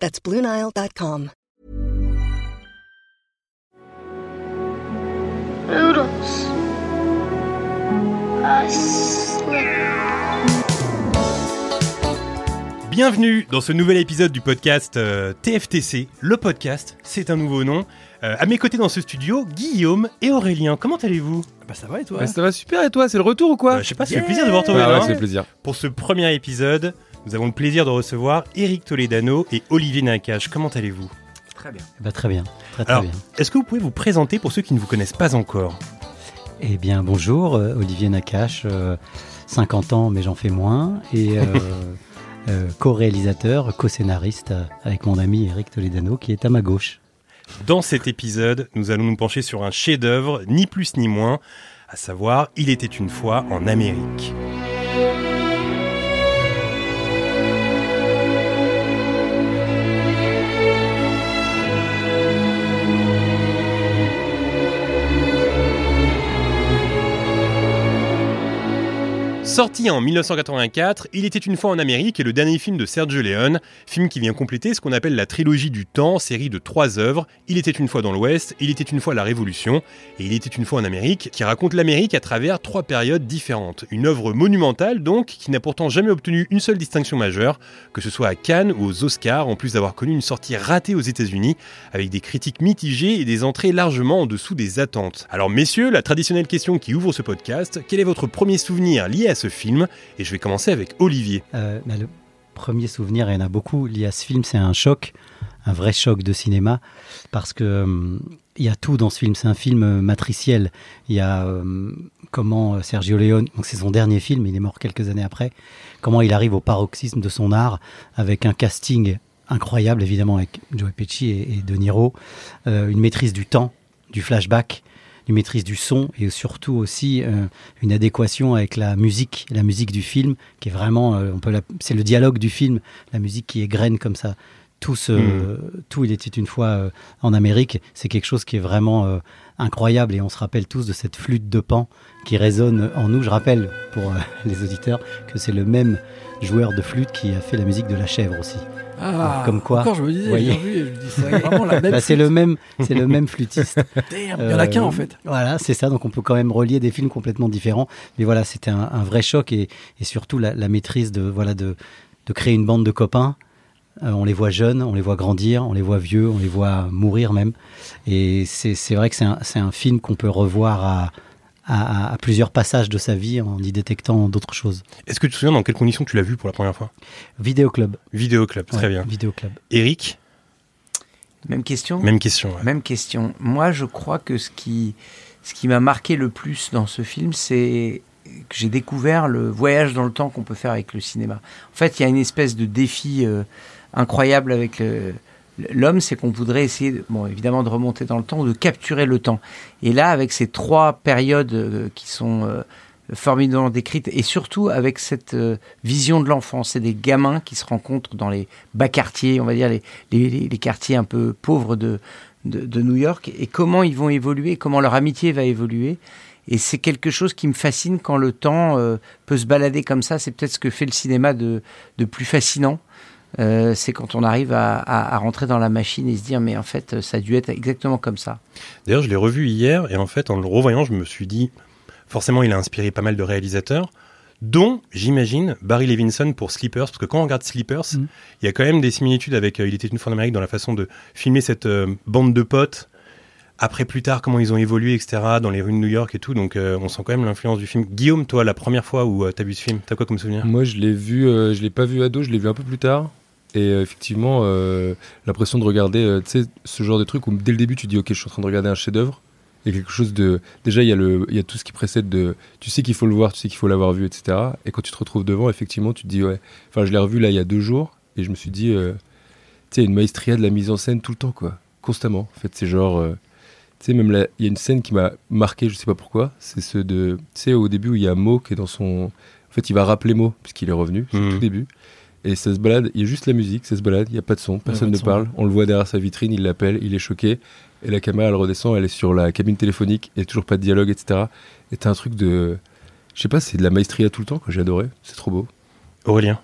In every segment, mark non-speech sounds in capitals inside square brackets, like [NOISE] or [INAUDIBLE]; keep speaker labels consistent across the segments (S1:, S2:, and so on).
S1: That's BlueNile.com.
S2: Noodles. Asleep.
S3: Bienvenue dans ce nouvel épisode du podcast euh, TFTC. Le podcast, c'est un nouveau nom. Euh, à mes côtés dans ce studio, Guillaume et Aurélien. Comment allez-vous
S4: Bah ça va et toi
S5: Bah, ça va super et toi, c'est le retour ou quoi
S3: Euh, Je sais pas, ça fait plaisir de vous retrouver.
S5: Ah ouais,
S3: hein.
S5: ça fait plaisir.
S3: Pour ce premier épisode, nous avons le plaisir de recevoir Eric Toledano et Olivier Nakache. Comment allez-vous
S6: Bah, très bien, très très
S3: Alors-
S6: bien.
S3: Est-ce que vous pouvez vous présenter pour ceux qui ne vous connaissent pas encore
S6: Eh bien bonjour, euh, Olivier Nakache, euh, 50 ans mais j'en fais moins, et euh, euh, co-réalisateur, co-scénariste euh, avec mon ami Eric Toledano qui est à ma gauche.
S3: Dans cet épisode, nous allons nous pencher sur un chef-d'œuvre, ni plus ni moins, à savoir Il était une fois en Amérique. Sorti en 1984, Il était une fois en Amérique est le dernier film de Sergio Leone, film qui vient compléter ce qu'on appelle la trilogie du temps, série de trois œuvres, Il était une fois dans l'Ouest, Il était une fois la Révolution et Il était une fois en Amérique, qui raconte l'Amérique à travers trois périodes différentes. Une œuvre monumentale donc, qui n'a pourtant jamais obtenu une seule distinction majeure, que ce soit à Cannes ou aux Oscars, en plus d'avoir connu une sortie ratée aux États-Unis, avec des critiques mitigées et des entrées largement en dessous des attentes. Alors messieurs, la traditionnelle question qui ouvre ce podcast, quel est votre premier souvenir lié à ce film Et je vais commencer avec Olivier.
S6: Euh, bah, le premier souvenir, et il y en a beaucoup lié à ce film, c'est un choc, un vrai choc de cinéma, parce que hum, il y a tout dans ce film. C'est un film euh, matriciel. Il y a hum, comment euh, Sergio Leone, donc c'est son dernier film, il est mort quelques années après, comment il arrive au paroxysme de son art avec un casting incroyable, évidemment, avec Joe Pesci et, et De Niro, euh, une maîtrise du temps, du flashback une maîtrise du son et surtout aussi euh, une adéquation avec la musique, la musique du film, qui est vraiment, euh, on peut, la- c'est le dialogue du film, la musique qui égrène comme ça. Tout, ce, tout, il était une fois euh, en Amérique, c'est quelque chose qui est vraiment euh, incroyable et on se rappelle tous de cette flûte de pan qui résonne en nous. Je rappelle pour euh, les auditeurs que c'est le même joueur de flûte qui a fait la musique de la chèvre aussi.
S4: Ah,
S6: Comme quoi,
S4: Encore, je me disais,
S6: voyez.
S4: j'ai vu et je me dis, c'est vraiment la
S6: [LAUGHS]
S4: même.
S6: Bah, c'est le même, c'est le même flûtiste.
S4: Damn, [LAUGHS] Il y en a qu'un
S6: Euh,
S4: en fait.
S6: Voilà, c'est ça. Donc on peut quand même relier des films complètement différents. Mais voilà, c'était un, un vrai choc et, et surtout la, la maîtrise de voilà de, de créer une bande de copains. Euh, on les voit jeunes, on les voit grandir, on les voit vieux, on les voit mourir même. Et c'est c'est vrai que c'est un, c'est un film qu'on peut revoir à, à- à plusieurs passages de sa vie en y détectant d'autres choses.
S3: Est-ce que tu te souviens dans quelles conditions tu l'as vu pour la première fois
S6: Vidéoclub.
S3: Vidéoclub, très
S6: Ouais,
S3: bien.
S6: Vidéoclub.
S3: Eric,
S7: Même question
S3: même question. ouais.
S7: Même question. Moi, je crois que ce qui, ce qui m'a marqué le plus dans ce film, c'est que j'ai découvert le voyage dans le temps qu'on peut faire avec le cinéma. En fait, il y a une espèce de défi euh, incroyable avec le- l'homme, c'est qu'on voudrait essayer, de- bon, évidemment, de remonter dans le temps ou de capturer le temps. Et là, avec ces trois périodes euh, qui sont euh, formidablement décrites, et surtout avec cette euh, vision de l'enfance, c'est des gamins qui se rencontrent dans les bas quartiers, on va dire les, les- les- les quartiers un peu pauvres de, de, de New York et comment ils vont évoluer, comment leur amitié va évoluer. Et c'est quelque chose qui me fascine quand le temps euh, peut se balader comme ça. C'est peut-être ce que fait le cinéma de, de plus fascinant. Euh, c'est quand on arrive à, à- à rentrer dans la machine et se dire mais en fait ça a dû être exactement comme ça.
S3: D'ailleurs, je l'ai revu hier et en fait, en le revoyant, je me suis dit, forcément, il a inspiré pas mal de réalisateurs, dont, j'imagine, Barry Levinson pour Sleepers, parce que quand on regarde Sleepers, il
S6: Mm.
S3: y a quand même des similitudes avec euh, Il était une fois en Amérique dans la façon de filmer cette euh, bande de potes. Après, plus tard, comment ils ont évolué, etc., dans les rues de New York et tout. Donc, euh, on sent quand même l'influence du film. Guillaume, toi, la première fois où tu t'as vu ce film, t'as quoi comme
S6: Mm.
S3: souvenir
S5: Moi, je l'ai vu, euh, je l'ai pas vu ado, je l'ai vu un peu plus tard. Et euh, effectivement, euh, l'impression de regarder, euh, tu sais, ce genre de truc où dès le début tu dis, ok, je suis en train de regarder un chef-d'œuvre. Et quelque chose de. Déjà, il y, a le- il y a tout ce qui précède de. Tu sais qu'il faut le voir, tu sais qu'il faut l'avoir vu, etc. Et quand tu te retrouves devant, effectivement, tu te dis, ouais. Enfin, je l'ai revu là il y a deux jours et je me suis dit, euh, tu sais, il y a une maestria de la mise en scène tout le temps, quoi. Constamment. En fait, c'est genre. euh, tu sais, même là, il y a une scène qui m'a marqué, je sais pas pourquoi. C'est ce de. Tu sais, au début où il y a Mo qui est dans son. En fait, il va rappeler Mo, puisqu'il est revenu, c'est
S3: Mhm.
S5: le tout début. Et ça se balade, il y a juste la musique, ça se balade, il n'y a pas de son, personne
S4: pas de
S5: ne
S4: son.
S5: parle. On le voit derrière sa vitrine, il l'appelle, il est choqué. Et la caméra, elle redescend, elle est sur la cabine téléphonique, et toujours pas de dialogue, etc. Et t'as un truc de. Je sais pas, c'est de la maestria tout le temps que j'ai adoré. C'est trop beau.
S3: Aurélien.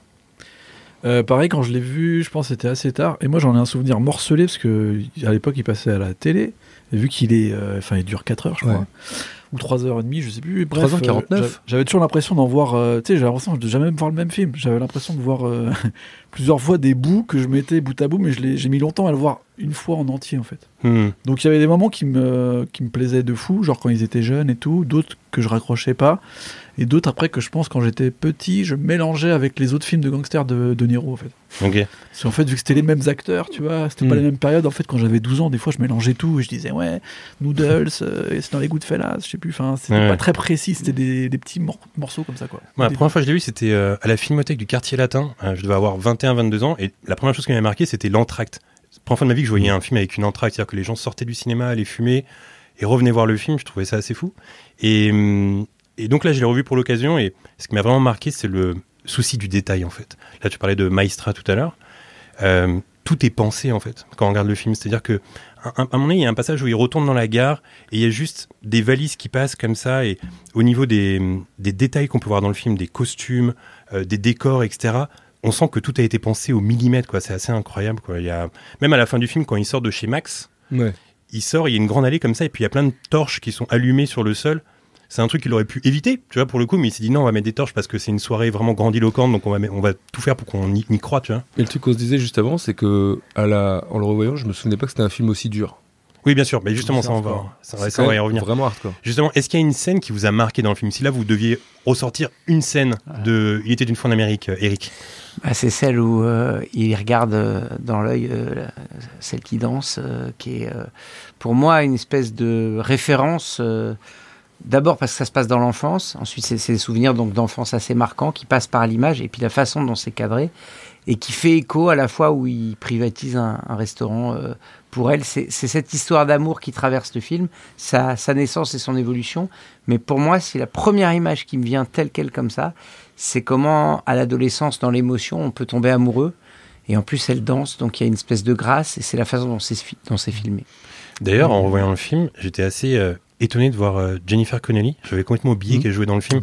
S4: Euh, pareil, quand je l'ai vu, je pense que c'était assez tard. Et moi, j'en ai un souvenir morcelé parce que à l'époque, il passait à la télé. Et vu qu'il est, euh, enfin, il dure 4 heures, je crois,
S5: Ouais.
S4: ou 3 heures et demie, je sais plus. Bref,
S5: 3h49.
S4: euh, j'a- j'avais toujours l'impression d'en voir. euh, tu sais, j'avais l'impression de jamais voir le même film. J'avais l'impression de voir euh, [LAUGHS] plusieurs fois des bouts que je mettais bout à bout, mais je l'ai- j'ai mis longtemps à le voir une fois en entier, en fait.
S3: Hmm.
S4: Donc il y avait des moments qui me, qui me plaisaient de fou, genre quand ils étaient jeunes et tout, d'autres que je raccrochais pas, et d'autres après que je pense quand j'étais petit, je mélangeais avec les autres films de gangsters de, de Niro en fait.
S3: Ok.
S4: Parce qu'en fait, vu que c'était les mêmes acteurs, tu vois, c'était pas
S3: Mm.
S4: les mêmes périodes, en fait quand j'avais 12 ans, des fois je mélangeais tout et je disais ouais, Noodles, euh, c'est dans les goûts de Fellas, je sais plus, enfin c'était
S3: Ouais.
S4: pas très précis, c'était des, des petits mor- morceaux comme ça quoi.
S3: Moi, la
S4: Des-
S3: première fois que je l'ai vu, c'était euh, à la Filmothèque du Quartier Latin. Euh, je devais avoir 21-22 ans. Et la première chose qui m'a marqué, c'était l'entracte. C'est la première fois de ma vie que je voyais un film avec une entracte. C'est-à-dire que les gens sortaient du cinéma, allaient fumer et revenaient voir le film. Je trouvais ça assez fou. Et, hum, et donc là, je l'ai revu pour l'occasion. Et ce qui m'a vraiment marqué, c'est le souci du détail, en fait. Là, tu parlais de Maestra tout à l'heure. Euh, tout est pensé, en fait, quand on regarde le film. C'est-à-dire que, à, à un moment donné, il y a un passage où ils retournent dans la gare et il y a juste des valises qui passent comme ça. Et au niveau des, des détails qu'on peut voir dans le film, des costumes, euh, des décors, etc., on sent que tout a été pensé au millimètre. quoi. C'est assez incroyable. Quoi. Il y a... Même à la fin du film, quand il sort de chez Max,
S5: Ouais.
S3: il sort, il y a une grande allée comme ça, et puis il y a plein de torches qui sont allumées sur le sol. C'est un truc qu'il aurait pu éviter, tu vois, pour le coup, mais il s'est dit non, on va mettre des torches parce que c'est une soirée vraiment grandiloquente, donc on va, met- on va tout faire pour qu'on y, y croit, tu vois.
S5: Et le truc qu'on se disait juste avant, c'est que à la... en le revoyant, je me souvenais pas que c'était un film aussi dur.
S3: Oui, bien sûr, mais justement,
S5: C'est
S3: ça, on va,
S5: hardcore.
S3: ça, va-
S5: C'est
S3: ça, on
S5: quand
S3: va y
S5: même
S3: revenir.
S5: Vraiment hardcore.
S3: Justement, est-ce qu'il y a une scène qui vous a marqué dans le film Si là, vous deviez ressortir une scène de Il était une fois en Amérique, euh, Eric.
S7: Bah, c'est celle où euh, il regarde euh, dans l'œil euh, la- celle qui danse, euh, qui est euh, pour moi une espèce de référence. euh, D'abord parce que ça se passe dans l'enfance, ensuite c'est c'est des souvenirs donc d'enfance assez marquants qui passent par l'image et puis la façon dont c'est cadré et qui fait écho à la fois où il privatise un, un restaurant euh, pour elle. C'est c'est cette histoire d'amour qui traverse le film, sa, sa naissance et son évolution. Mais pour moi, c'est la première image qui me vient telle quelle comme ça. C'est comment, à l'adolescence, dans l'émotion, on peut tomber amoureux. Et en plus, elle danse, donc il y a une espèce de grâce, et c'est la façon dont c'est fi- dont c'est filmé.
S3: D'ailleurs,
S6: Mm.
S3: en revoyant le film, j'étais assez euh, étonné de voir euh, Jennifer Connelly. J'avais complètement oublié
S6: Mm.
S5: Mhm.
S3: qu'elle jouait dans le film.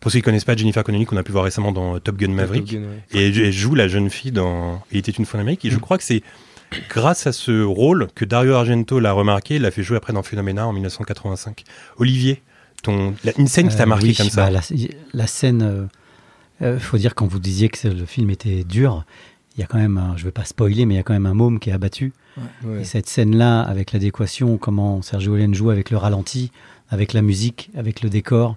S3: Pour ceux qui connaissent pas Jennifer Connelly, qu'on a pu voir récemment dans euh, Top Gun Maverick,
S5: Top Gun, ouais.
S3: et elle elle joue la jeune fille dans Il était une fois en Amérique. Et
S6: Mm.
S3: je crois que c'est grâce à ce rôle que Dario Argento l'a remarqué, l'a fait jouer après dans Phenomena en 1985. Olivier, ton, la- une scène qui t'a
S6: Euh,
S3: marqué
S6: oui,
S3: comme ça.
S6: bah, la, la scène, euh, euh, faut dire quand vous disiez que c'est- le film était dur, il y a quand même, un- je ne veux pas spoiler, mais il y a quand même un môme qui est abattu.
S5: Ouais.
S6: Et cette scène-là, avec l'adéquation, comment Sergio Leone joue avec le ralenti, avec la musique, avec le décor,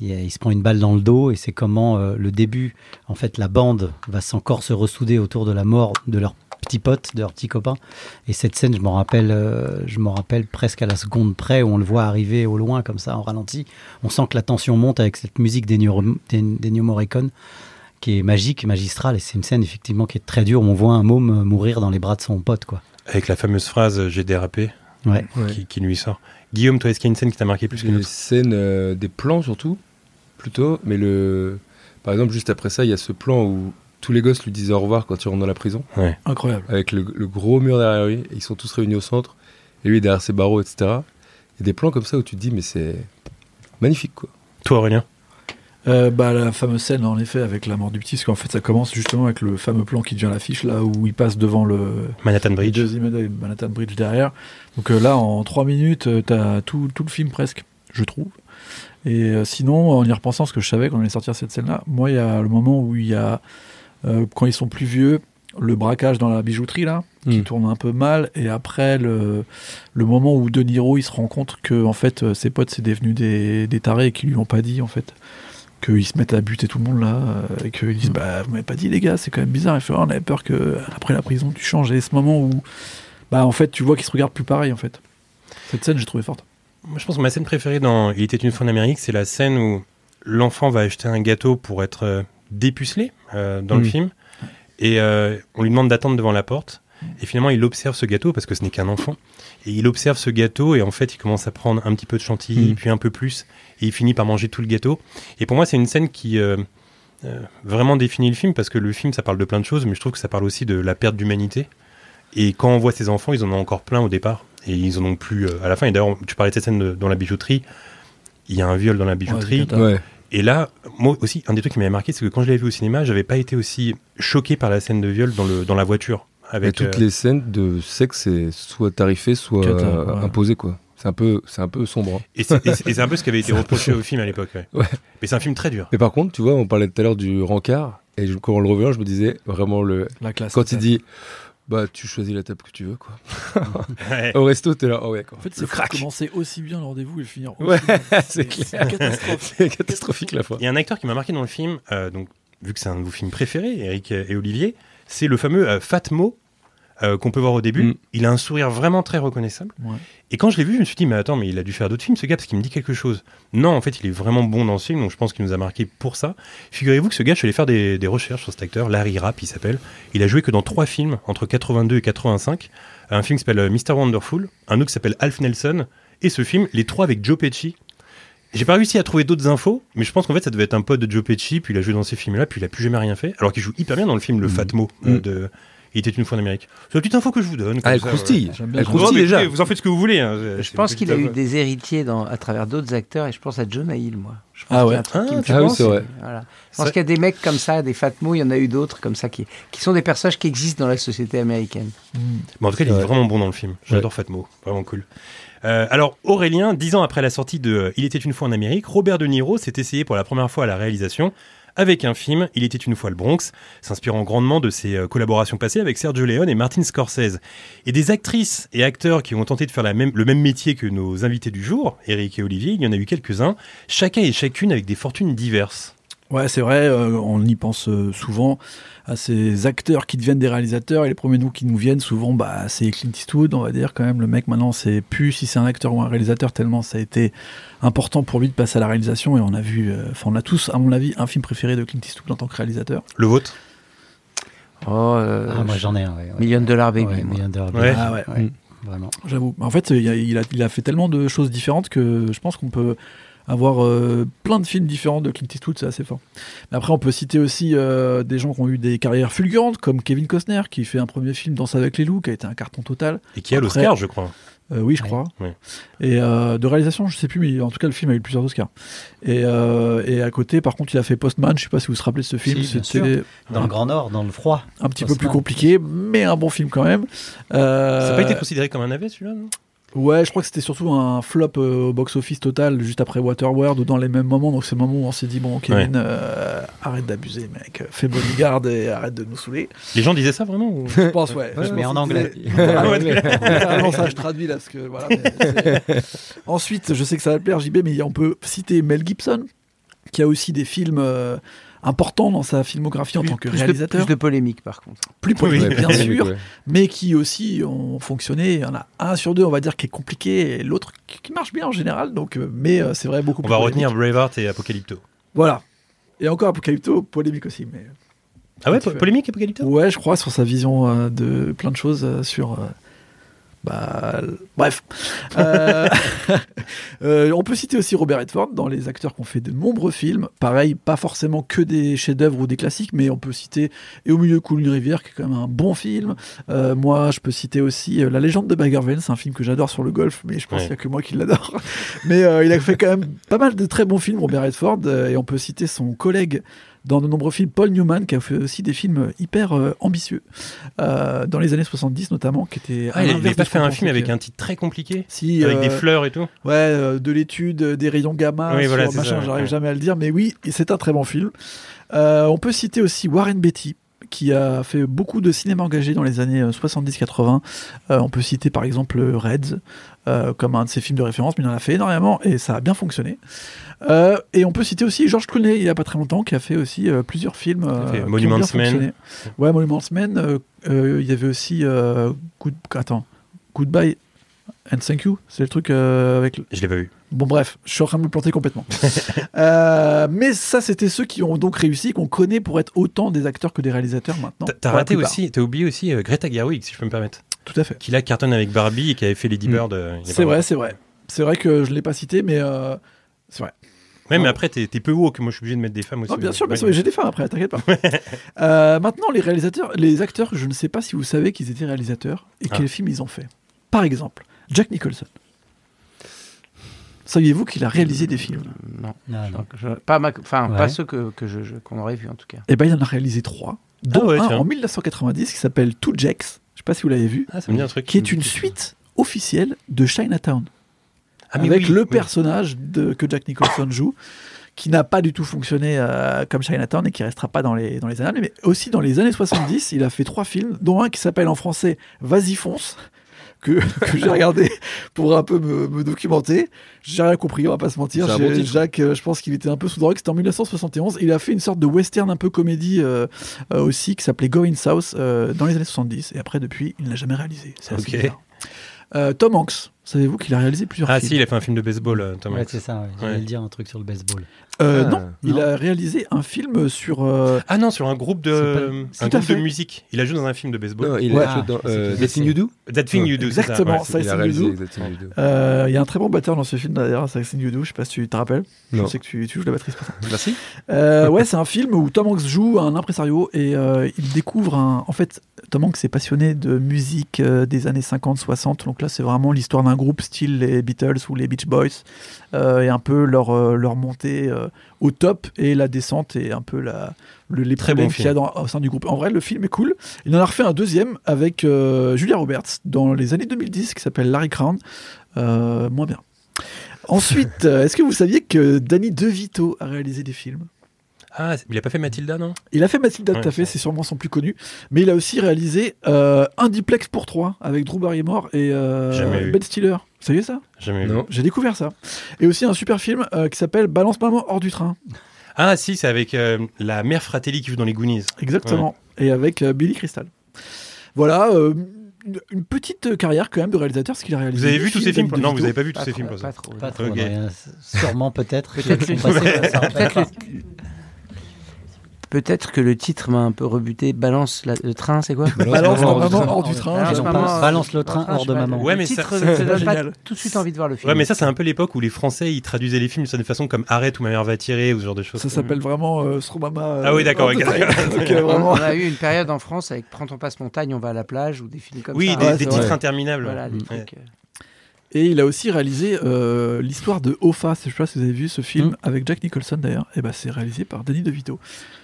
S6: il, y a- il se prend une balle dans le dos et c'est comment euh, le début, en fait, la bande va s'encore se ressouder autour de la mort de leur petit pote, de leur petit copain. Et cette scène, je m'en rappelle, euh, je m'en rappelle presque à la seconde près où on le voit arriver au loin comme ça en ralenti. On sent que la tension monte avec cette musique d'Ennio d'En- d'Ennio Morricone qui est magique, magistrale, et c'est une scène effectivement qui est très dure. où On voit un môme euh, mourir dans les bras de son pote, quoi.
S3: Avec la fameuse phrase euh, J'ai dérapé
S6: Ouais.
S5: Ouais.
S3: qui, qui lui sort. Guillaume, toi, est-ce qu'il y a une scène qui t'a marqué plus
S5: Plus
S3: qu'une
S5: les
S3: autre
S5: scènes, euh, des plans surtout, plutôt. Mais le, par exemple, juste après ça, il y a ce plan où tous les gosses lui disent au revoir quand ils rentrent dans la prison,
S4: Incroyable.
S5: avec le, le gros mur derrière lui, et ils sont tous réunis au centre, et lui derrière ses barreaux, etc. Il y a des plans comme ça où tu te dis, mais c'est magnifique, quoi.
S3: Toi, Aurélien
S4: Euh, bah, la fameuse scène, en effet, avec la mort du petit, parce qu'en fait, ça commence justement avec le fameux plan qui devient l'affiche, là où il passe devant le,
S3: Manhattan
S4: Et
S3: Bridge.
S4: deuxième médaille, Manhattan Bridge derrière. Donc euh, là, en trois minutes, euh, t'as tout, tout le film presque, je trouve. Et euh, sinon, en y repensant, ce que je savais qu'on allait sortir cette scène-là, moi, il y a le moment où il y a, euh, quand ils sont plus vieux, le braquage dans la bijouterie, là, qui
S5: Mm.
S4: tourne un peu mal. Et après, le, le moment où De Niro, il se rend compte que, en fait, euh, ses potes, c'est devenu des, des tarés et qu'ils lui ont pas dit, en fait. Qu'ils se mettent à buter tout le monde là, euh, et qu'ils
S5: Mm.
S4: disent Bah, vous m'avez pas dit, les gars, c'est quand même bizarre. Il fait Ah, On avait peur que, après la prison, tu changes. Et ce moment où, bah, en fait, tu vois qu'ils se regardent plus pareil, en fait. Cette scène, j'ai trouvé forte.
S3: Moi, je pense que ma scène préférée dans Il était une fois en Amérique, c'est la scène où l'enfant va acheter un gâteau pour être euh, dépucelé euh, dans le
S5: Mm.
S3: film. Et euh, on lui demande d'attendre devant la porte. Et finalement, il observe ce gâteau parce que ce n'est qu'un enfant. Et il observe ce gâteau et en fait, il commence à prendre un petit peu de chantilly,
S5: Mhm.
S3: puis un peu plus. Et il finit par manger tout le gâteau. Et pour moi, c'est une scène qui euh, euh, vraiment définit le film parce que le film, ça parle de plein de choses, mais je trouve que ça parle aussi de la perte d'humanité. Et quand on voit ces enfants, ils en ont encore plein au départ. Et ils en ont plus euh, à la fin. Et d'ailleurs, tu parlais de cette scène de- dans la bijouterie. Il y a un viol dans la bijouterie.
S4: Ouais,
S5: Ouais.
S3: Et là, moi aussi, un des trucs qui m'avait marqué, c'est que quand je l'avais vu au cinéma, j'avais pas été aussi choqué par la scène de viol dans, le, dans la voiture.
S5: Mais
S3: Avec,
S5: toutes
S3: euh,
S5: les scènes de sexe, c'est soit tarifé, soit
S4: Cata,
S5: euh,
S4: ouais.
S5: imposé, quoi. C'est un peu, c'est un peu sombre. hein.
S3: Et c'est et c'est- et c'est un peu ce qui avait été
S5: [LAUGHS] C'est un peu
S3: reproché
S5: chaud.
S3: au film à l'époque. ouais.
S5: Ouais.
S3: Mais c'est un film très
S5: [LAUGHS]
S3: dur.
S5: Mais par contre, tu vois, on parlait tout à l'heure du rencard, et je- quand on le revoyant, je me disais vraiment le.
S4: La classe. Euh,
S5: Quand il dit, bah, tu choisis la table que tu veux, quoi.
S3: Ouais.
S5: Au resto, t'es là, oh ouais, d'accord.
S4: En fait,
S5: le
S4: c'est fou de
S5: crack.
S4: commencer aussi bien le rendez-vous et le finir. aussi
S5: Ouais, [LAUGHS]
S4: bien.
S5: c'est
S4: C'est une catastrophe.
S5: C'est catastrophique la fois.
S3: Il y a un acteur qui m'a marqué dans le film, euh, donc, vu que c'est un de vos films préférés, Eric et Olivier, c'est le fameux euh, Fatmo euh, qu'on peut voir au début.
S5: Mm.
S3: Il a un sourire vraiment très reconnaissable.
S4: Ouais.
S3: Et quand je l'ai vu, je me suis dit, mais attends, mais il a dû faire d'autres films, ce gars, parce qu'il me dit quelque chose. Non, en fait, il est vraiment bon dans ce film, donc je pense qu'il nous a marqué pour ça. Figurez-vous que ce gars, je suis allé faire des, des recherches sur cet acteur, Larry Rapp, il s'appelle. Il a joué que dans trois films, entre 82 et 85. Un film qui s'appelle euh, Mr. Wonderful, un autre qui s'appelle Alf Nelson, et ce film, les trois avec Joe Pesci. J'ai pas réussi à trouver d'autres infos, mais je pense qu'en fait, ça devait être un pote de Joe Pesci, puis il a joué dans ces films-là, puis il a plus jamais rien fait, alors qu'il joue hyper bien dans le film Le Fatmo euh,
S5: Mm.
S3: de. Il était une fois en Amérique. C'est la petite info que je vous donne. comme
S5: Ah, elle
S3: ça,
S5: croustille.
S4: J'aime bien
S5: Elle
S4: ce
S3: non,
S5: croustille
S3: mais
S5: déjà.
S3: écoutez, vous en faites ce que vous voulez. hein. C'est-
S7: Je
S3: c'est
S7: pense
S3: une
S7: qu'il a eu
S3: petite-
S7: des héritiers dans, à travers d'autres acteurs et je pense à John Hill, moi. Je pense
S4: Ah
S7: qu'il y
S4: ouais.
S7: a un truc qui
S3: Ah,
S7: me
S3: tu
S7: fait
S5: penses
S7: penser.
S5: Ouais.
S7: Voilà. Je
S3: Ça-
S7: pense qu'il y a des mecs comme ça, des Fatmo, il y en a eu d'autres comme ça qui, qui sont des personnages qui existent dans la société américaine.
S4: Mm.
S3: Mais en tout cas, il est
S5: Ouais.
S3: vraiment bon dans le film. J'adore Fatmo. Vraiment cool. Euh, alors, Aurélien, dix ans après la sortie de euh, Il était une fois en Amérique, Robert De Niro s'est essayé pour la première fois à la réalisation avec un film, Il était une fois le Bronx, s'inspirant grandement de ses euh, collaborations passées avec Sergio Leone et Martin Scorsese. Et des actrices et acteurs qui ont tenté de faire la même, le même métier que nos invités du jour, Eric et Olivier, il y en a eu quelques-uns, chacun et chacune avec des fortunes diverses.
S4: Ouais, c'est vrai, euh, on y pense euh, souvent à ces acteurs qui deviennent des réalisateurs et les premiers noms qui nous viennent souvent, bah, c'est Clint Eastwood, on va dire quand même. Le mec maintenant, c'est plus si c'est un acteur ou un réalisateur, tellement ça a été important pour lui de passer à la réalisation et on a vu, euh, enfin, on a tous, à mon avis, un film préféré de Clint Eastwood en tant que réalisateur.
S3: Le vôtre
S7: Oh, euh,
S6: Ah, moi j'en ai un, ouais, ouais.
S7: Million Dollar Baby.
S6: Ouais,
S7: moi. Mm.
S6: Million Dollar
S3: Ouais.
S6: Baby,
S4: Ah ouais.
S6: ouais, Vraiment.
S4: J'avoue. En fait, il a, il a- il a fait tellement de choses différentes que je pense qu'on peut avoir euh, plein de films différents de Clint Eastwood, c'est assez fort. Mais après, on peut citer aussi euh, des gens qui ont eu des carrières fulgurantes, comme Kevin Costner, qui fait un premier film Danse avec les loups, qui a été un carton total.
S3: Et qui a
S4: Après-
S3: l'Oscar, je crois.
S4: Euh, oui, je
S6: Ouais.
S4: crois.
S3: Ouais.
S4: Et euh, de réalisation, je sais plus, mais en tout cas, le film a eu plusieurs Oscars. Et, euh, et à côté, par contre, il a fait Postman. Je sais pas si vous vous rappelez de ce film.
S6: Si, bien
S4: C'était
S6: Dans le Grand Nord, dans le froid.
S4: un petit peu
S6: Postman.
S4: plus compliqué, mais un bon film quand même. Euh,
S3: Ça n'a pas été considéré comme un navet, celui-là, non
S4: Ouais, je crois que c'était surtout un flop euh, au box-office total juste après Waterworld ou dans les mêmes moments. Donc c'est le moment où on s'est dit bon, Kevin, euh, arrête d'abuser, mec, fais bodyguard et arrête de nous saouler.
S3: Les gens disaient ça vraiment ou-
S4: Je pense, ouais. Je
S6: mais
S4: pense
S6: en
S4: que
S6: anglais.
S4: c'est-
S6: [LAUGHS]
S4: Littéralement, ça, je traduis là parce que voilà. mais c'est- Ensuite, je sais que ça va te plaire, JB, mais on peut citer Mel Gibson, qui a aussi des films euh, importants dans sa filmographie en
S7: Plus-
S4: tant que
S7: plus de-
S4: réalisateur,
S7: plus de polémiques par contre.
S4: plus,
S3: Oui,
S4: politique,
S5: Ouais,
S4: bien
S5: ouais,
S4: sûr,
S5: ouais.
S4: mais qui aussi ont fonctionné. Il y en a un sur deux, on va dire, qui est compliqué, et l'autre qui qui marche bien en général. Donc, euh, mais euh, c'est vrai beaucoup.
S3: On
S4: plus
S3: va
S4: polémique.
S3: retenir Braveheart et Apocalypto.
S4: Voilà. Et encore Apocalypto, polémique aussi, mais
S3: Ah ouais,
S4: Petit
S3: po-
S4: peu.
S3: polémique Apocalypto
S4: Ouais, je crois, sur sa vision euh, de plein de choses, euh, sur... euh, bah, l- bref. Euh, [LAUGHS] euh, on peut citer aussi Robert Redford dans les acteurs qui ont fait de nombreux films. Pareil, pas forcément que des chefs-d'œuvre ou des classiques, mais on peut citer Et au milieu coule une rivière, qui est quand même un bon film. Euh, moi, je peux citer aussi euh, La légende de Baggerville, c'est un film que j'adore sur le golf, mais je pense
S3: Ouais.
S4: qu'il n'y a que moi qui l'adore. [LAUGHS] Mais euh, il a fait quand même pas mal de très bons films, Robert Redford, euh, et on peut citer son collègue dans de nombreux films, Paul Newman, qui a fait aussi des films hyper euh, ambitieux, euh, dans les années 70 notamment, qui était...
S3: Ah, il n'avait pas fait un film avec
S4: un
S3: un titre très compliqué
S4: si,
S3: Avec
S4: euh,
S3: des fleurs et tout
S4: Ouais, euh, de l'étude, euh, des rayons gamma,
S3: Oui,
S4: sur
S3: voilà, c'est
S4: machin,
S3: ça,
S4: j'arrive
S3: ouais.
S4: jamais à le dire, mais oui, et c'est un très bon film. Euh, on peut citer aussi Warren Beatty, qui a fait beaucoup de cinéma engagé dans les années euh, 70-80. Euh, on peut citer par exemple euh, Reds, euh, comme un de ses films de référence, mais il en a fait énormément et ça a bien fonctionné. Euh, et on peut citer aussi George Clooney, il n'y a pas très longtemps, qui a fait aussi euh, plusieurs films. euh,
S3: fait
S4: qui ont
S3: Monuments
S4: bien
S3: Men.
S4: fonctionné. Ouais, Monuments Men. euh, euh, il y avait aussi. euh, Good... Attends, Goodbye. And Thank You, c'est le truc euh, avec.
S3: Je l'ai pas vu.
S4: Bon, bref, je suis en train de me
S3: [LAUGHS]
S4: planter complètement. Euh, mais ça, c'était ceux qui ont donc réussi, qu'on connaît pour être autant des acteurs que des réalisateurs maintenant.
S3: T'as- T'as
S4: Pour bah. la
S3: raté
S4: plupart.
S3: aussi, t'as oublié aussi euh, Greta Gerwig, si je peux me permettre,
S4: Tout à fait.
S3: qui là cartonne avec Barbie et qui avait fait Lady
S4: Mm.
S3: Bird. euh, il y a
S4: C'est
S3: pas
S4: vrai,
S3: longtemps.
S4: c'est vrai. C'est vrai que je l'ai pas cité, mais euh, c'est vrai.
S3: Ouais, mais après, t'es t'es peu woke. Moi, je suis obligé de mettre des femmes aussi.
S4: Non, Oh, bien
S3: euh,
S4: sûr, bien
S3: ouais.
S4: sûr, j'ai des fins après,
S3: [LAUGHS]
S4: t'inquiète pas. Euh, maintenant, les réalisateurs, les acteurs, je ne sais pas si vous savez qu'ils étaient réalisateurs et
S3: Ah.
S4: quels films ils ont fait. Par exemple, Jack Nicholson. Saviez-vous qu'il a réalisé des films
S7: Non.
S6: Ah, non.
S7: Je- pas, ma- enfin,
S6: Ouais.
S7: pas ceux que, que je, je- qu'on aurait vu en tout cas.
S4: Eh ben, il en a réalisé trois, dont
S3: Ah ouais,
S4: un
S3: tiens.
S4: en 1990 qui s'appelle Two Jacks. Je sais pas si vous l'avez vu,
S3: Ah, ça me dit un truc.
S4: qui est une suite officielle de Chinatown.
S3: Ah, mais
S4: avec
S3: oui,
S4: le
S3: oui.
S4: personnage de, que Jack
S3: [COUGHS]
S4: Nicholson joue, qui n'a pas du tout fonctionné euh, comme Chinatown et qui restera pas dans les, dans les années. Mais aussi dans les années 70, il a fait trois films, dont un qui s'appelle en français Vas-y fonce, que, [LAUGHS] que j'ai regardé pour un peu me, me documenter. J'ai rien compris, on va pas se mentir.
S5: C'est un
S4: J'ai-
S5: bon titre.
S4: Jacques, euh, je pense qu'il était un peu sous drogue. C'était en 1971. Il a fait une sorte de western un peu comédie euh, euh, aussi qui s'appelait Going South euh, dans les années 70. Et après, depuis, il ne l'a jamais réalisé. C'est assez
S3: Ok.
S4: bizarre. Euh, Tom Hanks, savez-vous qu'il a réalisé plusieurs
S3: Ah,
S4: films
S3: si, il a fait un film de baseball, euh, Tom
S6: Ouais,
S3: Hanks.
S6: c'est ça, ouais. j'allais
S3: Ouais.
S6: le dire un truc sur le baseball.
S4: Euh,
S5: Ah,
S4: non, il
S6: non.
S4: a réalisé un film sur. euh,
S3: Ah non, sur un groupe de, euh,
S4: C'est pas-
S3: un
S4: Tout à
S3: groupe de
S4: fait.
S3: musique. Il a joué dans un film de baseball.
S5: Non, il
S6: Ouais.
S5: a joué dans
S6: Ah,
S5: euh,
S6: c'est-
S5: The Thing You Do.
S3: That Thing You Do. c'est ça,
S4: Exactement,
S3: ouais.
S4: ça,
S5: il
S4: c'est
S5: a
S4: Thing You
S5: réalisé
S4: Do.
S5: The Thing You Do.
S4: euh, Il y a un très bon batteur dans ce film d'ailleurs, c'est Axel Yudou, je sais pas si tu te rappelles.
S5: Non.
S4: Ah, Je sais que tu, tu joues de la batterie. c'est pour ça.
S5: Merci.
S4: Euh, ouais, c'est un film où Tom Hanks joue un impresario et euh, il découvre un. En fait, Tom Hanks est passionné de musique euh, des années 50-60, donc là c'est vraiment l'histoire d'un groupe style les Beatles ou les Beach Boys euh, et un peu leur, euh, leur montée euh, au top et la descente et un peu la, le, les
S3: Très
S4: problèmes
S3: bon
S4: qu'il y a dans- au sein du groupe. En vrai, le film est cool. Il en a refait un deuxième avec euh, Julia Roberts dans les années 2010 qui s'appelle Larry Crown. Euh, moins bien. Ensuite, euh, est-ce que vous saviez que Danny DeVito a réalisé des films
S3: Ah, c'est- il a pas fait Mathilda, non
S4: Il a fait Mathilda,
S3: Ouais,
S4: tout à fait,
S3: ouais.
S4: c'est sûrement son plus connu. Mais il a aussi réalisé euh, Un duplex pour trois avec Drew Barrymore et euh,
S3: Jamais vu.
S4: Ben Stiller. Vous saviez ça
S3: Jamais vu.
S5: Non.
S4: J'ai découvert ça. Et aussi un super film euh, qui s'appelle Balance maman hors du train.
S3: Ah, si, c'est avec euh, la mère Fratelli qui joue dans les Goonies.
S4: Exactement. Et avec euh, Billy Crystal. Voilà, euh, une- une petite carrière quand même de réalisateur, ce qu'il a réalisé.
S3: Vous avez
S4: des
S3: vu tous ces films
S4: d'Annie
S3: Non, vous
S4: DeVito.
S3: avez pas vu tous
S7: Pas
S3: ces
S7: trop,
S3: films. pour ça.
S7: pas trop.
S6: Pas trop,
S3: Ok.
S6: non, il y en a sûrement peut-être. qui
S7: [LAUGHS] Peut-être
S6: sont
S7: le-
S6: passés, euh, ça rappelle
S7: Peut-être
S6: pas.
S7: le- Peut-être que le titre m'a un peu rebuté. Balance la- le train, c'est quoi
S4: Balance
S5: Maman
S4: maman
S5: hors du
S4: hors du train.
S6: Balance
S4: j'aime
S6: maman.
S4: pas.
S6: Balance le train hors de maman.
S3: Ouais,
S7: Ouais,
S3: mais
S7: mais
S3: ça-
S7: titre ne te donne
S4: Génial.
S7: pas tout de suite envie de voir le film.
S3: Ouais, mais ça, c'est un peu l'époque où les Français ils traduisaient les films d'une certaine façon comme Arrête ou Ma mère va tirer ou ce genre de choses.
S4: Ça s'appelle vraiment euh, Stromama. euh,
S3: Ah oui, d'accord,
S4: [LAUGHS]
S3: ok.
S4: Donc, euh,
S7: On
S4: vraiment.
S7: a eu une période en France avec Prends ton passe-montagne, on va à la plage ou des films comme
S3: Oui,
S7: ça.
S3: des,
S7: Ouais,
S3: des
S7: c'est
S3: titres
S7: vrai.
S3: interminables.
S7: Voilà, des
S3: Ouais.
S7: trucs, euh,
S4: Et il a aussi réalisé euh, l'histoire de Hoffa. Je sais pas si vous avez vu ce
S3: Hmm.
S4: film avec Jack Nicholson d'ailleurs. Et ben c'est réalisé par Danny DeVito.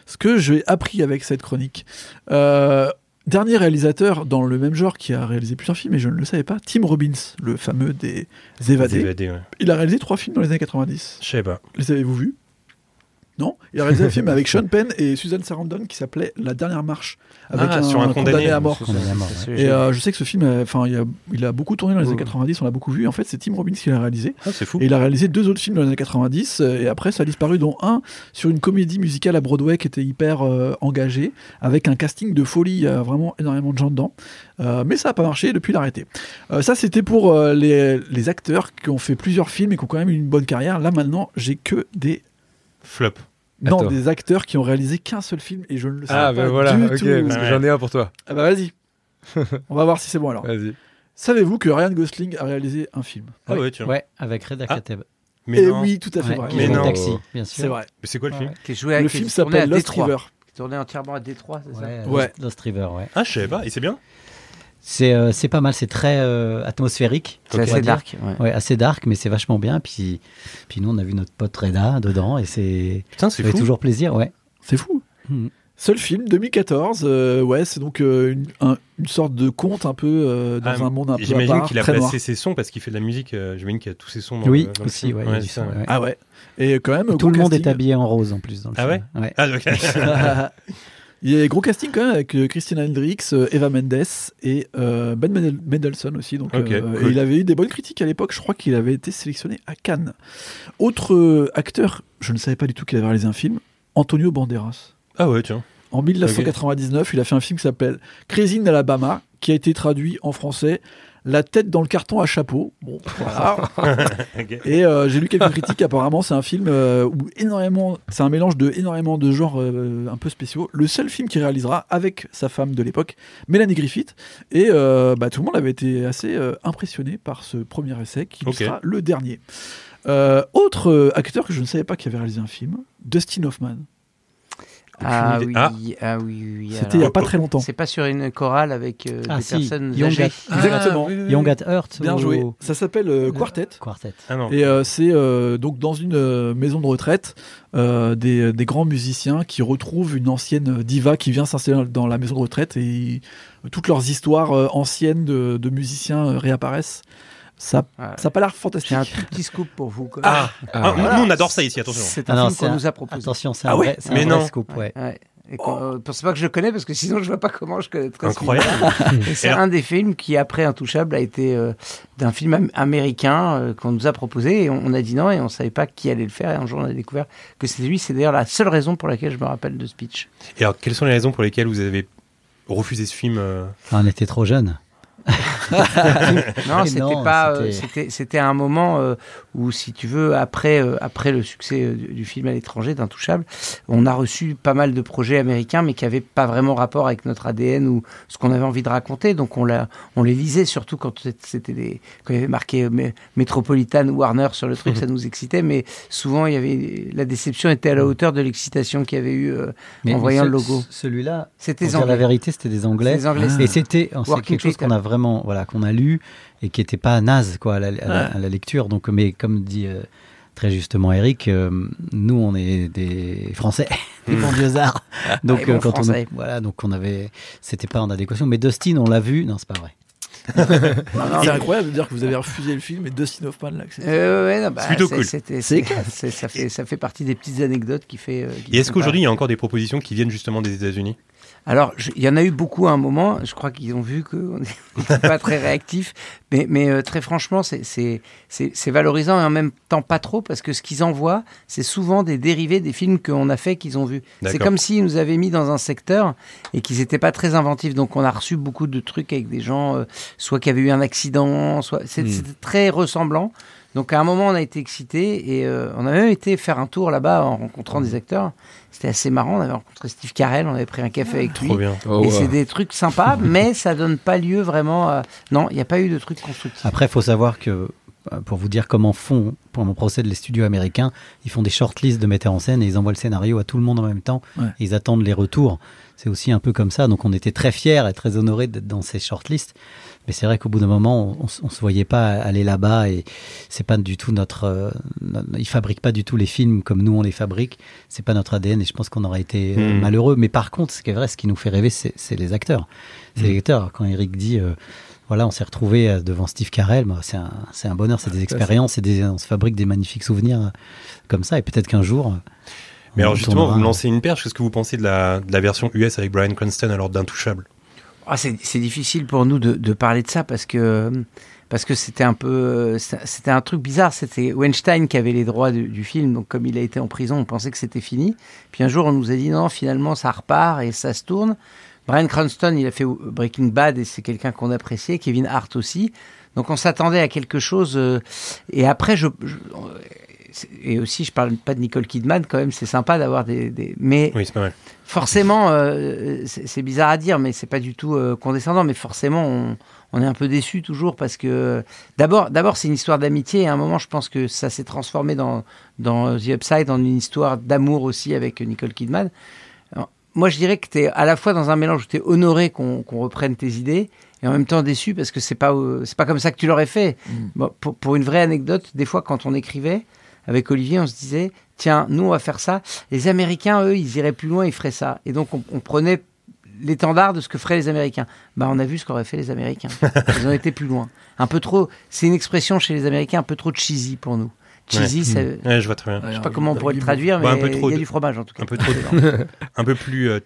S4: Ce que j'ai appris avec cette chronique. Euh, dernier réalisateur dans le même genre qui a réalisé plusieurs films, et je ne le savais pas, Tim Robbins, le fameux des
S3: Des
S4: évadés.
S3: évadés, ouais.
S4: Il a réalisé trois films dans les années 90.
S3: Je sais pas.
S4: Les avez-vous vus Non Il a réalisé
S3: [LAUGHS]
S4: un film avec Sean Penn et Susan Sarandon qui s'appelait La dernière marche. Avec
S3: Ah, sur un condamné.
S4: à mort.
S6: Qu'on est à mort, ouais.
S7: c'est-
S4: Et euh, je sais que ce film, euh, enfin, il, a, il a beaucoup tourné dans les
S7: Ouais.
S4: années 90, on l'a beaucoup vu. En fait, c'est Tim Robbins qui l'a réalisé.
S3: Ah, c'est fou.
S4: Et il a réalisé deux autres films dans les années 90, euh, et après ça a disparu, dont un sur une comédie musicale à Broadway qui était hyper euh, engagée, avec un casting de folie, il y a vraiment énormément de gens dedans. Euh, mais ça n'a pas marché, et depuis il a arrêté. Euh, ça c'était pour euh, les, les acteurs qui ont fait plusieurs films et qui ont quand même eu une bonne carrière. Là maintenant, j'ai que des...
S3: Flop.
S4: Non,
S5: Attends.
S4: des acteurs qui ont réalisé qu'un seul film et je ne le sais
S5: Ah,
S4: pas
S5: ben voilà, ok,
S4: du tout.
S5: parce que
S3: Ouais.
S5: j'en ai un pour toi.
S4: Ah bah
S5: [LAUGHS]
S4: vas-y, on va voir si c'est bon alors.
S5: Vas-y.
S4: Savez-vous que Ryan Gosling a réalisé un film
S3: Ah ouais, tiens.
S6: Ouais, avec Reda
S3: Ah,
S6: Kateb.
S3: Mais
S4: Eh
S3: non.
S4: oui, tout à fait
S6: Ouais,
S4: vrai.
S6: qui
S3: Mais
S6: joue
S3: non.
S6: en taxi, bien sûr.
S4: C'est vrai.
S3: Mais c'est quoi le film
S7: Qui est joué à-
S4: Le
S7: qui
S4: film
S7: est tourné à
S4: s'appelle Lost
S7: Détroit.
S4: River.
S7: Qui est Tourné entièrement à Détroit, c'est ça
S6: Ouais,
S4: Ouais.
S6: Lost- Lost River, ouais.
S3: Ah, je savais pas. Et c'est bien
S6: C'est euh, c'est pas mal, c'est très euh, atmosphérique.
S7: C'est
S6: on va
S7: assez
S6: dire.
S7: dark. ouais.
S6: Ouais, assez dark, mais c'est vachement bien. Puis, puis nous, on a vu notre pote Reda dedans et c'est
S3: Putain,
S6: ça
S3: c'est
S6: fait
S3: fou.
S6: toujours plaisir, ouais.
S4: C'est fou.
S6: Mhm.
S4: Seul film, 2014. euh, ouais, c'est donc euh, une, un- une sorte de conte un peu euh, dans
S3: Ah,
S4: un monde un peu à
S3: J'imagine
S4: part,
S3: qu'il a
S4: très
S3: placé
S4: noir.
S3: ses sons parce qu'il fait de la musique. euh, J'imagine qu'il y a tous ses sons dans
S6: oui,
S3: le- dans le
S6: aussi,
S3: film.
S6: ouais. il y a du
S3: c'est ça,
S6: son,
S3: ouais.
S6: ouais.
S4: Ah ouais. Et quand même.
S6: Tout
S4: gros
S6: le monde est
S4: casting.
S6: habillé en rose en plus dans le
S3: Ah
S6: film. Ouais.
S3: Ah, ok. [LAUGHS]
S4: [LAUGHS] Il y a gros casting quand même avec euh, Christina Hendricks, euh, Eva Mendes et euh, Ben Mendel- Mendelssohn aussi. Donc,
S3: Ok,
S4: euh,
S3: cool.
S4: et il avait eu des bonnes critiques à l'époque. Je crois qu'il avait été sélectionné à Cannes. Autre euh, acteur, je ne savais pas du tout qu'il avait réalisé un film. Antonio Banderas.
S3: Ah ouais, tiens.
S4: En 1999, il a fait un film qui s'appelle Crazy in Alabama, qui a été traduit en français La tête dans le carton à chapeau. Bon, voilà. Et euh, j'ai lu quelques critiques. Apparemment, c'est un film euh, où énormément, c'est un mélange de énormément de genres euh, un peu spéciaux. Le seul film qu'il réalisera avec sa femme de l'époque, Mélanie Griffith. Et euh, bah, tout le monde avait été assez euh, impressionné par ce premier essai, qui
S3: Ok.
S4: sera le dernier. Euh, autre euh, acteur que je ne savais pas qui avait réalisé un film, Dustin Hoffman.
S7: Ah
S3: Aucune
S7: oui,
S3: idée.
S7: ah oui, oui, oui,
S4: C'était il
S7: alors.
S4: n'y a pas très longtemps.
S7: C'est Ah, pas sur une chorale avec euh,
S6: Ah,
S7: des
S6: si,
S7: personnes
S6: Young
S7: âgées.
S6: At-
S4: Exactement.
S6: Young at Heart.
S4: Bien
S6: ou-
S4: joué. Ça s'appelle euh, Quartet.
S6: Quartet.
S3: Ah non.
S4: Et euh, c'est euh, donc dans une euh, maison de retraite euh, des, des grands musiciens qui retrouvent une ancienne diva qui vient s'installer dans la maison de retraite et ils- toutes leurs histoires euh, anciennes de, de musiciens euh, réapparaissent. Ça
S7: Voilà.
S4: ça n'a pas l'air
S7: J'ai
S4: fantastique.
S7: un tout petit scoop pour vous. quoi.
S3: Ah, ah,
S5: Ah,
S3: nous, on adore ça ici, attention.
S7: C'est
S6: Ah
S7: un
S6: non,
S7: film
S6: c'est
S7: qu'on
S6: un-
S7: nous a proposé.
S6: Attention, c'est un
S4: Ah oui,
S6: vrai, c'est
S3: mais
S6: un vrai
S3: non.
S6: scoop, ouais.
S7: Ouais. Et qu'on- euh, pour ça que je le connais parce que sinon je vois pas comment je connaîtrais. ce film.
S3: Incroyable.
S7: Et ah, [LAUGHS] C'est
S3: Et alors-
S7: un des films qui après Intouchable a été euh, d'un film am- américain euh, qu'on nous a proposé et on, on a dit non et on savait pas qui allait le faire et un jour on a découvert que c'était lui. C'est d'ailleurs la seule raison pour laquelle je me rappelle de ce pitch.
S3: Et alors, quelles sont les raisons pour lesquelles vous avez refusé ce film euh,
S6: Enfin, on était trop jeunes.
S7: Non,
S6: Mais
S7: c'était
S6: non,
S7: pas. euh,
S6: c'était-
S7: C'était c'était un moment euh, où, si tu veux, après, euh, après le succès euh, du, du film à l'étranger d'Intouchable, on a reçu pas mal de projets américains, mais qui n'avaient pas vraiment rapport avec notre ADN ou ce qu'on avait envie de raconter. Donc on, l'a- on les lisait, surtout quand c'était des- quand il y avait marqué euh, Mé- Metropolitan ou Warner sur le
S6: [LAUGHS]
S7: truc, ça nous excitait. Mais souvent, il y avait la déception était à
S6: Mm.
S7: la hauteur de l'excitation qu'il y avait eu euh, en voyant
S6: ce-
S7: le logo.
S6: ce- Celui-là,
S7: C'était
S6: pour dire la
S7: anglais.
S6: vérité, c'était des Anglais.
S7: C'était des Anglais,
S6: Et
S7: c'est-
S6: c'était c'est
S7: Working
S6: quelque chose qu'on
S7: Title.
S6: a vraiment, voilà, qu'on a lu et qui n'était pas naze quoi, à, la, à la- à la lecture. Donc, mais comme dit euh, très justement Eric, euh, nous on est des Français, [LAUGHS]
S7: Hmm.
S6: des banlieusards.
S7: Et
S6: Donc
S7: bon
S6: euh, quand
S7: Ah, Français.
S6: on voilà, donc on avait, c'était pas en adéquation. Mais Dustin, on l'a vu, non c'est pas vrai.
S4: C'est incroyable de dire que vous avez refusé le film et Dustin Hoffman là. que c'est-
S7: Euh, ouais, non, bah,
S3: C'est plutôt
S7: c'est-
S3: cool.
S7: c'était-
S4: C'est
S7: c'est- c'est- ça, fait, ça fait partie des petites anecdotes qui fait. euh, qui
S3: Et est-ce
S7: font
S3: qu'aujourd'hui, il y a encore des propositions qui viennent justement des États-Unis
S7: pas- Alors, je- il y en a eu beaucoup à un moment. Je crois qu'ils ont vu qu'on [LAUGHS] n'était pas très réactifs. Mais, mais euh, très franchement, c'est- c'est c'est- c'est valorisant et en même temps pas trop parce que ce qu'ils envoient, c'est souvent des dérivés des films qu'on a fait, qu'ils ont vus. C'est
S3: D'accord.
S7: comme s'ils nous avaient mis dans un secteur et qu'ils n'étaient pas très inventifs. Donc, on a reçu beaucoup de trucs avec des gens, euh, soit qui avaient eu un accident, soit. c'est-
S3: Hmm.
S5: Mm.
S7: C'était très ressemblant. Donc à un moment, on a été excités et euh, on a même été faire un tour là-bas en rencontrant des acteurs. C'était assez marrant. On avait rencontré Steve Carell, on avait pris un café avec lui.
S3: Trop bien.
S5: Oh,
S7: Et
S5: ouais.
S7: c'est des trucs sympas, [LAUGHS] mais ça donne pas lieu vraiment. à- Non, il n'y a pas eu de trucs constructifs.
S6: Après, il faut savoir que euh, pour vous dire comment font, comment procèdent les studios américains, ils font des shortlists de metteurs en scène et ils envoient le scénario à tout le monde en même temps.
S4: Ouais.
S6: Et ils attendent les retours. C'est aussi un peu comme ça. Donc on était très fiers et très honorés d'être dans ces shortlists. Mais c'est vrai qu'au bout d'un moment, on, on se- on se voyait pas aller là-bas et c'est pas du tout notre. euh, no- ils fabriquent pas du tout les films comme nous on les fabrique. C'est pas notre ADN et je pense qu'on aurait été euh,
S3: Hmm.
S6: malheureux. Mais par contre, ce qui est vrai, ce qui nous fait rêver, c'est c'est les acteurs. C'est les acteurs. Quand Eric dit. euh, voilà, on s'est retrouvé euh, devant Steve Carell. Moi, C'est un, c'est un bonheur, c'est des expériences, c'est des- on se fabrique des magnifiques souvenirs euh, comme ça. Et peut-être qu'un jour. euh,
S3: Mais
S6: on
S3: alors justement,
S6: tournera.
S3: vous me lancez une perche. Qu'est-ce que vous pensez de la, de la version US avec Brian Cranston alors d'Intouchable
S7: Ah, c'est c'est difficile pour nous de, de parler de ça parce que parce que c'était un peu c'était un truc bizarre. C'était Weinstein qui avait les droits du, du film, donc comme il a été en prison, on pensait que c'était fini. Puis un jour, on nous a dit non, finalement, ça repart et ça se tourne. Brian Cranston, il a fait Breaking Bad et c'est quelqu'un qu'on appréciait. Kevin Hart aussi. Donc on s'attendait à quelque chose. euh, et après, je, je- et aussi, je parle pas de Nicole Kidman quand même. C'est sympa d'avoir des, des. Mais
S3: Oui, c'est pas mal.
S7: Forcément, euh, c'est c'est bizarre à dire, mais c'est pas du tout euh, condescendant. Mais forcément, on, on est un peu déçu toujours parce que d'abord, d'abord, c'est une histoire d'amitié. Et à un moment, je pense que ça s'est transformé dans dans The Upside en une histoire d'amour aussi avec Nicole Kidman. Alors, moi, je dirais que t'es à la fois dans un mélange où t'es honoré qu'on qu'on reprenne tes idées et en même temps déçu parce que c'est pas euh, c'est pas comme ça que tu l'aurais fait. Bon, pour, pour une vraie anecdote, des fois, quand on écrivait avec Olivier, on se disait tiens, nous, on va faire ça. Les Américains, eux, ils iraient plus loin, ils feraient ça. Et donc, on, on prenait l'étendard de ce que feraient les Américains. Bah, on a vu ce qu'auraient fait les Américains. Ils ont été plus loin. Un peu trop. C'est une expression chez les Américains un peu trop cheesy pour nous. Cheesy, ça-
S3: Ouais, Mm. je vois très bien.
S7: je sais pas comment on pourrait le traduire, mais
S3: Bah, un peu
S7: il
S3: trop
S7: y a
S3: de-
S7: du fromage en tout cas.
S3: Un peu trop. un peu plus euh,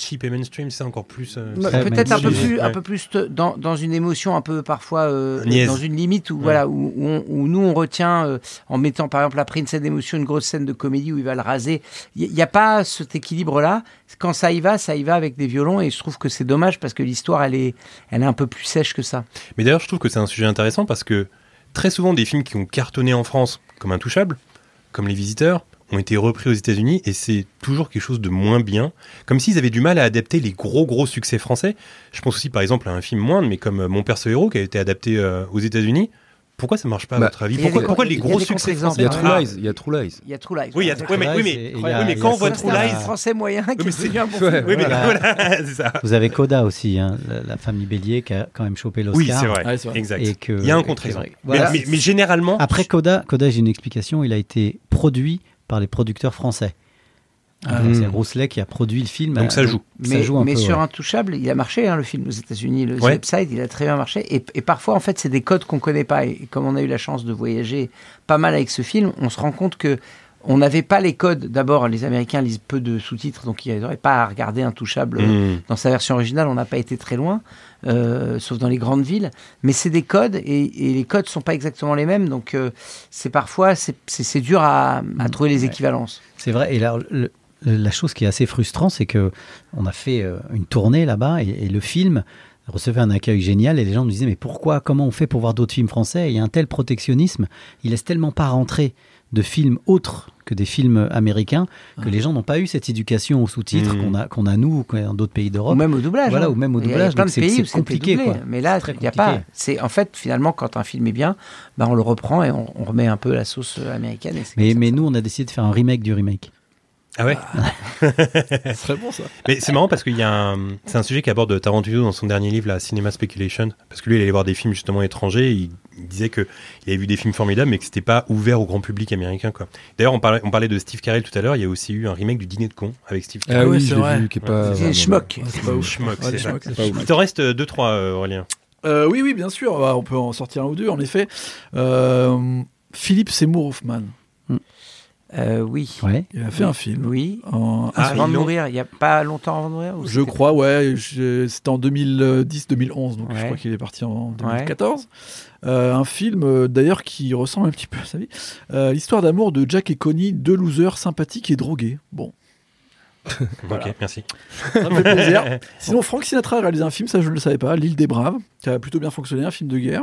S3: cheap et mainstream, c'est encore plus. euh,
S6: Bah,
S3: c'est-
S7: Peut-être un peu
S6: magnifique.
S7: plus, un
S3: Ouais.
S7: peu plus te- dans, dans une émotion un peu parfois euh,
S3: Niaise.
S7: dans une limite où voilà où, où on- où nous on retient euh, en mettant par exemple la princesse d'émotion une grosse scène de comédie où il va le raser. Il n'y a pas cet équilibre là. Quand ça y va, ça y va avec des violons et je trouve que c'est dommage parce que l'histoire elle est elle est un peu plus sèche que ça.
S3: Mais d'ailleurs, je trouve que c'est un sujet intéressant parce que très souvent, des films qui ont cartonné en France, comme Intouchables, comme Les Visiteurs, ont été repris aux États-Unis et c'est toujours quelque chose de moins bien. Comme s'ils avaient du mal à adapter les gros gros succès français. Je pense aussi par exemple à un film moindre, mais comme euh, Mon Père ce héros qui a été adapté euh, aux États-Unis. Pourquoi ça marche pas à
S5: Bah,
S3: votre avis
S7: il y a
S3: Pourquoi,
S7: des-
S3: pourquoi
S7: il
S3: les
S7: y a
S3: gros
S7: des
S3: succès
S7: contre-exemples.
S5: Il y
S3: français
S5: a
S7: Ah.
S5: True Lies, il y a True Lies.
S7: Il y a True Lies.
S3: Oui, il y a-
S7: Ça,
S3: ouais, mais- oui, mais-
S6: et
S3: oui,
S6: il y a-
S3: mais
S6: il y
S3: quand
S6: a
S3: on voit
S6: ça,
S3: True
S6: ça-
S7: c'est
S3: Lies-
S7: un français moyen qui
S3: mais
S7: a
S3: c'est- [LAUGHS]
S7: fait un bon
S5: Ouais.
S7: film.
S3: Oui, mais
S6: Voilà.
S3: voilà, [LAUGHS] c'est ça.
S6: Vous avez Coda aussi, hein, la, la famille Bélier qui a quand même chopé l'Oscar.
S3: Oui, c'est vrai.
S4: Ouais, c'est vrai.
S3: Exact.
S6: Et que,
S3: Il y a un
S6: que-
S3: contre-exemple.
S6: que-
S3: Mais-
S6: voilà.
S3: mais, mais généralement,
S6: Après Coda, Coda j'ai une explication, il a été produit par les producteurs français.
S4: Ah.
S6: Donc, C'est
S5: Hmm.
S6: Rousselet qui a produit le film.
S3: donc ça
S6: Euh,
S3: joue.
S6: ça
S7: Mais,
S6: joue un
S7: mais
S6: peu,
S7: sur
S6: ouais.
S7: Intouchable, il a marché hein, le film aux États-Unis, le
S3: Ouais.
S7: website, il a très bien marché. Et, et parfois, en fait, c'est des codes qu'on connaît pas. Et comme on a eu la chance de voyager pas mal avec ce film, on se rend compte que on n'avait pas les codes. D'abord, les Américains lisent peu de sous-titres, donc ils n'auraient pas à regarder Intouchable
S6: Mm.
S3: Mmh.
S7: dans sa version originale, on n'a pas été très loin, euh, sauf dans les grandes villes. Mais c'est des codes et, et les codes sont pas exactement les mêmes. Donc euh, c'est parfois c'est- c'est c'est dur à, à
S6: Mm.
S7: trouver les équivalences.
S6: C'est vrai. Et là, le- le- la chose qui est assez frustrante, c'est que on a fait euh, une tournée là-bas et, et le film recevait un accueil génial et les gens nous disaient mais pourquoi comment on fait pour voir d'autres films français il y a un tel protectionnisme il laisse tellement pas rentrer de films autres que des films américains que les gens n'ont pas eu cette éducation aux sous-titres
S3: Mhm.
S6: qu'on a qu'on a nous qu'on a dans d'autres pays
S7: Ou
S6: d'Europe
S7: même au doublage.
S6: Oh. Voilà,
S7: hein.
S6: ou même au
S7: Il y
S6: doublage,
S7: a- Il y a plein
S6: donc
S7: de
S6: c'est-
S7: pays
S6: c'est
S7: où c'était
S6: compliqué,
S7: doublé,
S6: quoi.
S7: Mais là,
S6: C'est très
S7: il n'y a pas.
S6: compliqué.
S7: C'est en fait finalement quand un film est bien, ben, on le reprend et on, on remet un peu la sauce euh, américaine. et c'est
S6: mais
S7: comme ça
S6: mais
S7: que
S6: nous on a décidé de faire un remake du remake
S3: Ah ouais [LAUGHS]
S4: C'est très bon ça.
S3: Mais c'est marrant parce qu'il y a un, c'est un sujet qu'aborde Tarantino dans son dernier livre, la Cinema Speculation, parce que lui, il allait voir des films justement étrangers. et Il, il disait que il avait vu des films formidables, mais que c'était pas ouvert au grand public américain. Quoi. D'ailleurs, on parlait, on parlait de Steve Carell tout à l'heure. Il y a aussi eu un remake du Dîner de con avec Steve Carell.
S5: Ah
S4: ouais,
S5: oui,
S4: c'est
S5: je l'ai
S4: vrai.
S5: vu, qui est
S6: euh,
S5: pas.
S7: C'est un schmock.
S4: Ouais, c'est pas ouf.
S3: Schmuck,
S4: Ouais,
S3: c'est ça.
S4: bah Ah, schmuck, c'est
S5: Pas ouf.
S4: schmuck.
S3: Il t'en reste deux trois, euh, Aurélien.
S4: Euh, oui, oui, bien sûr. Bah, on peut en sortir un ou deux, en effet. Euh, Philippe Seymour Hoffman,
S7: ça- Euh, oui.
S6: ouais
S4: il a fait un film.
S7: Oui.
S4: En-
S3: Ah,
S7: avant
S3: ils
S7: de
S3: l'ont-
S7: mourir, il n'y a pas longtemps avant de mourir. ou Oh,
S4: je
S7: c'était-
S4: crois, ouais. je- C'était en 2010-2011, donc je
S7: Ouais.
S4: crois qu'il est parti en 2014. Euh, un film, euh, d'ailleurs, qui ressemble un petit peu à sa vie. Euh, L'histoire d'amour de Jack et Connie, deux losers sympathiques et drogués. Bon,
S3: Ok, merci.
S4: ça me
S7: [LAUGHS]
S4: fait plaisir. Sinon, Frank Sinatra a réalisé un film, ça je ne le savais pas, L'île des Braves, qui a plutôt bien fonctionné, un film de guerre,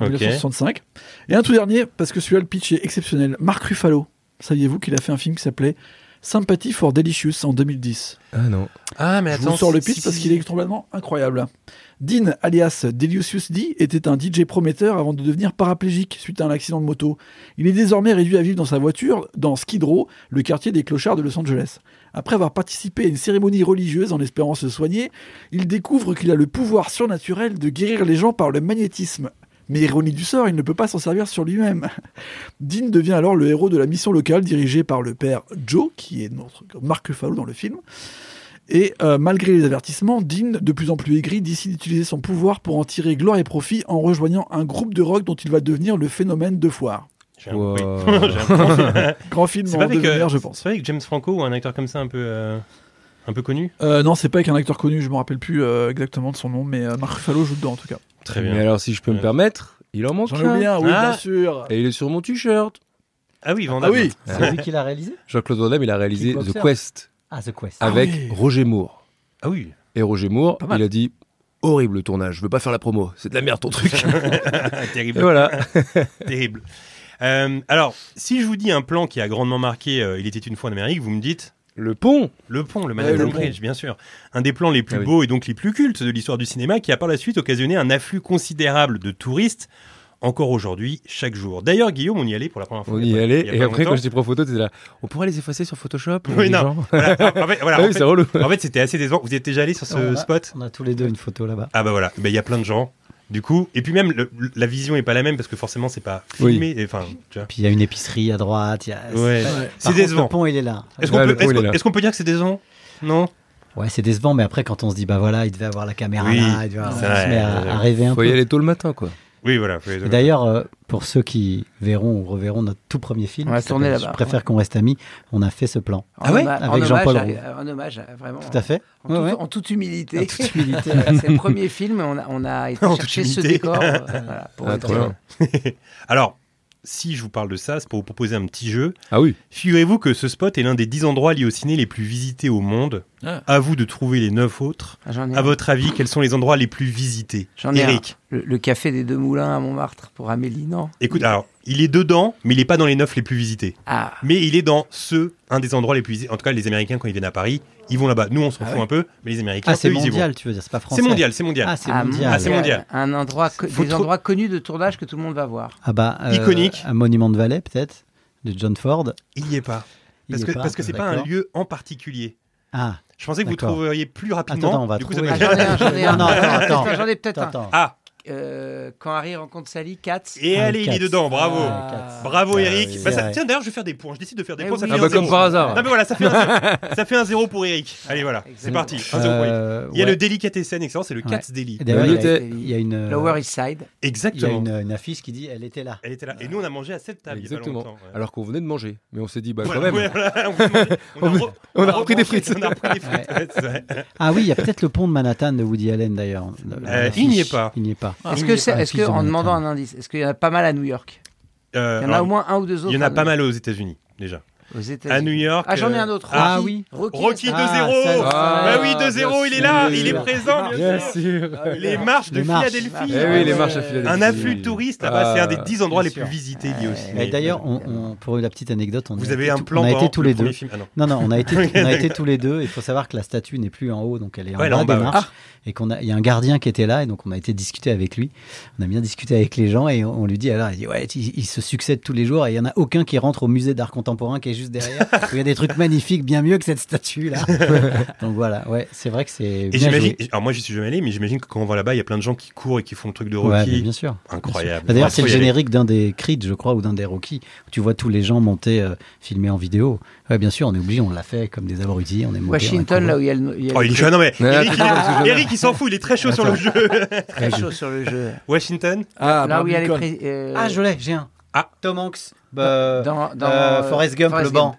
S4: en
S3: Ok.
S4: 1965. Et un tout dernier, parce que celui-là, le pitch est exceptionnel. Marc Ruffalo, saviez-vous qu'il a fait un film qui s'appelait Sympathy for Delicious en 2010
S5: Ah non.
S3: Ah, mais
S4: Je vous sors le pitch parce qu'il est complètement incroyable. Dean, alias Delicious D, était un DJ prometteur avant de devenir paraplégique suite à un accident de moto. Il est désormais réduit à vivre dans sa voiture dans Skid Row, le quartier des clochards de Los Angeles. Après avoir participé à une cérémonie religieuse en espérant se soigner, il découvre qu'il a le pouvoir surnaturel de guérir les gens par le magnétisme. Mais ironie du sort, il ne peut pas s'en servir sur lui-même. Dean devient alors le héros de la mission locale dirigée par le père Joe, qui est notre Marc Ruffalo dans le film. Et euh, malgré les avertissements, Dean, de plus en plus aigri, décide d'utiliser son pouvoir pour en tirer gloire et profit en rejoignant un groupe de rock dont il va devenir le phénomène de foire.
S3: J'ai un-
S5: Wow.
S3: oui. [LAUGHS]
S4: [LAUGHS]
S3: J'ai un grand film.
S4: Grand film
S3: C'est
S4: en
S3: pas avec,
S4: devenir,
S3: euh,
S4: je
S3: c'est
S4: pense.
S3: pas avec James Franco ou un acteur comme ça un peu, euh, un peu connu.
S4: Euh, non, c'est pas avec un acteur connu, je me rappelle plus euh, exactement de son nom, mais euh, Marc Ruffalo joue dedans en tout cas.
S3: Très
S5: Mais
S3: bien.
S5: alors, si je peux me
S3: Ouais.
S5: permettre, il en manque
S4: J'en ai oublié
S5: un.
S4: un, oui,
S3: Ah.
S4: bien sûr.
S5: Et il est sur mon t-shirt.
S3: Ah oui, Van
S4: Ah
S3: Damme.
S4: oui,
S6: c'est lui qui l'a réalisé
S5: Jean-Claude Van Damme, il a réalisé The
S6: Kickboxer.
S5: Quest
S6: ah The Quest
S4: Ah
S5: avec
S4: oui.
S5: Roger Moore.
S3: Ah
S5: [LAUGHS]
S3: oui.
S5: Et Roger Moore,
S4: Pas mal.
S5: il a dit horrible le tournage, je veux pas faire la promo, c'est de la merde
S3: [LAUGHS]
S5: ton truc.
S3: Ah, Terrible.
S5: Et voilà.
S3: Terrible. Euh, alors, si je vous dis un plan qui a grandement marqué euh, Il était une fois en Amérique, vous me dites
S5: Le pont.
S3: le pont, le Manhattan
S4: le pont.
S3: Bridge, bien sûr. Un des plans les plus
S5: Ah oui.
S3: beaux et donc les plus cultes de l'histoire du cinéma qui a par la suite occasionné un afflux considérable de touristes encore aujourd'hui, chaque jour. D'ailleurs, Guillaume, on y allait pour la première fois.
S5: On
S3: il
S5: y
S3: a pas- il
S5: allait.
S3: y a
S5: Et
S3: pas
S5: après,
S3: longtemps.
S5: [LAUGHS] quand j'étais prof photo, t'étais là. On pourrait les effacer sur Photoshop.
S3: Oui,
S5: les
S3: non.
S5: gens
S3: Voilà, en fait, voilà,
S5: Ah
S3: en
S5: oui,
S3: fait-
S5: c'est Ah relou.
S3: en fait, c'était assez décevant. Vous étiez déjà allé sur ce
S6: Voilà.
S3: spot
S6: on a tous les deux une photo là-bas
S3: Ah bah voilà, Ben, il y a plein de gens. Du coup, et puis même le- la vision est pas la même parce que forcément c'est pas
S5: Oui.
S3: filmé. et Enfin, tu vois.
S6: puis il y a une épicerie à droite il y a-
S3: Ouais.
S6: Par
S3: C'est
S6: contre,
S3: décevant.
S6: le pont il est là
S3: Est-ce qu'on
S5: Ouais,
S3: peut,
S5: le pont,
S3: est-ce
S5: il est
S3: qu'on-
S5: là.
S3: est-ce qu'on peut dire que c'est décevant Non.
S6: Ouais, c'est décevant, mais après, quand on se dit, bah voilà, il devait avoir la caméra
S3: Oui,
S6: là, il devait avoir-
S3: c'est
S6: on se
S3: vrai.
S6: met à, à rêver un
S5: Faut
S6: peu.
S5: y aller tôt le matin, quoi.
S3: Oui, voilà. faut les-
S6: Et D'ailleurs, euh, pour ceux qui verront ou reverront notre tout premier film.
S7: On va
S6: qui
S7: tourner
S6: s'appelle
S7: là-bas,
S6: Je préfère qu'on reste amis. On a fait ce plan.
S7: En
S6: Ah ouais
S7: homma- en
S6: Avec Jean-Paul
S7: hommage à- En hommage, à- vraiment.
S6: Tout à fait.
S7: En,
S6: Ouais,
S7: tout-
S6: ouais.
S7: en toute humilité.
S6: En toute humilité, ouais.
S7: Voilà, c'est le premier film, on a, on
S3: [LAUGHS]
S7: a été
S3: En toute
S7: chercher ce
S3: humilité.
S7: décor. euh,
S6: [LAUGHS]
S7: voilà, pour
S5: Ah,
S7: le
S5: trop
S7: tourner.
S5: bien.
S3: Alors, si je vous parle de ça, c'est pour vous proposer un petit jeu.
S5: Ah oui,
S3: Figurez-vous que ce spot est l'un des 10 endroits liés au ciné les plus visités au monde.
S4: Ah.
S3: À vous de trouver les 9 autres.
S7: Ah, J'en ai,
S3: À
S7: un.
S3: votre avis, quels sont les endroits les plus visités
S7: J'en ai un.
S3: Eric,
S7: Le, le café des Deux Moulins à Montmartre pour Amélie, non
S3: écoute, alors, il est dedans, mais il n'est pas dans les 9 les plus visités.
S7: Ah,
S3: Mais il est dans ce, un des endroits les plus visités. En tout cas, les Américains, quand ils viennent à Paris, ils vont là-bas. Nous, on s'en
S7: Ah
S3: fout
S7: ouais.
S3: un peu, mais les Américains,
S6: Ah, c'est
S3: eux, ils y vont.
S6: mondial, tu veux dire, c'est pas français.
S3: C'est mondial, c'est mondial.
S6: Ah, c'est
S7: ah,
S6: mondial.
S3: Ah, c'est mondial.
S7: Un endroit, co-
S3: Faut
S7: des
S3: trop-
S7: endroits connus de tournage que tout le monde va voir.
S6: Ah bah, euh,
S3: Iconique.
S6: Un monument de Valais, peut-être, de John Ford.
S3: Il n'y est pas.
S6: Il
S3: Parce
S6: y
S3: que,
S6: est pas,
S3: parce que c'est pas un
S6: d'accord.
S3: lieu en particulier.
S6: Ah,
S3: Je pensais que vous
S6: D'accord.
S3: trouveriez plus rapidement.
S6: attends, attends, on va
S3: du coup, ça
S6: trouver.
S3: m'a
S7: Ah, j'en ai [LAUGHS] un, j'en ai un.
S6: Non, non, attends,
S7: Attends, j'en ai peut-être un.
S6: attends.
S3: Ah,
S7: Euh, quand Harry rencontre Sally, Katz.
S3: et
S6: Ah,
S3: allez, il est
S6: quatre.
S3: dedans, bravo.
S6: Ah, quatre.
S3: Bravo
S6: Ah,
S3: Eric.
S6: oui,
S3: Bah,
S6: c'est
S3: ça-
S6: vrai.
S3: tiens d'ailleurs je vais faire des points. Je décide de faire des
S7: Eh
S3: points. Ça
S7: oui.
S3: fait
S5: ah
S3: un
S5: bah
S3: zéro.
S5: comme par hasard.
S3: Non mais voilà, ça fait un zéro. ça fait un zéro pour Eric. Allez voilà, c'est
S7: Exactement.
S3: parti. Un zéro pour Eric.
S6: Euh,
S3: Il y a
S6: ouais.
S3: le délicatessen excellent, c'est le
S6: Ouais.
S3: Katz Deli.
S6: Et d'ailleurs,
S5: Elle
S6: il y a-
S5: était-
S6: il y a une. euh,
S7: Lower East Side.
S6: Il y a
S3: Exactement.
S6: une, une affiche qui dit elle était là.
S3: Elle était là. Et nous on a mangé à cette table
S5: Exactement.
S3: il y a pas longtemps. Ouais.
S5: alors qu'on venait de manger. Mais on s'est dit, bah
S3: Voilà,
S5: quand même,
S3: [LAUGHS] ouais, voilà, on vous demande- on,
S5: On-
S3: a re-
S5: on a
S3: on
S5: repris des frites.
S3: On a repris des frites. ouais, c'est vrai.
S6: Ah oui, il y a peut-être le pont de Manhattan de Woody Allen d'ailleurs. La- la-
S3: Euh,
S6: l'affiche.
S3: il n'y est pas.
S6: Ah, Il n'y est pas.
S7: Est-ce
S3: il
S7: que,
S3: y est
S7: c'est-
S6: pas.
S7: est-ce que,
S6: Fils de
S7: en
S6: Manhattan.
S7: demandant un indice, est-ce qu'il y en a pas mal à New York
S3: Euh,
S7: Il y en a
S3: alors,
S7: au moins un ou deux autres.
S3: il y en a
S7: à
S3: pas
S7: New-
S3: mal aux États-Unis déjà.
S7: Aux
S3: À
S7: États-Unis.
S3: New York.
S7: Ah, j'en ai
S3: euh,
S7: un autre.
S6: Ah oui.
S7: Rocky.
S3: Rocky 2-0
S6: Ah, celle-là.
S3: Bah oui, 2-0,
S5: bien
S3: il est là,
S5: sûr.
S3: il est présent, bien sûr.
S5: Bien sûr.
S3: Euh, Les marches de
S6: Les marches.
S3: Philadelphie.
S5: Eh oui, les marches à Philadelphie.
S3: Un afflux de touristes là-bas,
S5: Ah,
S3: c'est un des 10 endroits
S6: bien
S3: les
S6: sûr.
S3: plus visités liés au cinéma.
S6: Et eh, d'ailleurs, on- on- pour la petite anecdote, on,
S3: vous
S6: est-
S3: avez un
S6: tout-
S3: plan
S6: on a
S3: dans
S6: été tous
S3: le
S6: les
S3: premier
S6: deux.
S3: film. Ah non.
S6: Non, non, on
S3: [LAUGHS]
S6: a été, on a été tous les deux. Il faut savoir que la statue n'est plus en haut, donc elle est en
S3: Ouais, elle est
S6: bas
S3: en bas,
S6: des
S3: ouais.
S6: marches. Et qu'on a, il y a un gardien qui était là, et donc on a été discuter avec lui. On a bien discuté avec les gens, et on, on lui dit alors, il dit ouais, ils, ils se succèdent tous les jours, et il y en a aucun qui rentre au musée d'art contemporain qui est juste
S3: [LAUGHS]
S6: derrière. où il y a des trucs magnifiques, bien mieux que cette statue là. donc voilà, ouais, c'est vrai que c'est.
S3: Et
S6: bien
S3: j'imagine,
S6: joué.
S3: alors moi j'y suis jamais allé, mais j'imagine que quand on va là-bas, il y a plein de gens qui courent et qui font le truc de
S6: Ouais, mais
S3: Rocky.
S6: bien sûr.
S3: Incroyable.
S6: Bah, D'ailleurs, c'est
S3: Faut
S6: le
S3: y aller.
S6: générique d'un des Creed, je crois, ou d'un des Rocky, où tu vois tous les gens monter, euh, filmés en vidéo. Ouais, bien sûr, on est obligé, on l'a fait comme des abrutis, on est monté.
S7: Washington, là où il y a le. il y a
S3: Oh,
S7: le
S3: il est
S7: truc
S3: chaud, non [LAUGHS] mais
S5: Mais
S3: Eric,
S5: attends, parce que
S3: il,
S5: je-
S3: Eric, il s'en fout, il est très chaud sur le jeu.
S7: très chaud sur le jeu.
S3: [LAUGHS] Washington,
S4: Ah,
S7: là où il y a les.
S4: Barbicane.
S7: pré- euh,
S6: Ah, je l'ai, j'ai un.
S3: Ah.
S6: Tom Hanks, bah,
S7: dans, dans,
S6: euh, Forrest Gump, le banc.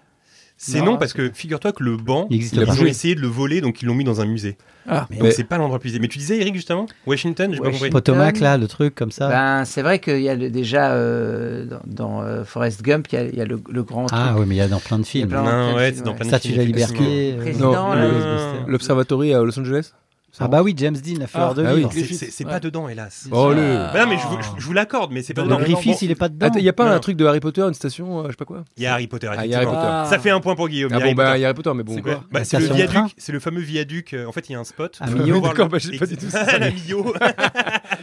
S3: c'est
S7: Non,
S3: non, parce que figure-toi que le banc,
S6: Il existe
S3: ils
S6: pas.
S3: ont essayé de le voler, donc ils l'ont mis dans un musée.
S7: Ah.
S3: donc
S5: Mais-
S3: c'est pas l'endroit le plus visé. Mais tu disais Eric justement, Washington, j'ai pas compris.
S7: Washington.
S6: Potomac, là, le truc comme ça.
S7: Ben, c'est vrai qu'il y a le- déjà euh, dans, dans, euh, Forrest Gump, il y a, il y a le, le grand.
S6: ah,
S7: truc.
S6: oui, mais il y a dans plein de
S7: Il
S6: films.
S7: y a
S3: Non,
S7: plein- Washington,
S3: ouais, c'est dans plein de
S6: Statue de la
S3: films, effectivement.
S6: liberté. euh,
S7: Président,
S5: Non,
S7: là,
S5: le-
S7: euh,
S5: L'observatory à Los Angeles
S6: Ah, bah oui, James Dean, la fleur
S4: Ah,
S6: de
S5: ah oui.
S6: vivre.
S4: Le-
S3: C'est- C'est c'est pas
S4: Ouais.
S3: dedans, hélas.
S5: Oh, le-
S3: Bah non, mais je vous, je- je vous l'accorde, mais c'est pas
S6: Dans
S3: dedans.
S6: le Griffiths, il est pas dedans.
S5: Attends, il n'y a pas
S3: Non,
S5: un
S3: non.
S5: truc de Harry Potter, une station, euh, je sais pas quoi
S3: Il y a Harry Potter,
S5: Ah, il y a Harry
S3: effectivement.
S5: Potter.
S3: Ça fait un point pour Guillaume.
S5: Ah
S3: il y a
S5: bon,
S3: Harry
S5: bah,
S3: Potter.
S5: il y a Harry Potter, mais bon.
S4: C'est
S5: quoi.
S4: quoi
S3: Bah,
S6: La
S3: c'est le
S6: station de train
S3: viaduc, c'est le fameux viaduc. euh, En fait, il y a un spot.
S6: Ah,
S3: Vous
S6: mignon.
S3: pouvez voir
S5: D'accord,
S3: le-
S5: bah, j'ai pas dit tout ça.
S3: Ex- [LAUGHS] le Millau. Le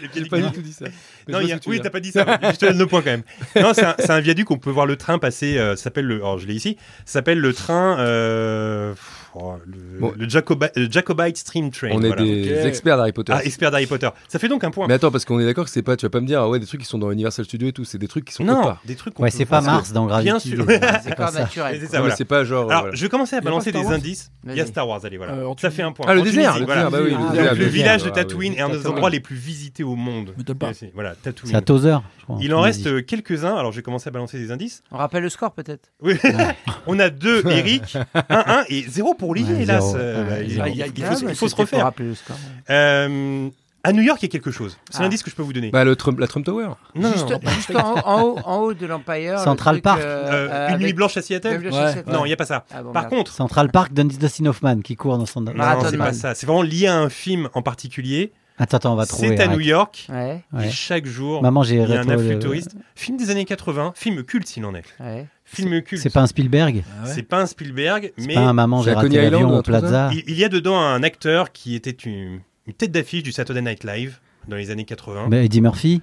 S5: J'ai
S3: viaduc
S5: pas
S3: du
S5: du
S3: Millau.
S5: tout dit ça. Mais
S3: Non,
S5: je
S3: il y a-
S5: vois ce que tu
S3: oui, t'as
S5: veux dire.
S3: pas dit ça. mais Je te donne le point quand même. Non, c'est un, c'est un viaduc. On peut voir le train passer. euh, ça s'appelle le. Alors, je l'ai ici. Ça s'appelle le train. euh, pff, oh, le,
S5: Bon.
S3: le Jacobi- le Jacobite Stream Train.
S5: On est
S3: voilà.
S5: des
S4: Ok.
S5: experts d'Harry Potter.
S3: Ah, expert d'Harry Potter. Ça fait donc un point.
S5: mais attends, parce qu'on est d'accord que c'est pas, tu vas pas me dire, ah ouais, des trucs qui sont dans Universal Studios et tout, c'est des trucs qui sont autre
S3: Non,
S5: part.
S3: des trucs. qu'on
S6: Ouais,
S3: peut
S6: c'est pas
S3: voir.
S6: Mars dans Gravity.
S3: Bien sûr.
S6: les-
S7: C'est
S6: C'est
S7: pas
S6: pas
S3: Mais
S6: ça.
S3: c'est
S7: naturel.
S3: ça,
S5: Non,
S3: voilà.
S5: mais c'est pas genre. euh,
S3: Alors,
S5: voilà.
S3: je vais commencer à
S4: Il y a
S3: balancer
S4: pas Star
S3: des
S4: Wars
S3: indices. Il y a
S7: Vas-y.
S3: Star Wars, allez, voilà.
S4: Euh, en
S3: ça
S4: Tunisie.
S3: fait un point.
S5: Ah, le
S3: En
S5: désert,
S3: Tunisie,
S5: le
S3: voilà.
S5: désert, bah oui,
S4: Ah,
S5: le
S4: le
S5: désert.
S3: Le
S5: bien sûr.
S3: village de
S5: Ah, oui.
S3: Tatooine est un des
S4: Tatooine.
S3: endroits les plus visités au monde.
S4: Me donne pas.
S3: Et c'est- Voilà,
S6: C'est à
S3: Tatooine.
S6: Tozer, je crois.
S3: Il en reste euh, quelques-uns. Alors, je vais commencer à balancer des indices.
S7: On rappelle le score peut-être.
S3: Oui. [LAUGHS] On a deux Eric, un, un et zéro pour Lily,
S6: Ouais,
S3: hélas.
S6: zéro.
S3: Euh, bah,
S6: Ouais,
S3: il-
S6: zéro.
S3: il- il
S7: Ah,
S3: faut,
S7: mais
S3: il faut se
S7: c'était pour
S3: refaire.
S7: rappeler le score.
S3: Euh, à New York, il y a quelque chose. C'est
S7: Ah.
S3: l'indice que je peux vous donner.
S5: Bah, le Trump- la Trump Tower.
S3: non, non,
S7: Juste,
S3: non.
S7: juste en, haut, en haut, en haut de l'Empire. le
S6: Central
S7: truc,
S6: Park.
S7: euh,
S3: Euh,
S7: euh,
S3: une nuit
S7: avec-
S3: blanche à Seattle.
S7: Bioshock
S3: Non, il
S7: Seattle.
S3: n'y a pas ça.
S7: Ah, bon,
S3: Par
S7: merde.
S3: contre,
S6: Central Park, Dennis Dustin Hoffman qui court dans son.
S3: non,
S7: Marathon
S3: c'est pas
S7: Man.
S3: ça. C'est vraiment lié à un film en particulier.
S6: Attends, attends, on va trouver.
S3: C'est à
S6: arrête.
S3: New York.
S7: Ouais,
S3: Et
S6: Ouais.
S3: chaque jour,
S6: Maman, j'ai
S3: il y a un
S6: rétro- euh,
S3: afflux de touristes. Film des années 80, film culte s'il en est.
S7: ouais.
S3: Film culte.
S6: C'est pas un Spielberg,
S4: Ah ouais.
S3: C'est pas un Spielberg, mais
S6: pas un maman
S5: c'est
S6: j'ai
S5: à Coney
S6: raté
S5: Island ou
S6: l'avion
S5: un
S6: au
S5: truc comme
S6: Plaza.
S3: il, il y a dedans un acteur qui était une, une tête d'affiche du Saturday Night Live dans les années 80.
S6: Bah, Eddie Murphy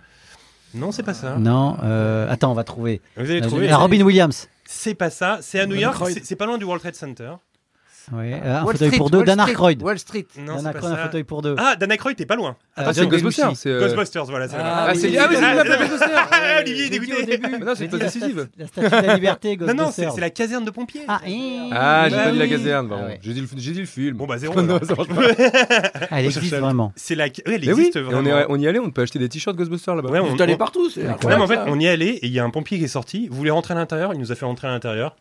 S3: Non, c'est pas ça.
S6: Non. euh, Attends, on va trouver.
S3: Vous allez
S6: Euh,
S3: trouver.
S6: ah, Robin Williams.
S3: C'est pas ça. C'est à New
S4: Ben
S3: York.
S4: Aykroyd.
S3: C'est c'est pas loin du World Trade Center.
S6: Ouais, euh, un
S7: Wall
S6: fauteuil
S7: Street,
S6: pour deux,
S7: Wall
S6: Dan
S7: Street,
S6: Aykroyd.
S7: Wall Street.
S3: Non,
S6: Dan
S3: c'est pas
S6: Aykroyd, un
S3: ça.
S6: fauteuil pour deux.
S3: Ah, Dan Aykroyd, t'es pas loin.
S5: Ah,
S6: John
S5: c'est Ghostbusters.
S6: Belushi.
S5: c'est, euh,
S3: Ghostbusters, voilà, c'est vrai.
S5: Ah,
S7: Ah,
S5: c'est
S7: oui,
S5: ah, mais
S7: oui,
S5: c'est
S7: oui.
S5: la place Ghostbusters.
S3: Ah, Olivier est
S6: J'ai dit au
S3: dégoûté.
S6: début.
S3: [LAUGHS]
S5: Mais non, c'est
S6: J'ai
S5: pas
S6: dit la
S5: décisif.
S6: stat- La statue de la liberté,
S3: Non, non, c'est
S6: Ghostbusters.
S3: c'est la caserne de pompiers.
S6: Ah, hein.
S5: Ah, j'ai
S3: Bah
S5: pas dit la
S3: oui.
S5: caserne. pardon.
S6: Ah ouais.
S5: J'ai dit le j'ai dit le film.
S3: Bon, bah, zéro.
S5: Non,
S3: alors.
S5: ça marche pas.
S6: Elle
S3: cherche
S6: existe
S3: la-
S6: vraiment.
S3: C'est la. Oui, elle
S5: Mais oui,
S3: existe
S5: et on,
S3: vraiment.
S5: est, on y allait, on peut acheter des t-shirts Ghostbusters là-bas.
S3: Ouais, on-
S8: Vous allez
S3: on-
S8: partout, c'est
S3: Non, mais en
S8: incroyable.
S3: fait,
S8: ça.
S3: on y est allé et il y a un pompier qui est sorti, il voulait rentrer à l'intérieur, il nous a fait rentrer à l'intérieur.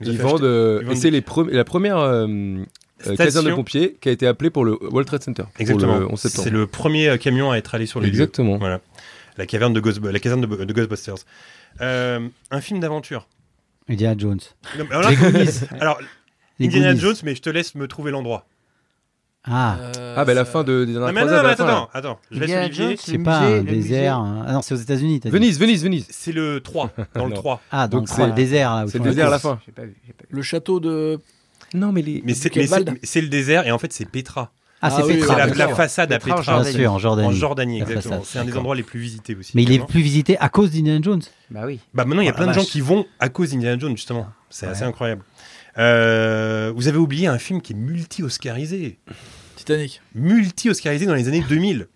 S3: Il nous a
S5: Ils
S3: fait
S5: vendent. euh,
S3: ils
S5: et
S3: vendent
S5: c'est
S3: des-
S5: les premi- la première euh, euh,
S3: Station.
S5: caserne de pompiers qui a été appelée pour le World Trade Center. pour
S3: Exactement.
S5: le 11 septembre.
S3: C'est le premier euh, camion à être allé sur les lieux.
S5: Exactement.
S3: Voilà. La caverne de Ghost- la caserne de, de Ghostbusters. Euh, un film d'aventure.
S6: Indiana Jones.
S3: Non, mais Alors, [LAUGHS]
S6: Les Goonies.
S3: alors,
S6: Les
S3: Indiana
S6: Goonies.
S3: Jones, mais je te laisse me trouver l'endroit.
S6: Ah.
S8: Euh,
S5: Ah, bah la fin de, des
S3: Non,
S5: dernières
S3: mais non,
S5: croisades,
S3: mais
S5: la fin,
S3: attends,
S5: là.
S3: attends, attends, je laisse
S7: Indiana
S3: Olivier.
S7: Jones,
S6: C'est
S7: le
S6: pas
S7: musée,
S6: un
S7: le
S6: désert.
S7: musée.
S6: hein. Ah non, c'est aux États-Unis. t'as dit.
S5: Venise, Venise, Venise.
S3: C'est le 3, dans le
S5: Non.
S3: 3.
S6: Ah, donc
S5: Donc
S6: c'est
S5: c'est-
S6: le désert là. où
S5: C'est le
S6: ils font la
S5: désert à la
S6: course.
S5: fin.
S7: J'ai pas vu, j'ai pas vu.
S8: Le château de.
S5: Non, mais les.
S3: Mais c'est
S8: Quel
S3: mais c'est-
S8: Valde
S3: mais c'est le désert et en fait c'est Petra.
S6: Ah, c'est
S8: Ah oui,
S3: C'est
S6: Petra.
S3: la,
S6: bien
S3: la
S6: sûr.
S3: façade à
S7: Petra en
S3: Petra
S6: Bien sûr, en Jordanie.
S3: en Jordanie,
S6: La
S3: exactement.
S6: façade,
S3: C'est un des
S6: d'accord.
S3: endroits les plus visités aussi.
S6: Mais il est
S3: également.
S6: plus visité à cause d'Indiana Jones.
S7: Bah oui.
S3: Bah maintenant, il y a
S6: Oh, la
S3: plein de gens
S6: vache.
S3: qui vont à cause d'Indiana Jones, justement. C'est assez
S6: Ouais.
S3: incroyable. Euh, vous avez oublié un film qui est multi-oscarisé.
S8: Titanic.
S3: Multi-oscarisé dans les années 2000.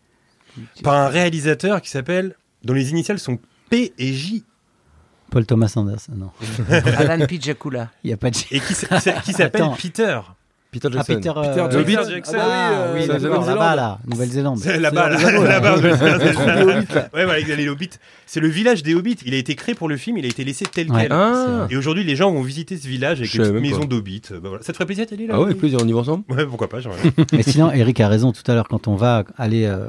S3: par un réalisateur qui s'appelle, dont les initiales sont P et J,
S6: Paul Thomas Anderson, non.
S7: Alan Pijakula.
S6: Il n'y a pas de. Ah,
S3: et qui, s- qui s- qui s'appelle
S6: Attends.
S3: Peter.
S5: Peter Jackson.
S6: Peter. euh,
S8: Peter
S3: Peter
S8: Hobbit.
S3: Jackson.
S8: Ah,
S6: Ah
S8: oui,
S6: oui,
S5: ça,
S8: euh,
S5: c'est
S6: d'accord,
S5: Nouvelle-Zélande.
S6: là-bas, là, Nouvelle-Zélande.
S3: C'est Là-bas,
S8: C'est
S3: là,
S8: les
S3: là-bas,
S8: Anneaux,
S3: je vais faire
S8: Le truc
S3: ça.
S8: des Hobbits.
S3: [LAUGHS] Ouais, voilà, il y a les Hobbits. C'est le village des Hobbits. Il a été créé pour le film, il a été laissé tel
S6: Ouais.
S3: quel.
S5: Ah,
S3: Et aujourd'hui, les gens vont visiter ce village avec
S5: Je
S3: une
S5: savais
S3: petite
S5: même
S3: maison
S5: pas.
S3: d'Hobbits. Bah, voilà. Ça te ferait plaisir d'aller là
S5: ah ouais, avec plaisir, on y va ensemble
S3: Ouais, pourquoi pas, j'aimerais.
S6: [LAUGHS] Mais sinon, Eric a raison. Tout à l'heure, quand on va aller euh,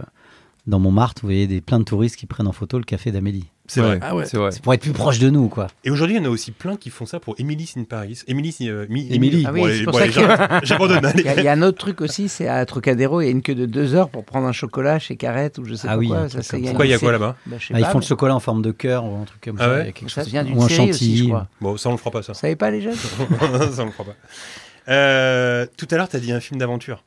S6: dans Montmartre, vous voyez des, plein de touristes qui prennent en photo le café d'Amélie.
S3: C'est vrai.
S8: Ah ouais.
S5: C'est vrai.
S6: C'est pour être plus proche de nous, quoi.
S3: Et aujourd'hui, il y en a aussi plein qui font ça pour Emily in Paris. Emily, c'est, euh, Mi-
S5: Emily.
S7: Ah oui,
S3: Bon,
S7: c'est
S3: allez,
S7: pour
S3: bon,
S7: ça
S3: allez,
S7: que-
S3: j'ab- J'abandonne. [LAUGHS] allez.
S7: Il y, a- il y a un autre truc aussi, c'est à Trocadéro, il y a une queue de deux heures pour prendre un chocolat chez Carrette ou je sais
S6: Ah
S7: pas
S6: oui, un
S7: quoi.
S6: truc
S7: ça, c'est-
S6: comme
S7: y a
S6: ça.
S7: une
S3: Pourquoi il y a quoi
S7: série-
S3: là-bas
S7: Bah, je sais
S6: Ah, ils
S7: pas,
S6: font le
S7: mais
S6: chocolat en forme de cœur ou un truc comme
S3: Ah
S6: ça.
S3: ouais
S6: il y a quelque
S7: Ça
S6: chose
S7: vient
S6: comme
S7: d'une
S6: Ou un
S7: série aussi, je
S6: chantilly.
S7: crois.
S3: Bon, ça on le fera pas ça. [LAUGHS]
S7: Vous savez pas les jeunes
S3: ça on le fera pas. Euh, tout à l'heure, t'as dit un film d'aventure.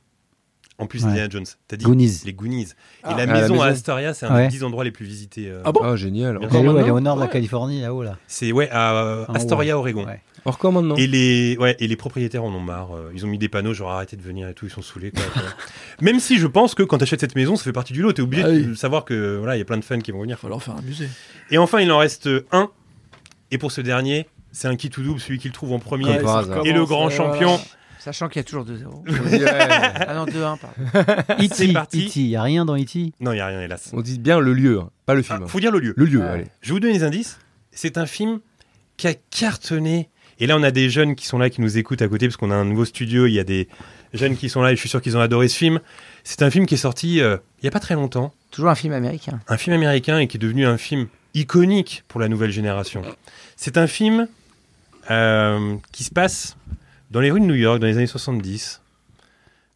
S3: En plus,
S6: Ouais.
S3: Indiana Jones. T'as dit
S6: Goonies.
S3: les Goonies.
S8: Ah.
S3: Et
S5: Ah,
S3: la,
S5: la
S3: maison à
S5: maison.
S3: Astoria, c'est un
S6: Ouais.
S3: des 10 endroits les plus visités. euh,
S8: Ah bon
S5: Ah, génial.
S3: Bien
S6: Elle
S5: Encore
S6: est où
S5: maintenant
S6: Elle est au nord de la
S8: Ouais.
S6: Californie, là-haut, là.
S3: c'est ouais à euh,
S6: Ah,
S3: Astoria, Oregon.
S6: Ouais.
S5: Encore maintenant.
S3: Et les, ouais, et les propriétaires en ont marre. euh, Ils ont mis des panneaux, genre arrêtez de venir et tout, ils sont saoulés. quoi, quoi. Même si je pense que quand t'achètes cette maison, ça fait partie du lot. T'es obligé
S8: Ah
S3: de
S8: oui.
S3: savoir que voilà, il y a plein de fans qui vont venir.
S8: Il va leur faire un musée.
S3: Et enfin, il en reste un. Et pour ce dernier, c'est un qui tout double, celui qui le trouve en premier.
S5: Comme par hasard.
S3: Et le
S7: euh,
S3: grand champion.
S7: Sachant qu'il y a toujours 2-0.
S5: Ouais.
S7: Ah non, 2-1, pardon.
S3: C'est
S6: E.T.
S3: parti.
S6: E.T. Il n'y E a rien dans E.T.
S3: Non, il n'y a rien, hélas.
S5: On dit bien le lieu, hein, pas le
S3: Ah,
S5: film. hein.
S3: faut dire le lieu.
S5: Le lieu, allez.
S3: Je vais vous donne les indices. C'est un film qui a cartonné. Et là, on a des jeunes qui sont là, qui nous écoutent à côté, parce qu'on a un nouveau studio. Il y a des jeunes qui sont là, et je suis sûr qu'ils ont adoré ce film. C'est un film qui est sorti euh, il n'y a pas très longtemps.
S7: [LAUGHS] Toujours un film américain.
S3: Un film américain et qui est devenu un film iconique pour la nouvelle génération. C'est un film euh, qui se passe dans les rues de New York dans les années 70.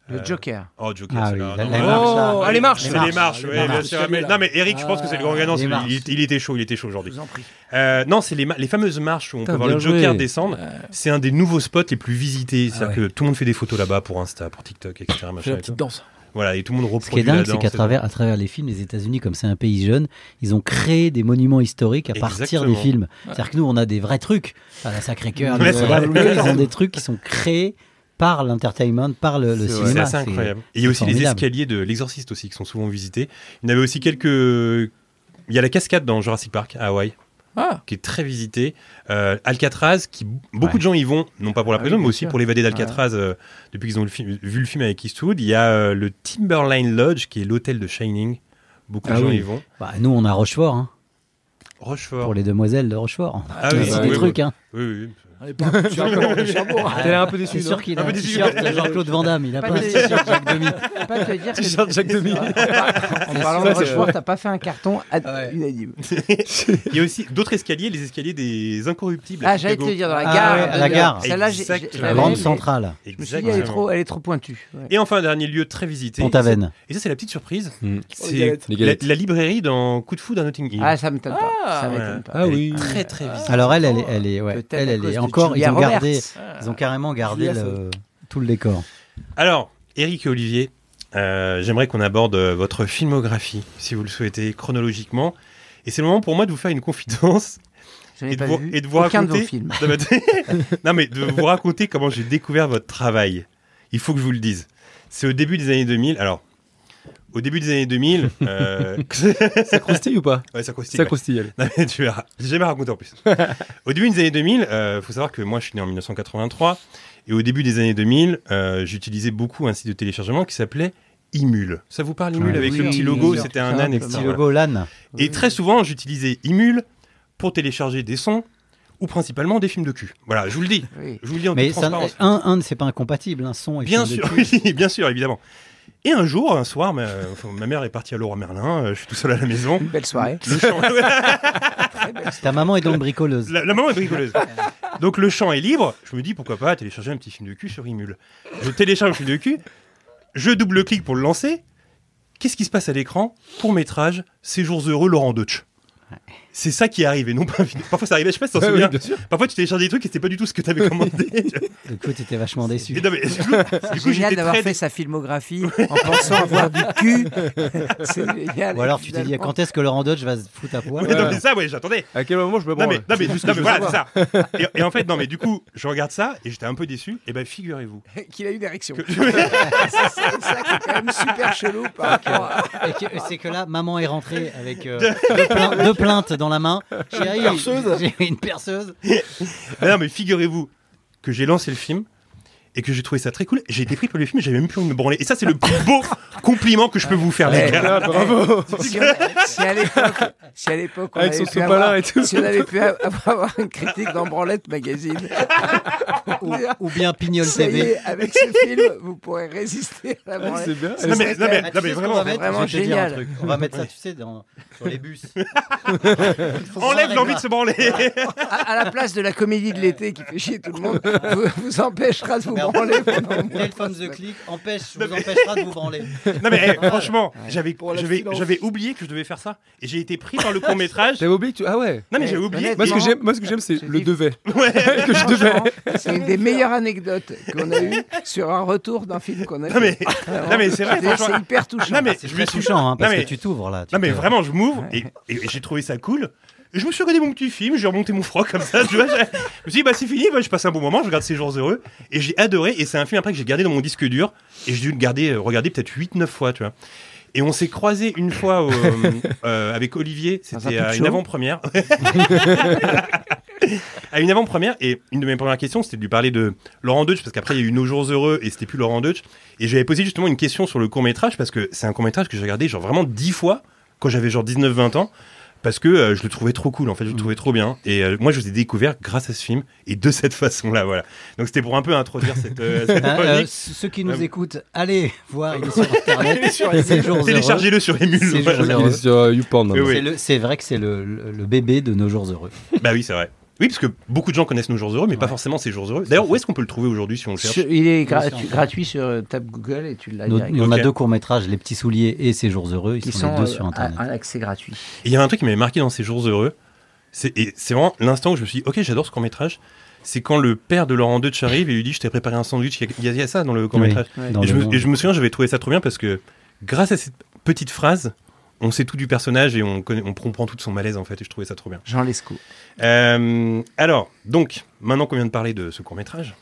S7: Le
S3: Euh,
S7: Joker.
S3: Oh, Joker,
S6: Ah
S3: c'est
S6: oui,
S3: là,
S6: la-
S3: non,
S6: la
S3: non.
S6: marche, là.
S5: Oh, ah, les marches,
S3: C'est
S6: Les
S3: les marches,
S8: les
S3: ouais,
S8: marches,
S3: bien sûr.
S4: Ah,
S8: celui-là.
S3: Mais- non, mais Eric, je pense que c'est le grand gagnant.
S6: les
S3: celui-là.
S6: marches.
S3: Il, il était chaud, il était chaud aujourd'hui.
S7: Je vous en prie.
S3: Euh, non, c'est les, ma- les fameuses marches où on
S5: Putain,
S3: peut voir le
S5: bien
S3: Joker
S5: joué.
S3: descendre.
S8: Ouais.
S3: C'est un des nouveaux spots les plus visités. C'est-à-dire
S6: Euh. Ah
S3: que tout le monde fait des photos là-bas pour Insta, pour TikTok, etc.
S8: Fais
S3: machin
S8: la
S3: et tout.
S8: petite danse.
S3: Voilà, et tout le monde
S6: Ce qui est
S3: reproduit
S6: dingue,
S3: la
S6: c'est
S3: danse,
S6: qu'à travers, à travers les films, les États-Unis, comme c'est un pays jeune, ils ont créé des monuments historiques à partir
S3: Exactement.
S6: des films. C'est-à-dire que nous, on a des vrais trucs. Enfin, la Sacré-Cœur,
S3: Ouais,
S6: les-
S3: c'est vrai.
S6: eux, ils ont des trucs qui sont créés par l'entertainment, par le,
S5: C'est
S6: le
S5: vrai.
S3: C'est
S6: cinéma.
S3: assez incroyable. Et il y a
S6: c'est
S3: aussi les
S6: formidable.
S3: escaliers de l'exorciste aussi qui sont souvent visités. Il y en avait aussi quelques. Il y a la cascade dans Jurassic Park à Hawaï
S4: [LAUGHS]
S8: Ah,
S3: qui est très visité. Euh, Alcatraz, qui beaucoup
S6: Ouais.
S3: de gens y vont, non pas pour la
S7: Ah oui,
S3: prison,
S7: bien
S3: mais aussi
S7: sûr.
S3: pour l'évader d'Alcatraz euh, depuis qu'ils ont le film- vu le film avec Eastwood. Il y a euh, le Timberline Lodge, qui est l'hôtel de Shining. Beaucoup
S5: Ah
S3: de gens
S5: oui.
S3: y vont.
S6: Bah, nous, on a Rochefort, hein,
S3: Rochefort.
S6: pour les demoiselles de Rochefort. On a
S3: Ah
S5: oui,
S6: tous
S5: bah
S6: des
S5: oui,
S6: trucs. Hein.
S3: Oui, oui.
S8: on est pas un petit rapport de Cherbourg.
S4: hein. [LAUGHS]
S5: T'as l'air un peu
S6: Je suis
S5: déçu, non
S6: sûr qu'il
S3: Un
S6: a
S3: peu
S6: un
S3: déçu.
S6: t-shirt de Jean-Claude Van Damme. Il a pas un t-shirt Jacques Demy.
S7: Pas te dire que
S5: T-shirt Jacques Demy.
S7: en parlant de
S5: Ça, c'est-
S7: Rochefort, t'as pas fait un carton ad-
S6: Ouais.
S7: unanime.
S3: Il y a aussi d'autres escaliers, les escaliers des incorruptibles. à
S7: Ah, j'allais te
S3: Chicago.
S7: le dire dans la
S6: Ah,
S7: gare.
S6: ouais, à
S7: de
S6: la
S7: New
S6: gare.
S7: York. Celle-là, j'ai- j'ai-
S3: Exactement.
S7: j'avais,
S6: Grande
S7: mais
S6: centrale,
S7: Je me suis dit, elle est
S3: Exactement.
S7: trop, elle est trop pointue. Ouais.
S3: Et enfin, dernier lieu très visité.
S6: Pont-Aven.
S3: Et ça, c'est la petite surprise.
S8: Oh,
S5: Mm.
S8: les
S3: C'est
S8: galettes.
S5: Les
S3: la,
S5: galettes.
S3: la librairie dans Coup de foudre à Notting Hill.
S7: Ah, ça m'étonne pas.
S8: Ah,
S7: Ça
S3: Voilà.
S7: m'étonne pas.
S5: Ah
S3: Elle est
S5: oui.
S3: Très, très visitée.
S6: Alors elle, elle est, elle est, ouais,
S7: Peut-être
S6: elle,
S7: à
S6: elle
S7: cause
S6: est
S7: de
S6: encore. Ils
S7: Julia
S6: ont gardé,
S7: Roberts.
S4: Ah.
S6: ils ont carrément gardé
S8: Julia
S6: le- tout le décor.
S3: Alors, Eric et Olivier, euh, j'aimerais qu'on aborde euh, votre filmographie, si vous le souhaitez, chronologiquement. Et c'est le moment pour moi de vous faire une confidence [LAUGHS]
S7: Je
S3: et
S7: n'ai
S3: de,
S7: pas
S3: vous,
S7: vu
S3: et de vous
S7: aucun
S3: raconter.
S7: de vos films.
S3: Non, mais- non, mais de vous raconter comment j'ai découvert votre travail. il faut que je vous le dise. C'est au début des années 2000. Alors, au début des années 2000, euh, [LAUGHS]
S5: Ça croustille ou pas
S3: ouais, ça croustille,
S5: Ça
S3: ouais.
S5: croustille. elle.
S3: [LAUGHS] Non, mais tu verras. J'ai jamais raconté en
S6: [LAUGHS]
S3: plus. au début des années 2000, euh, faut savoir que moi, je suis né en 1983. Et au début des années 2000, euh, j'utilisais beaucoup un site de téléchargement qui s'appelait Imul. Ça vous parle, Imul,
S6: Ouais,
S3: avec
S7: oui,
S3: le petit
S7: bien
S3: logo
S7: sûr.
S3: C'était un
S7: Ah,
S3: âne,
S7: le
S3: etc.
S6: Petit
S3: Voilà.
S6: logo LAN.
S3: Et très souvent, j'utilisais Imul pour télécharger des sons ou principalement des films de cul. Voilà, je vous le dis.
S7: Oui.
S3: Je vous le dis en
S6: Mais
S3: toute
S6: ça,
S3: transparence.
S6: un, un, c'est pas incompatible, un son et
S3: Bien
S6: film de
S3: sûr,
S6: cul.
S3: oui, bien sûr, évidemment. Et un jour, un soir, ma, enfin, ma mère est partie à Leroy Merlin, euh, je suis tout seul à la maison.
S7: Une belle soirée.
S3: Le chant-
S6: Ta maman est donc bricoleuse.
S3: la, la maman est
S5: [LAUGHS]
S3: bricoleuse. Donc le champ est libre, je me dis pourquoi pas télécharger un petit film de cul sur Imul. Je télécharge le film de cul, je double-clique pour le lancer. Qu'est-ce qui se passe à l'écran Court métrage, Séjours heureux, Laurent Deutsch. C'est ça qui est arrivé, non pas un vidéo. Parfois ça arrivait, je sais pas si t'en
S5: Ouais,
S3: souviens.
S5: oui, bien sûr.
S3: Parfois tu télécharges des trucs et c'était pas du tout ce que t'avais commandé.
S6: Du coup, t'étais vachement
S3: Et
S6: déçu.
S3: non, mais du coup- du coup,
S7: Génial
S3: j'étais
S7: d'avoir
S3: très
S7: fait
S5: [LAUGHS]
S7: sa filmographie en pensant avoir du cul. [LAUGHS] C'est génial.
S6: Ou alors tu t'es dit,
S7: Finalement,
S6: quand est-ce que Laurent Dodge va se foutre à poil Euh,
S3: Ouais, non,
S5: Ouais.
S3: mais ça, ouais, j'attendais.
S5: À quel moment je me
S3: Non, mais,
S5: branle
S3: non, mais, non, mais voilà, c'est ça. Et, et en fait, non, mais du coup, je regarde ça et j'étais un peu déçu. Et ben, figurez-vous.
S7: [LAUGHS] Qu'il a eu d'érection.
S3: que-
S5: [LAUGHS]
S7: C'est ça qui est quand même super chelou par rapport
S5: [LAUGHS]
S7: à...
S6: Et que- C'est que là, maman est rentrée
S3: [LAUGHS]
S6: avec euh, deux, plain- deux plaintes dans la main. Chérie, j'ai une perceuse.
S3: Ah non, mais figurez-vous que j'ai lancé le film et que j'ai trouvé ça très cool. J'ai été pris par le film, j'avais même plus envie de me branler. Et ça, c'est le plus beau [LAUGHS] compliment que je peux vous faire, les
S7: Ouais.
S3: gars.
S5: Ah, bravo
S7: Si, on- si à l'époque, si à l'époque, on
S5: Avec
S7: avait
S5: son
S7: pu
S5: sopalin
S7: avoir,
S5: et tout.
S7: si on avait pu av- avoir une critique dans Branlette
S5: [LAUGHS]
S7: Magazine,
S6: Ou, ou bien Pignol
S7: ça y
S6: TV.
S7: est, avec ce film, vous pourrez résister à
S3: [LAUGHS]
S7: la
S5: Ah,
S7: branlette.
S5: C'est bien.
S3: Non, mais, non, mais,
S6: Ah, tu
S3: non, mais
S6: sais ce qu'on
S3: vraiment.
S6: va mettre
S7: vraiment
S6: Je vais te dire un
S7: génial.
S6: truc. On va mettre ça, tu sais, dans, sur les bus.
S3: [LAUGHS] Enlève l'envie de se branler. [LAUGHS]
S7: À, à la place de la comédie de l'été qui fait chier tout le monde, vous, vous empêchera de vous
S6: Merde.
S7: branler pendant
S6: [LAUGHS]
S7: au moins
S6: Telle
S7: trois
S6: forme de
S7: semaines.
S6: clic empêche, vous empêchera de vous branler.
S3: [LAUGHS] non, mais eh, franchement, j'avais,
S8: la
S3: j'avais,
S8: silence.
S3: j'avais oublié que je devais faire ça. Et j'ai été pris par le court-métrage.
S5: T'avais oublié que tu. Ah ouais
S3: Non, mais
S7: Ouais,
S3: j'avais oublié.
S7: honnêtement.
S5: Moi, ce que j'aime, moi, ce que j'aime, c'est
S7: J'ai
S5: le
S7: dit-
S5: devait.
S3: Ouais.
S5: [LAUGHS] que je devais.
S7: Franchement, C'est une des meilleures anecdotes qu'on a eues sur un retour d'un film qu'on a
S3: Non, mais,
S7: fait. Vraiment.
S3: non, mais c'est vrai,
S7: C'est-
S3: franchement.
S7: C'est hyper touchant.
S3: Non, mais
S6: C'est
S3: je
S6: très
S3: me suis-
S6: touchant, hein, parce
S3: Non, mais-
S6: que tu t'ouvres là. tu
S3: Non mais
S6: te-
S3: vraiment, je m'ouvre et, et- et j'ai trouvé ça cool. Et je me suis regardé mon petit film, j'ai remonté mon froc comme ça, [LAUGHS] tu vois. j'ai- Je me suis dit, bah c'est fini, bah, je passe un bon moment, je regarde ces jours heureux. Et j'ai adoré, et c'est un film après que j'ai gardé dans mon disque dur. Et j'ai dû le garder, euh, regarder peut-être 8-9 fois, tu vois. Et on s'est croisé une fois au, euh, euh, avec Olivier,
S7: Dans un
S3: c'était
S7: talk
S3: à
S7: show.
S3: une avant-première. [LAUGHS] à une avant-première, et une de mes premières questions, c'était de lui parler de Laurent Deutsch, parce qu'après il y a eu Nos Jours Heureux, et c'était plus Laurent Deutsch. Et j'avais posé justement une question sur le court-métrage, parce que c'est un court-métrage que j'ai regardé genre vraiment 10 fois quand j'avais genre 19-20 ans, parce que euh, je le trouvais trop cool, en fait,
S6: Mm.
S3: je le trouvais trop bien. Et euh, moi, je vous ai découvert grâce à ce film, et de cette [LAUGHS] façon-là, voilà. Donc c'était pour un peu introduire cette, euh,
S6: [LAUGHS]
S3: cette
S6: Hein, euh,
S3: chronique.
S6: ceux qui
S3: Euh,
S6: nous écoutent, allez voir, il
S3: [LAUGHS]
S6: est sur internet. C'est jours heureux.
S3: Téléchargez-le sur Emule.
S6: C'est
S3: voilà.
S6: jours
S5: Il
S6: heureux.
S5: est sur euh, YouPorn.
S3: Oui, oui.
S6: C'est le- C'est vrai que c'est le, le- le bébé de nos jours heureux.
S3: Bah oui, c'est vrai. Oui, parce que beaucoup de gens connaissent nos jours heureux, mais pas forcément ces jours heureux. D'ailleurs, où est-ce qu'on peut le trouver aujourd'hui si on le cherche
S7: Sur- il est
S6: Bien
S7: gratu-
S6: sûr.
S7: gratuit sur euh, Tab Google et tu l'as
S6: Nos-
S7: direct.
S6: On a
S3: Ok.
S6: deux courts-métrages, Les Petits Souliers et Ces Jours Heureux. Ils
S7: Qui
S6: sont,
S7: sont
S6: les deux
S7: euh,
S6: sur Internet.
S7: à- à l'accès gratuit.
S3: Et il y avait un truc qui m'avait marqué dans ces jours heureux. C'est et c'est vraiment l'instant où je me suis dit, ok, j'adore ce court-métrage. C'est quand le père de Laurent Deutsch arrive et lui dit, je t'ai préparé un sandwich. Il y a- il y, a- il y a ça dans le court-métrage.
S7: Ouais.
S6: Dans
S3: et, je
S6: le
S3: me,
S6: monde.
S3: et je me souviens, j'avais trouvé ça trop bien parce que grâce à cette petite phrase, on sait tout du personnage et on, connaît, on comprend tout de son malaise en fait. Et je trouvais ça trop bien.
S7: Jean Lescaut.
S3: Euh, alors, donc, maintenant qu'on vient de parler de ce court-métrage,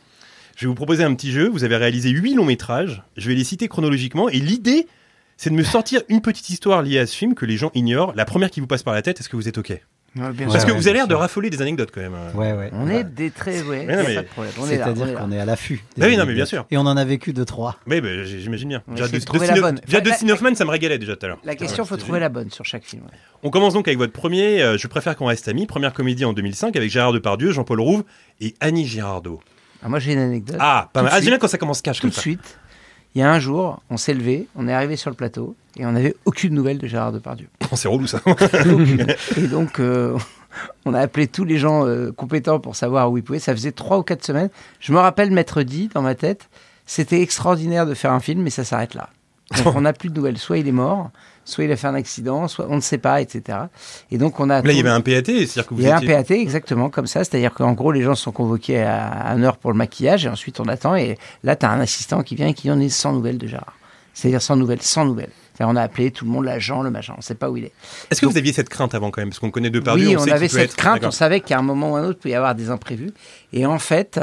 S3: je vais vous proposer un petit jeu. Vous avez réalisé huit longs-métrages. Je vais les citer chronologiquement. Et l'idée, c'est de me sortir une petite histoire liée à ce film que les gens ignorent. La première qui vous passe par la tête, est-ce que vous êtes OK Parce
S6: Ouais,
S3: que
S6: ouais,
S3: vous avez l'air de raffoler des anecdotes quand même. euh.
S6: Ouais, ouais.
S7: On est des très. Ouais,
S3: Mais
S7: y a
S3: non, mais-
S7: pas de problème. On est là. on est
S6: C'est-à-dire
S7: là.
S6: qu'on est à l'affût. des
S3: Bah oui, non,
S6: anecdotes.
S3: mais bien sûr.
S6: Et on en a vécu deux, trois.
S3: Mais bah, j'ai- j'imagine bien.
S7: On
S3: Déjà,
S7: essaie
S3: de,
S7: de trouver
S3: Dustin-
S7: la bonne.
S3: déjà,
S7: Enfin, la-
S3: Dustin Hoffman, ça me régalait déjà tout à l'heure.
S7: La question, faut trouver la bonne sur chaque film. ouais.
S3: On commence donc avec votre premier. euh, je préfère qu'on reste amis. Première comédie en 2005 avec Gérard Depardieu, Jean-Paul Rouve et Annie Girardot.
S7: Ah, moi, j'ai une anecdote.
S3: Ah, pas
S7: tout
S3: mal.
S7: de
S3: Ah, j'aime bien
S7: suite.
S3: quand ça commence cash
S7: Tout
S3: comme
S7: de
S3: ça.
S7: suite, il y a un jour, on s'est levé, on est arrivé sur le plateau et on n'avait aucune nouvelle de Gérard Depardieu.
S3: Oh, c'est
S7: [LAUGHS]
S3: relou ça.
S7: Et donc, euh, [LAUGHS] on a appelé tous les gens euh, compétents pour savoir où ils pouvaient. Ça faisait trois ou quatre semaines. Je me rappelle m'être dit dans ma tête, c'était extraordinaire de faire un film, mais ça s'arrête là. Donc, on n'a plus de nouvelles. Soit il est mort, soit il a fait un accident, soit on ne sait pas, etc. Et donc, on a.
S3: Là, il y avait un PAT, c'est-à-dire que vous
S7: Il y a un
S3: étiez-
S7: PAT exactement comme ça, c'est-à-dire qu'en gros les gens sont convoqués à, à une heure pour le maquillage et ensuite on attend et là tu as un assistant qui vient et qui en est sans nouvelles de Gérard. C'est-à-dire sans nouvelles, sans nouvelles. C'est-à-dire, On a appelé tout le monde l'agent, le machin, on ne sait pas où il est.
S3: Est-ce que
S7: Donc-
S3: vous aviez cette crainte avant quand même Parce qu'on connaît Depardieu,
S7: Oui,
S3: on,
S7: on,
S3: sait
S7: avait
S3: qu'il peut
S7: cette
S3: être-
S7: crainte, on
S3: D'accord.
S7: savait qu'à un moment ou à un autre, il peut y avoir des imprévus. Et en fait,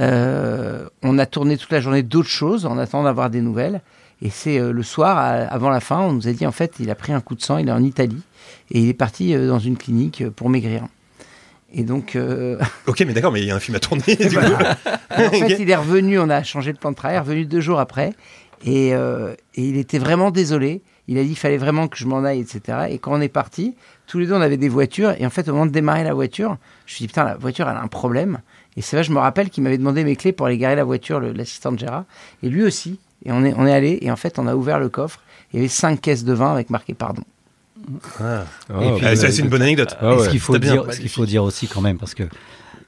S7: euh, on a tourné toute la journée d'autres choses en attendant d'avoir des nouvelles. Et c'est euh, le soir, à- avant la fin, on nous a dit en fait, il a pris un coup de sang, il est en Italie et il est parti euh, dans une clinique euh, pour maigrir. Et donc, euh,
S3: Ok, mais d'accord, mais il y a un film à
S7: [LAUGHS]
S3: tourner. du coup.
S7: en fait,
S3: Ok.
S7: il est revenu, on a changé le plan de travail, il est revenu deux jours après. Et, euh, et il était vraiment désolé. Il a dit qu'il fallait vraiment que je m'en aille, etc. Et quand on est parti, tous les deux, on avait des voitures. Et en fait, au moment de démarrer la voiture, je me suis dit, putain, la voiture, elle a un problème. Et c'est vrai, je me rappelle qu'il m'avait demandé mes clés pour aller garer la voiture, le- l'assistant de Gérard. Et lui aussi. Et on est, on est allé. Et en fait, on a ouvert le coffre. Il y avait cinq caisses de vin avec marqué pardon.
S3: Ah.
S5: Ah,
S6: Et puis,
S5: ouais.
S3: Ah, ça, c'est une bonne anecdote.
S5: Ah
S6: Et
S5: ouais.
S6: ce qu'il faut,
S3: C'était bien,
S6: dire, ce qu'il faut dire aussi quand même, parce que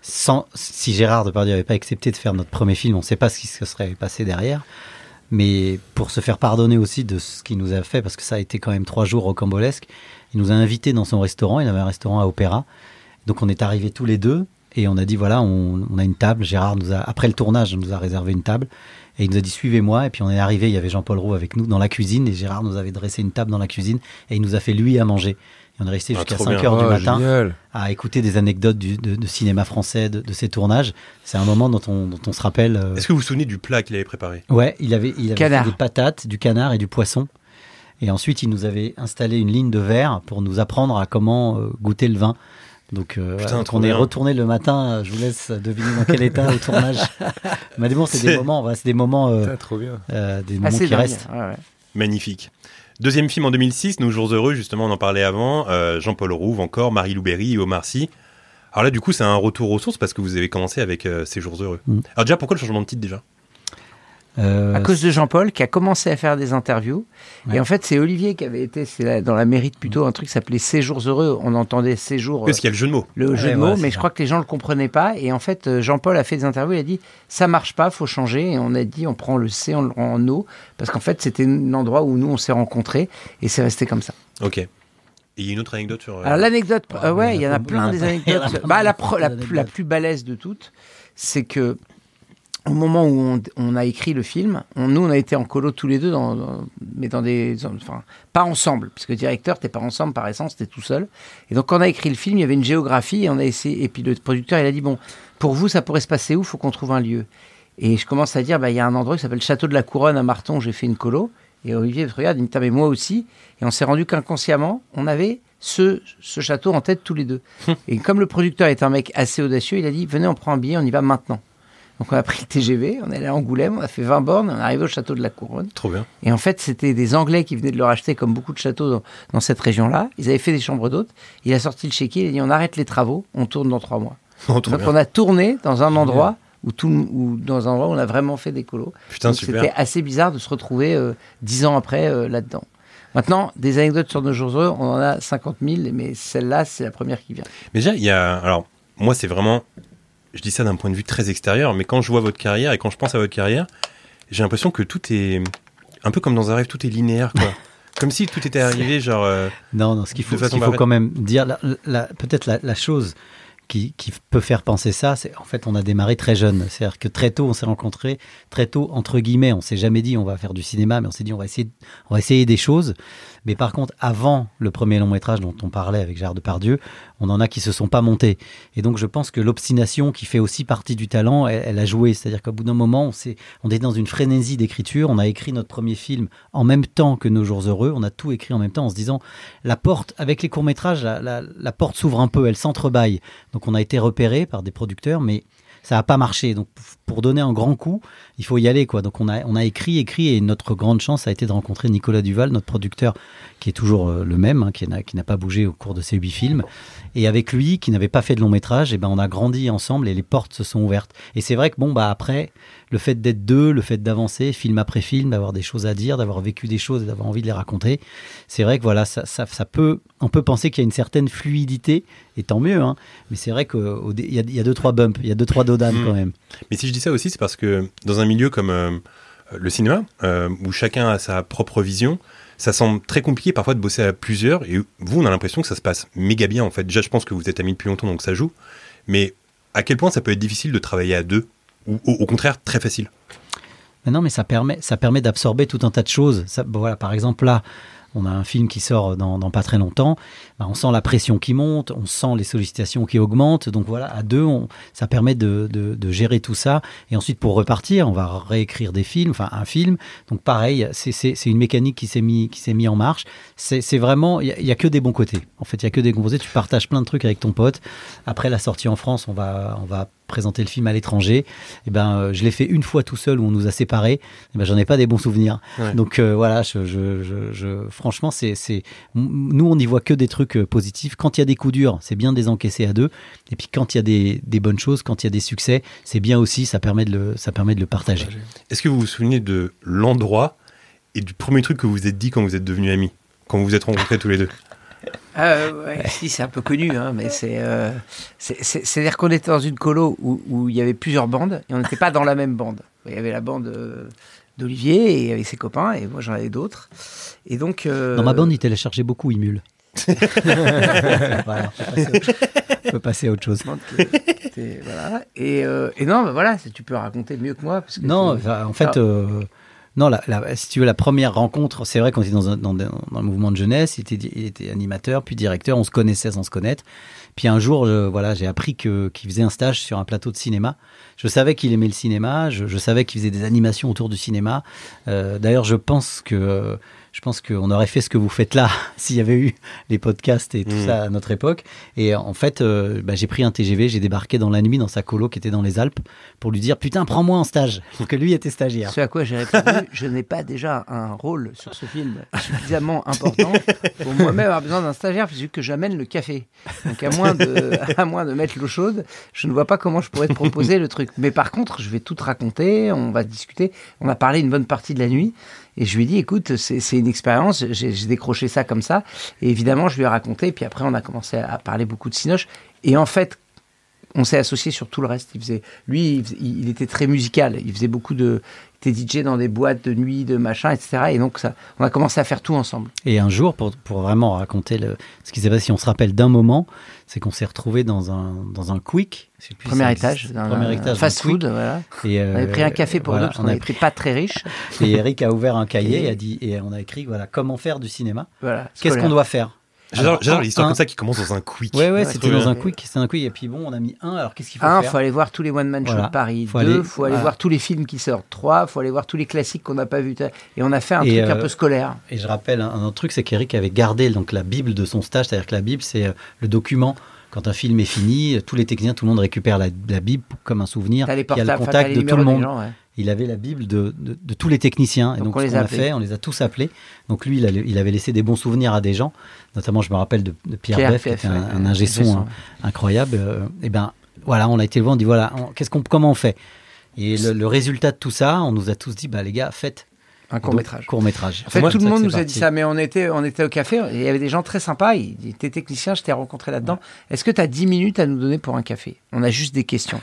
S6: sans, si Gérard Depardieu n'avait pas accepté de faire notre premier film, on ne sait pas ce qui se serait passé derrière. Mais pour se faire pardonner aussi de ce qu'il nous a fait, parce que ça a été quand même trois jours rocambolesques, il nous a invités dans son restaurant, il avait un restaurant à Opéra. Donc on est arrivés tous les deux et on a dit voilà, on, on a une table. Gérard nous a, après le tournage, nous a réservé une table et il nous a dit suivez-moi. Et puis on est arrivé, il y avait Jean-Paul Roux avec nous dans la cuisine et Gérard nous avait dressé une table dans la cuisine et il nous a fait lui à manger. Et on est resté
S3: Ah,
S6: jusqu'à
S3: trop
S6: 5
S3: bien.
S6: heures du
S5: Ah,
S6: matin Euh,
S5: génial.
S6: à écouter des anecdotes du, de, de cinéma français, de, de ses tournages. C'est un moment dont on, dont on se rappelle. euh,
S3: Est-ce que vous vous souvenez du plat qu'il avait préparé
S6: Ouais, il avait, il avait
S7: Canard.
S6: fait des patates, du canard et du poisson. Et ensuite, il nous avait installé une ligne de verre pour nous apprendre à comment euh, goûter le vin. Donc, euh,
S3: Putain,
S6: voilà, donc
S3: trop
S6: on est
S3: bien.
S6: retourné le matin. euh, Je vous laisse deviner dans quel état au tournage.
S7: [LAUGHS]
S6: Mais bon, c'est des
S3: C'est-
S6: moments, voilà, c'est des moments, euh,
S5: Putain, trop bien.
S6: euh, des moments
S7: Assez
S6: qui
S7: dingue.
S6: restent.
S7: Ouais, ouais.
S3: Magnifique. Deuxième film en 2006, Nos Jours Heureux, justement, on en parlait avant. euh, Jean-Paul Rouve, encore, Marie Louberry et Omar Sy. Alors là, du coup, c'est un retour aux sources parce que vous avez commencé avec euh, Ces Jours Heureux.
S6: Mm.
S3: Alors déjà, pourquoi le changement de titre déjà
S6: Euh,
S7: à cause de Jean-Paul qui a commencé à faire des interviews.
S6: Ouais. Mm.
S7: Et en fait, c'est Olivier qui avait été c'est là, dans la mairie de plutôt un truc qui s'appelait Séjours heureux. On entendait Séjours, euh,
S3: Parce qu'il y a le jeu de mots.
S7: le jeu
S6: Ouais, voilà,
S7: de mots,
S6: c'est
S7: mais je
S6: ça.
S7: crois que les gens le comprenaient pas. Et en fait, euh, Jean-Paul a fait des interviews. Il a dit ça marche pas, faut changer. Et on a dit on prend le C, on le rend en O, parce qu'en fait, c'était un endroit où nous on s'est rencontrés et c'est resté comme ça.
S3: Ok. Et il y a une autre anecdote sur. euh,
S7: Alors l'anecdote,
S6: Ouais,
S7: euh, ouais, il y en a
S6: il y en a
S7: plein
S6: pas-
S7: des
S6: il y en a
S7: anecdotes.
S6: pas
S7: Bah,
S6: mal
S7: la, pro- la,
S6: d'anecdotes.
S7: plus- la plus balèze de toutes, c'est que au moment où on, on a écrit le film, on- nous on a été en colo tous les deux, dans, dans- mais dans des, dans- enfin pas ensemble, parce que directeur t'es pas ensemble par essence, t'es tout seul. Et donc quand on a écrit le film, il y avait une géographie et on a essayé. Et puis le producteur il a dit bon, pour vous ça pourrait se passer où Faut qu'on trouve un lieu. Et je commence à dire bah il y a un endroit qui s'appelle Château de la Couronne à Marton, où j'ai fait une colo. Et Olivier me regarde, il me dit Putain, mais moi aussi. Et on s'est rendu qu'inconsciemment, on avait ce, ce château en tête tous
S3: [LAUGHS]
S7: les deux. et comme le producteur est un mec assez audacieux, il a dit Venez, on prend un billet, on y va maintenant. Donc on a pris le TGV, on est allé à Angoulême, on a fait 20 bornes, on est arrivé au château de la Couronne.
S3: Trop bien. [LAUGHS]
S7: Et en fait, c'était des Anglais qui venaient de le racheter, comme beaucoup de châteaux dans, dans cette région-là. Ils avaient fait des chambres d'hôtes. Il a sorti le chéquier, il a dit On arrête les travaux, on tourne dans trois mois.
S3: Oh, trop
S7: Donc
S3: bien.
S7: on a tourné dans un endroit. Où tout, le- où, dans un endroit où on a vraiment fait des colos.
S3: Putain,
S7: Donc,
S3: super.
S7: C'était assez bizarre de se retrouver euh, dix ans après euh, là-dedans. Maintenant, des anecdotes sur nos jours heureux, on en a 50 000, mais celle-là, c'est la première qui vient.
S3: Mais déjà, il y a. Alors, moi, c'est vraiment. Je dis ça d'un point de vue très extérieur, mais quand je vois votre carrière et quand je pense à votre carrière, j'ai l'impression que tout est. Un peu comme dans un rêve, tout est linéaire, quoi. comme si tout était arrivé, genre. euh,
S6: Non, non, ce qu'il
S3: De
S6: faut, ce
S3: façon
S6: qu'il faut
S3: parfaite.
S6: quand même dire, la- la- peut-être la, la chose qui, qui peut faire penser ça, c'est en fait on a démarré très jeune. C'est-à-dire que très tôt on s'est rencontrés, très tôt entre guillemets, on s'est jamais dit on va faire du cinéma, mais on s'est dit on va essayer, on va essayer des choses. Mais par contre, avant le premier long métrage dont on parlait avec Gérard Depardieu, on en a qui se sont pas montés. Et donc je pense que l'obstination qui fait aussi partie du talent, elle, elle a joué. C'est-à-dire qu'au bout d'un moment, on, s'est- on est dans une frénésie d'écriture. On a écrit notre premier film en même temps que Nos Jours Heureux. On a tout écrit en même temps en se disant la porte, avec les courts-métrages, la, la- la porte s'ouvre un peu, elle s'entrebâille. Donc on a été repéré par des producteurs, mais ça n'a pas marché. Donc p- pour donner un grand coup, il faut y aller. quoi. Donc on a, on a écrit, écrit, et notre grande chance a été de rencontrer Nicolas Duval, notre producteur, qui est toujours euh, le même, hein, qui n'a qui n'a pas bougé au cours de ces huit films. Et avec lui, qui n'avait pas fait de long métrage, et ben on a grandi ensemble et les portes se sont ouvertes. Et c'est vrai que bon, bah après, le fait d'être deux, le fait d'avancer, film après film, d'avoir des choses à dire, d'avoir vécu des choses et d'avoir envie de les raconter, c'est vrai que voilà, ça, ça, ça peut, on peut penser qu'il y a une certaine fluidité, et tant mieux, hein, mais c'est vrai qu'il y, a- il y a deux, trois bumps, il y a deux, trois dodanes
S3: Mmh.
S6: quand même.
S3: Mais si je dis ça aussi, c'est parce que dans un milieu comme euh, le cinéma, euh, où chacun a sa propre vision, ça semble très compliqué parfois de bosser à plusieurs. Et vous, on a l'impression que ça se passe méga bien en fait. Déjà, je pense que vous êtes amis depuis longtemps, donc ça joue. Mais à quel point ça peut être difficile de travailler à deux ou au, au contraire très facile
S6: Mais non, mais ça permet, ça permet d'absorber tout un tas de choses. Ça, bon, voilà, par exemple, là, on a un film qui sort dans, dans pas très longtemps. Bah, on sent la pression qui monte, on sent les sollicitations qui augmentent. Donc voilà, à deux, on- ça permet de, de- de gérer tout ça. Et ensuite, pour repartir, on va réécrire des films, enfin un film. Donc pareil, c'est- c'est c'est une mécanique qui s'est mise mis en marche. C'est c'est vraiment, il n'y a, que des bons côtés. En fait, il n'y a que des bons côtés. Tu partages plein de trucs avec ton pote. Après la sortie en France, on va, on va présenter le film à l'étranger. Et ben, euh, je l'ai fait une fois tout seul où on nous a séparés. Et ben, j'en ai pas des bons souvenirs.
S3: Ouais.
S6: Donc euh, voilà, je, je- je- je- franchement, c'est, c'est, m- nous on n'y voit que des trucs euh, positifs. Quand il y a des coups durs, c'est bien de les encaisser à deux. Et puis quand il y a des, des bonnes choses, quand il y a des succès, c'est bien aussi. Ça permet de le, ça permet de le partager.
S3: Est-ce que vous vous souvenez de l'endroit et du premier truc que vous vous êtes dit quand vous êtes devenus amis Quand vous vous êtes rencontrés tous les deux
S7: Ah, euh, ouais, si, c'est un peu connu, hein, mais c'est. euh, c'est- c'est- C'est-à-dire qu'on était dans une colo où, où il y avait plusieurs bandes et on n'était pas dans la même bande. Il y avait la bande euh, d'Olivier et avec ses copains, et moi j'en avais d'autres. Et donc. euh,
S6: Dans ma bande, ils téléchargeaient beaucoup Imul. [LAUGHS] voilà, on peut passer à autre chose. on peut passer à autre chose.
S7: Mante qui est- qui est- voilà. et, euh, et non, bah voilà, c'est- tu peux raconter mieux que moi. Parce que
S6: Non,
S7: tu-
S6: enfin, en fait,
S7: Ah.
S6: euh, non, la- la- si tu veux, la première rencontre, c'est vrai qu'on était dans, un, dans, un- dans un mouvement de jeunesse, il était, di- il était animateur, puis directeur, on se connaissait sans se connaître. Puis un jour, euh, voilà, j'ai appris que- qu'il faisait un stage sur un plateau de cinéma. Je savais qu'il aimait le cinéma, je, je savais qu'il faisait des animations autour du cinéma. Euh, D'ailleurs, je pense que euh, je pense qu'on aurait fait ce que vous faites là [LAUGHS] s'il y avait eu les podcasts et tout
S7: Mm.
S3: Mhm.
S6: ça à notre époque. Et en fait, euh, bah, j'ai pris un TGV, j'ai débarqué dans la nuit dans sa colo qui était dans les Alpes pour lui dire putain prends-moi en stage [LAUGHS] parce que lui était stagiaire.
S7: Ce à quoi j'ai répondu, [LAUGHS] je n'ai pas déjà un rôle sur ce film suffisamment important pour moi-même avoir besoin d'un stagiaire, puisque que j'amène le café. Donc, à moins, de, [LAUGHS] à moins de mettre l'eau chaude, je ne vois pas comment je pourrais te proposer le truc. Mais par contre, je vais tout te raconter, on va discuter. On a parlé une bonne partie de la nuit, et je lui ai dit, écoute, c'est c'est une expérience, j'ai j'ai décroché ça comme ça. Et évidemment, je lui ai raconté, et puis après, on a commencé à parler beaucoup de Cinoche. Et en fait, on s'est associé sur tout le reste. Il faisait, lui, il, faisait- il- il était très musical. Il faisait beaucoup de, il était DJ dans des boîtes de nuit, de machin, etc. Et donc ça, on a commencé à faire tout ensemble.
S6: Et un jour, pour, pour vraiment raconter le, ce qui s'est passé, si on se rappelle d'un moment, c'est qu'on s'est retrouvé dans un, dans un quick. je sais plus si
S7: Premier
S6: ça
S7: étage,
S6: existe.
S7: dans
S6: Premier
S7: un-
S6: étage,
S7: fast
S6: un quick.
S7: food, voilà.
S6: Et,
S7: On avait
S6: euh,
S7: pris un café pour
S6: voilà,
S7: nous parce
S6: on
S7: qu'on
S6: a
S7: n'était pas
S6: [LAUGHS]
S7: très riches.
S6: pris- Et Eric a ouvert un cahier et a dit, et on a écrit, voilà, comment faire du cinéma?
S7: Voilà.
S6: Qu'est-ce
S7: scolaire.
S6: qu'on doit faire?
S3: J'adore
S6: [LAUGHS] Alors,
S3: j'adore
S6: un-
S3: les histoires
S6: un-
S3: comme ça qui commencent dans un quick.
S6: Ouais, ouais,
S7: c'est
S6: c'était
S3: trop
S6: dans
S3: bien.
S6: un quick, c'était un quick, et puis bon, on a mis un, alors qu'est-ce qu'il faut
S7: Un,
S6: faire?
S7: faut aller voir tous les One Man Show
S6: Voilà.
S7: de Paris.
S6: Faut
S7: Deux,
S6: aller-
S7: faut aller
S6: voilà.
S7: voir tous les films qui sortent. Trois, faut aller voir tous les classiques qu'on n'a pas vus. Et on a fait un
S6: Et,
S7: truc un
S6: euh,
S7: peu scolaire.
S6: Et je rappelle un, un autre truc, c'est qu'Eric avait gardé donc la Bible de son stage, c'est-à-dire que la Bible, c'est euh, le document. Quand un film est fini, euh, tous les techniciens, tout le monde récupère la, la Bible comme un souvenir.
S7: T'as les
S6: Il y a
S7: portables,
S6: le
S7: enfin, t'as
S6: contact
S7: les
S6: de tout le
S7: numéros des
S6: monde.
S7: gens, ouais.
S6: Il avait la Bible de, de- de tous les techniciens. Et
S7: Donc,
S6: donc,
S7: on les
S6: ce qu'on
S7: a
S6: a
S7: appelés.
S6: fait, on les a tous appelés. Donc lui, il, allait- il avait laissé des bons souvenirs à des gens. Notamment, je me rappelle de, de Pierre, Beff, qui
S7: Pierre
S6: était un,
S7: Beff,
S6: un
S7: ouais,
S6: ingé son,
S7: son.
S6: hein, incroyable. Euh, et ben voilà, on a été le voir, on dit voilà, on- qu'est-ce qu'on, comment on fait Et le, le résultat de tout ça, on nous a tous dit bah les gars, faites
S7: Un court métrage.
S6: Court métrage.
S7: En fait, tout le monde nous a dit ça, mais on était, on était au café, et il y avait des gens très sympas, ils étaient techniciens, je t'ai rencontré là-dedans. Est-ce que tu as 10 minutes à nous donner pour un café On a juste des questions.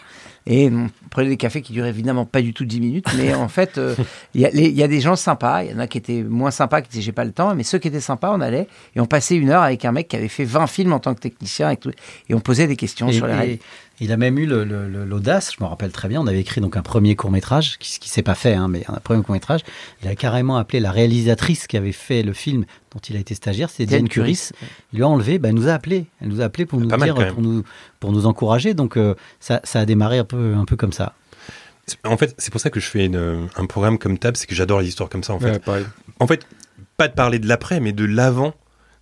S7: Et on prenait des cafés qui duraient évidemment pas du tout 10 minutes, mais en
S6: [LAUGHS]
S7: fait, euh, il y, a les- il y a des gens sympas, il y en a qui étaient moins sympas, qui disaient j'ai pas le temps, mais ceux qui étaient sympas, on allait et on passait une heure avec un mec qui avait fait 20 films en tant que technicien et, tout, et on posait des questions
S6: Et-
S7: sur les
S6: et-
S7: règles.
S6: Il a même eu le- le- le- l'audace, je me rappelle très bien, on avait écrit donc un premier court métrage, qui, qui s'est pas fait, hein, mais un premier court métrage. Il a carrément appelé la réalisatrice qui avait fait le film dont il a été stagiaire, c'est Diane Curis. Il lui a enlevé, bah, elle nous a appelé, elle nous a appelé pour nous
S3: Pas mal,
S6: dire,
S3: quand même.
S6: pour nous, pour nous encourager. Donc euh, ça, ça a démarré un peu, un peu comme ça.
S3: C'est- En fait, c'est pour ça que je fais une- un programme comme Tab, c'est que j'adore les histoires comme ça. En fait,
S5: Ouais, pareil.
S3: en fait pas de parler de l'après, mais de l'avant.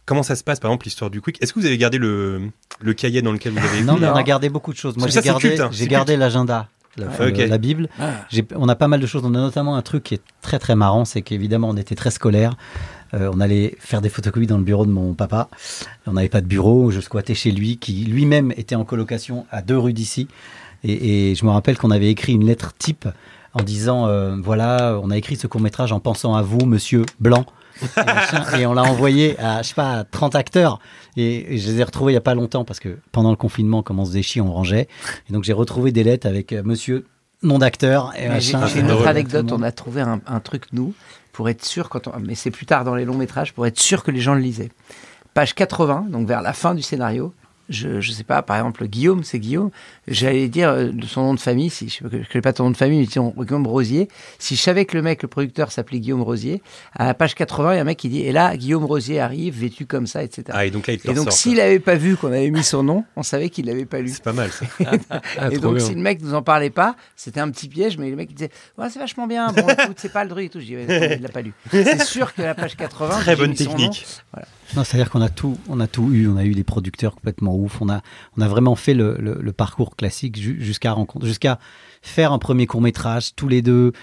S3: Comment ça se passe, par exemple, l'histoire du quick Est-ce que vous avez gardé le, le cahier dans lequel vous avez
S6: Non,
S3: écrit
S6: mais on
S7: Non.
S6: a gardé beaucoup de choses. Moi,
S3: Parce
S6: j'ai
S3: que ça, c'est
S6: gardé,
S3: culte, hein,
S6: j'ai
S3: c'est
S6: gardé l'agenda, la,
S3: Ah,
S6: le-
S3: ok.
S6: la Bible.
S4: Ah,
S6: J'ai- On a pas mal de choses. On a notamment un truc qui est très très marrant, c'est qu'évidemment, on était très scolaire. Euh, on allait faire des photocopies dans le bureau de mon papa. On n'avait pas de bureau. Je squattais chez lui, qui lui-même était en colocation à deux rues d'ici. Et, et je me rappelle qu'on avait écrit une lettre type en disant euh, voilà, on a écrit ce court métrage en pensant à vous, Monsieur Blanc. Et, machin. Et on l'a envoyé à, je sais pas, à 30 acteurs. Et, et je les ai retrouvés il y a pas longtemps parce que pendant le confinement, comme on se faisait chier, on rangeait. Et donc j'ai retrouvé des lettres avec euh, monsieur nom d'acteur et
S7: Mais J'ai
S6: machin.
S7: j'ai une autre
S3: drôle.
S7: anecdote, on a trouvé un, un truc, nous, pour être sûr, quand on, mais c'est plus tard dans les longs métrages, pour être sûr que les gens le lisaient. Page 80, donc vers la fin du scénario, je, je sais pas, par exemple, Guillaume, c'est Guillaume, j'allais dire euh, de son nom de famille, si je ne connais pas ton nom de famille, mais disons Guillaume Rosier, si je savais que le mec, le producteur s'appelait Guillaume Rosier, à la page 80, il y a un mec qui dit, et là, Guillaume Rosier arrive, vêtu comme ça, etc.
S3: Ah, et donc là, il te
S7: et donc,
S3: ressort,
S7: s'il
S3: ça.
S7: n'avait pas vu qu'on avait mis son nom, on savait qu'il l'avait pas lu.
S3: C'est pas mal, ça.
S5: Ah,
S7: et
S5: trop
S7: donc,
S5: bien.
S7: si le mec nous en parlait pas, c'était un petit piège, mais le mec il disait Ouais, c'est vachement bien,
S3: [LAUGHS]
S7: bon, écoute, c'est pas le truc et tout. Je dis Ouais, attends, Il l'a pas lu. C'est sûr que la page 80.
S3: Très
S7: j'ai
S3: bonne
S7: mis son nom.
S3: technique.
S6: Non, c'est-à-dire qu'on a tout, on a tout eu. On a eu des producteurs complètement ouf. On a, on a vraiment fait le, le- le parcours classique ju- jusqu'à rencontre, jusqu'à faire un premier court métrage tous les deux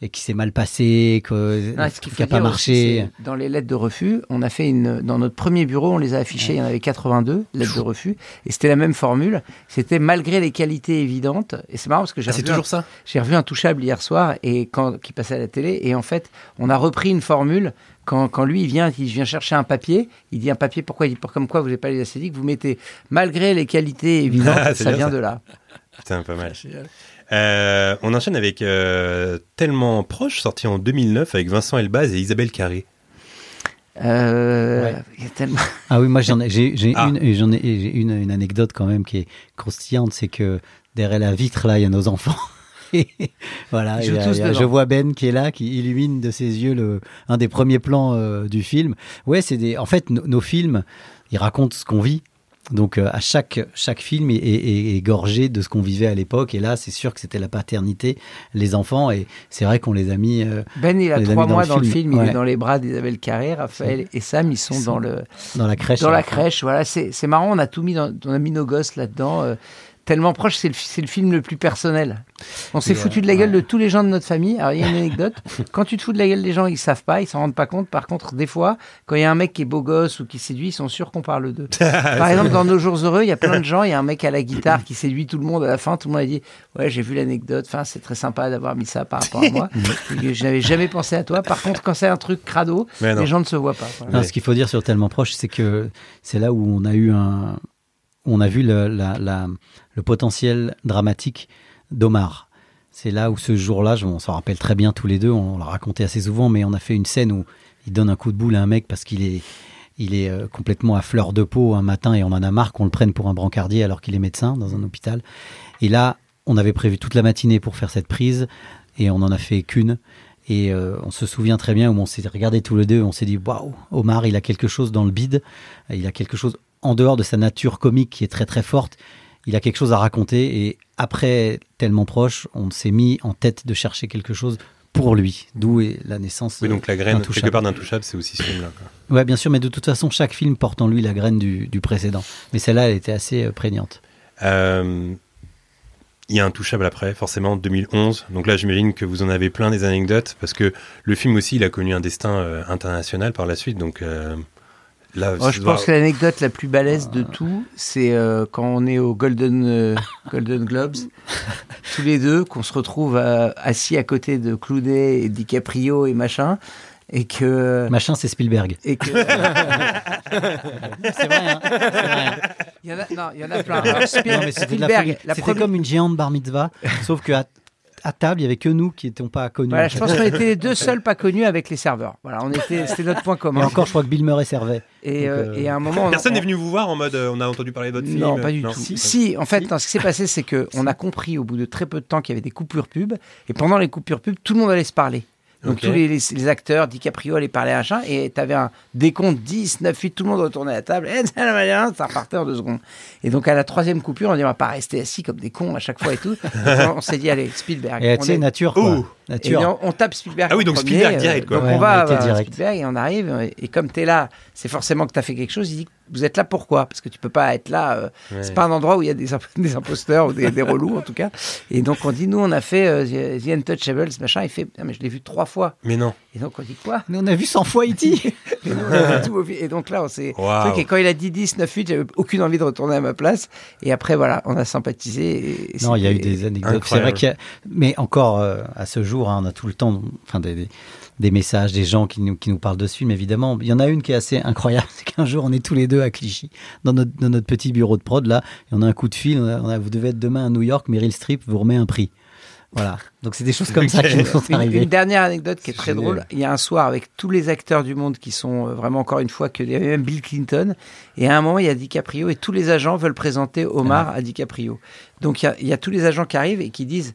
S6: et qui s'est mal passé, que
S7: Ah,
S6: le
S7: ce qu'il
S6: truc
S7: faut
S6: n'a pas
S7: dire aussi,
S6: marché.
S7: c'est Dans les lettres de refus, on a fait une. Dans notre premier bureau, on les a affichées. Il y en avait 82 lettres de refus, et c'était la même formule. C'était malgré les qualités évidentes. Et c'est marrant parce que j'ai
S3: Ah, c'est
S7: revu un-
S3: toujours ça
S7: J'ai revu Intouchable hier soir et quand qui passait à la télé et en fait on a repris une formule quand, quand lui il vient il vient chercher un papier il dit un papier pourquoi il dit pour comme quoi vous n'avez pas les acédiques vous mettez malgré les
S6: [LAUGHS]
S7: qualités évidentes
S3: Ah, c'est
S7: ça
S3: bien,
S7: vient
S3: ça.
S7: de là
S3: Putain, pas mal.
S8: Génial.
S3: Euh, on enchaîne avec euh, Tellement Proche, sorti en 2009 avec Vincent Elbaz et Isabelle Carré. [LAUGHS]
S7: Euh,
S6: Ouais.
S7: il y a tellement
S6: Ah oui, moi j'en ai, j'ai, j'ai
S3: Ah.
S6: une, et j'en ai, et j'ai une, une anecdote quand même qui est croustillante, c'est que derrière la vitre là, il y a nos enfants. [LAUGHS] Et voilà,
S7: Ils
S6: et
S7: jouent
S6: il y a-
S7: tous
S6: il y a-
S7: dedans.
S6: je vois Ben qui est là, qui illumine de ses yeux le, un des premiers plans euh, du film. Ouais, c'est des, en fait, no- nos films, ils racontent ce qu'on vit. Donc euh, à chaque chaque film est, est- est- est gorgé de ce qu'on vivait à l'époque. Et là, c'est sûr que c'était la paternité, les enfants, et c'est vrai qu'on les a mis. euh,
S7: Ben il a
S6: On les a
S7: trois
S6: mis dans
S7: mois
S6: le
S7: dans le
S6: film,
S7: film, il
S6: ouais.
S7: est dans les bras d'Isabelle Carré Raphaël et Sam ils sont
S6: Ils
S7: dans
S6: sont-
S7: le
S6: dans la crèche. hein.
S7: dans
S6: à
S7: la
S6: fin.
S7: crèche voilà c'est c'est marrant on a tout mis dans, on a mis nos gosses là dedans euh, Tellement proche, c'est le, fi- c'est le film le plus personnel. On s'est
S6: Et,
S7: foutu
S6: euh,
S7: de la gueule
S6: ouais.
S7: de tous les gens de notre famille. Alors,
S6: [LAUGHS]
S7: il y a une anecdote. quand tu te fous de la gueule des gens, ils savent pas, ils s'en rendent pas compte. Par contre, des fois, quand il y a un mec qui est beau gosse ou qui séduit, ils sont sûrs qu'on
S6: [LAUGHS]
S7: parle d'eux.
S6: Ah
S7: Par exemple, dans Nos Jours Heureux, il y a plein de gens. Il y a un mec à la guitare qui séduit tout le monde. À la fin, tout le monde a dit Ouais, j'ai vu l'anecdote. Enfin, c'est très sympa d'avoir mis ça par rapport
S6: [LAUGHS]
S7: à moi. Je n'avais jamais pensé à toi. Par contre, quand c'est un truc crado,
S6: Ah
S3: Mais non.
S7: les gens ne se voient pas. Voilà.
S6: Non,
S3: Ouais.
S6: ce qu'il faut dire sur Tellement Proche, c'est que c'est là où on a eu un, on a vu le, la- la- le potentiel dramatique d'Omar. C'est là où ce jour-là, je- on s'en rappelle très bien tous les deux, on l'a raconté assez souvent, mais on a fait une scène où il donne un coup de boule à un mec parce qu'il est, il est euh, complètement à fleur de peau un matin et on en a marre qu'on le prenne pour un brancardier alors qu'il est médecin dans un hôpital. Et là, on avait prévu toute la matinée pour faire cette prise et on n'en a fait qu'une. Et euh, on se souvient très bien où on s'est regardé tous les deux, on s'est dit waouh, Omar, il a quelque chose dans le bide, il a quelque chose en dehors de sa nature comique qui est très très forte, il a quelque chose à raconter. Et après tellement proche, on s'est mis en tête de chercher quelque chose pour lui, d'où est la naissance.
S3: Oui, donc la graine, quelque
S6: Intouchable.
S3: part d'intouchable, c'est aussi ce film-là. quoi.
S6: Ouais, bien sûr, mais de toute façon, chaque film porte en lui la graine du, du précédent. Mais celle-là, elle était assez euh, prégnante.
S3: Euh, Il y a un touchable après, forcément, 2011. Donc là, j'imagine que vous en avez plein des anecdotes, parce que le film aussi, il a connu un destin euh, international par la suite. Donc euh, là,
S7: Oh, je
S3: dois-
S7: pense que l'anecdote la plus balèze de tout, c'est euh, quand on est au Golden,
S6: [LAUGHS]
S7: euh, Golden Globes, tous les deux, qu'on se retrouve euh, assis à côté de Clooney et DiCaprio et machin, et que.
S6: Machin, c'est Spielberg. [LAUGHS]
S7: Et que
S6: C'est vrai, hein C'est vrai, hein
S7: il y en a, non, il y en a plein. Alors, euh, Spiel-
S6: Non, mais c'était de la
S7: Spielberg,
S6: folie.
S7: la
S6: C'était
S7: première-
S6: comme une géante bar mitzvah, sauf que à, à table, il y avait que nous qui n'étions pas connus.
S7: Voilà, je pense qu'on était les deux seuls pas connus avec les serveurs. Voilà, on était, c'était notre point
S6: Mais
S7: commun.
S6: encore, je crois que Bill Murray servait.
S7: et, euh,
S6: donc, euh,
S7: et à un moment, on-
S3: Personne
S7: on-
S3: n'est venu vous voir en mode euh, on a entendu parler de votre film
S7: Non, pas du tout.
S3: Si.
S7: Si, en fait, non, ce qui s'est passé, c'est [LAUGHS] que on a compris au bout de très peu de temps qu'il y avait des coupures pub, et pendant les coupures pub, tout le monde allait se parler. Donc
S3: Ok.
S7: tous les, les, les acteurs, DiCaprio allait parler à un chat, et t'avais un décompte 10, 9, 8, tout le monde retournait à la table, [LAUGHS] et ça repartait en deux secondes. Et donc à la troisième coupure, on dit on va pas rester assis comme des cons à chaque fois et [LAUGHS] tout. Donc, on s'est dit allez, Spielberg.
S6: Et
S7: on
S6: tu sais,
S7: est-
S6: nature, quoi.
S3: Oh
S6: Nature.
S7: et on, Eh on tape Spielberg.
S3: Ah oui, donc
S7: en premier,
S3: Spielberg
S7: euh,
S3: direct, quoi.
S7: donc
S6: Ouais,
S7: on
S6: on
S7: va
S6: a été
S7: à
S6: direct.
S7: Spielberg et on arrive. euh, Et comme tu es là, c'est forcément que tu as fait quelque chose. Il dit Vous êtes là pourquoi Parce que tu peux pas être là. euh, C'est pas un endroit où il y a des, imp- [LAUGHS] des imposteurs ou des, des relous, en tout cas. Et donc on dit Nous, on a fait euh, The The Untouchables, machin. Il fait Ah, mais je l'ai vu trois fois.
S3: Mais non.
S7: Et donc on dit Quoi [LAUGHS]
S6: Mais on a vu 100 fois E E.T.
S7: Et nous, on a fait tout au fil- Et donc là, on s'est.
S3: Waouh.
S7: truc. Et quand il a dit 10, 9, 8, j'avais aucune envie de retourner à ma place. Et après, voilà, on a sympathisé. et- et
S6: Non, il y a eu
S7: c'était-
S6: des anecdotes. C'est vrai
S3: Incroyable.
S6: qu'il y a... Mais encore, euh, à ce jour, hein, on a tout le temps enfin, des, des- des messages, des gens qui nous, qui nous parlent de ce film, évidemment. Il y en a une qui est assez incroyable, [LAUGHS] c'est qu'un jour, on est tous les deux à Clichy, dans notre, dans notre petit bureau de prod, là, et on a un coup de fil, on a- on a- vous devez être demain à New York, Meryl Streep vous remet un prix. Voilà. Donc c'est des choses comme
S7: [LAUGHS]
S6: ça qui nous sont
S7: Une,
S6: arrivées.
S7: une dernière anecdote qui est,
S5: C'est
S7: très
S5: génial.
S7: drôle. Il y a un soir avec tous les acteurs du monde qui sont euh, vraiment encore une fois que il y avait même Bill Clinton et à un moment il y a DiCaprio et tous les agents veulent présenter Omar à DiCaprio. Donc il y, a, il y a tous les agents qui arrivent et qui disent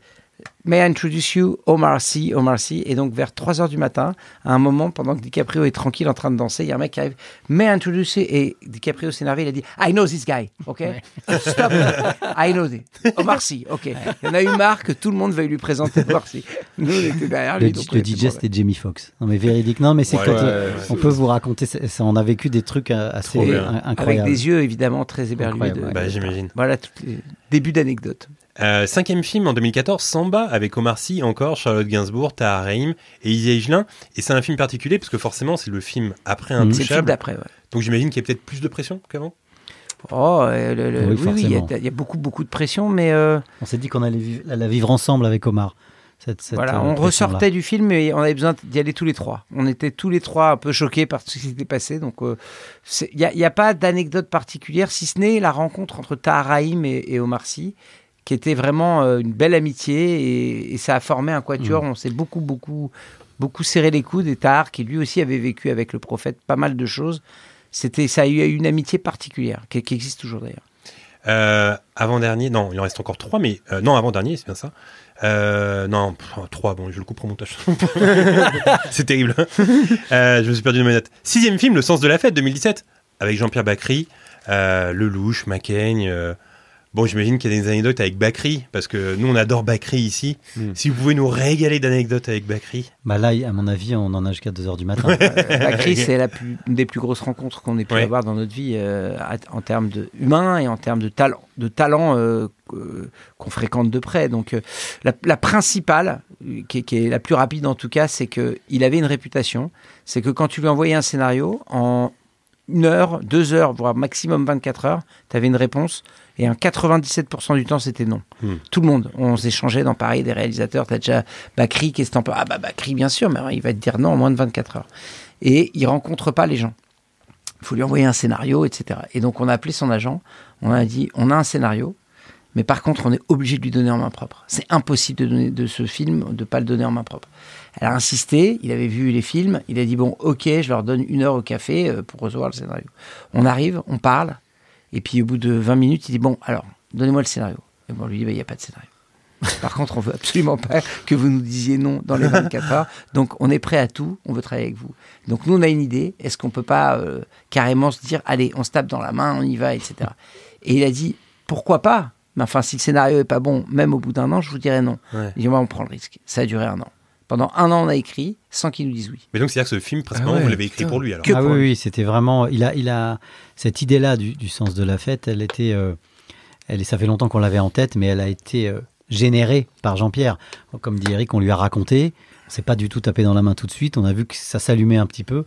S7: May I introduce you Omar C, Omar C. Et donc vers 3 heures du matin, à un moment pendant que DiCaprio est tranquille en train de danser, il y a un mec qui arrive May I introduce you et DiCaprio s'est énervé, il a dit I know this guy, ok [LAUGHS] Stop, I know this. Omar Sy, ok. Il y en a eu marre que tout le monde veuille lui présenter Omar Sy. Nous, on était derrière
S6: Le,
S7: lui. donc on
S6: le
S7: était
S6: DJ, c'était Jamie Foxx. Non, mais véridique. Non, mais c'est
S3: Ouais,
S6: quand
S5: ouais,
S6: euh,
S5: ouais,
S6: on peut vous raconter. ça- ça- on a vécu des trucs euh, assez
S7: Trop bien.
S6: in-
S7: Avec
S6: incroyables.
S7: des yeux évidemment très éberlués.
S6: Incroyable,
S7: de-
S6: ouais.
S3: Bah, j'imagine.
S7: Voilà, toutes les débuts d'anecdotes.
S3: Euh, cinquième film en 2014, Samba, avec Omar Sy, encore Charlotte Gainsbourg, Tahar Rahim et Isia Higelin. Et c'est un film particulier, parce que forcément, c'est le film après
S6: Mhm.
S7: C'est le film
S3: Intouchable.
S7: d'après. ouais.
S3: Donc j'imagine qu'il y a peut-être plus de pression qu'avant.
S7: Oh, euh, le- le-
S6: Oui,
S7: oui, oui, il y a-
S6: forcément.
S7: il y, a beaucoup, beaucoup de pression, mais euh,
S6: On s'est dit qu'on allait vivre, la vivre ensemble avec Omar. Cette, cette, euh,
S7: voilà, on
S6: pression-là.
S7: ressortait du film et on avait besoin d'y aller tous les trois. On était tous les trois un peu choqués par ce qui s'était passé. Donc, euh, c'est- il n'y a, pas d'anecdote particulière, si ce n'est la rencontre entre Taharaïm et, et Omar Sy, qui était vraiment euh, une belle amitié et, et ça a formé un quatuor.
S6: Mm.
S7: On s'est beaucoup, beaucoup, beaucoup serré les coudes. Et Tahar, qui lui aussi avait vécu avec le prophète pas mal de choses, c'était, ça a eu une amitié particulière, qui, qui existe toujours d'ailleurs.
S3: Euh, avant-dernier, non, il en reste encore trois, mais euh, non, avant-dernier, c'est bien ça. Euh, non, pff, trois, bon, je le coupe au montage. [LAUGHS] c'est terrible. hein. Euh, je me suis perdu de mes notes. Sixième film, Le sens de la fête, 2017, avec Jean-Pierre Bacry, euh, Lelouch, Macaigne. euh, Bon, j'imagine qu'il y a des anecdotes avec Bacry, parce que nous, on adore Bacry ici.
S5: Mm.
S3: Si vous pouvez nous régaler d'anecdotes avec Bacry.
S6: Bah là, à mon avis, on en a jusqu'à 2h du matin.
S7: La
S3: [LAUGHS]
S7: crise, c'est la plus, une des plus grosses rencontres qu'on ait pu
S3: Euh, Ouais.
S7: avoir dans notre vie euh, à- en termes de humain et en termes de talent, de talent euh, euh, qu'on fréquente de près. Donc euh, la, la principale, euh, qui est, qui est la plus rapide en tout cas, c'est que il avait une réputation. C'est que quand tu lui envoyais un scénario, en une heure, deux heures, voire maximum 24 heures, tu avais une réponse. Et en 97% du temps, c'était non.
S3: Hmm.
S7: Tout le monde. On s'échangeait dans Paris des réalisateurs. T'as déjà Bakri, qu'est-ce que t'en penses Ah bah Bakri, bien sûr, mais alors, il va te dire non en moins de 24 heures et il rencontre pas les gens. Il faut lui envoyer un scénario, etc. Et donc on a appelé son agent, on a dit on a un scénario, mais par contre on est obligé de lui donner en main propre. C'est impossible de donner de ce film de pas le donner en main propre. Elle a insisté, il avait vu les films, il a dit bon ok, je leur donne une heure au café euh, pour recevoir le scénario. On arrive, on parle, et puis au bout de 20 minutes il dit bon alors donnez-moi le scénario. Et bon, on lui dit il n'y a pas de scénario. Par contre, on veut absolument pas que vous nous disiez non dans les 24 heures. Donc, on est prêt à tout. On veut travailler avec vous. Donc nous, on a une idée. Est-ce qu'on peut pas euh, carrément se dire, allez, on se tape dans la main, on y va, etc. Et il a dit, pourquoi pas Mais enfin, si le scénario est pas bon, même au bout d'un an, je vous dirais non.
S3: Ouais.
S7: Il dit, moi, on prend le risque. Ça a duré un an. Pendant un an, on a écrit sans qu'il nous dise oui.
S3: Mais donc, c'est-à-dire que ce film, principalement,
S5: Ah ouais,
S3: vous l'avez écrit
S5: putain.
S3: pour lui alors.
S7: Que
S6: ah
S7: pour
S6: oui,
S7: lui.
S6: oui, c'était vraiment. Il a, il a cette idée-là du, du sens de la fête. Elle était, euh, elle, ça fait longtemps qu'on l'avait en tête, mais elle a été euh, générée par Jean-Pierre. Comme dit Eric, on lui a raconté. On s'est pas du tout tapé dans la main tout de suite. On a vu que ça s'allumait un petit peu.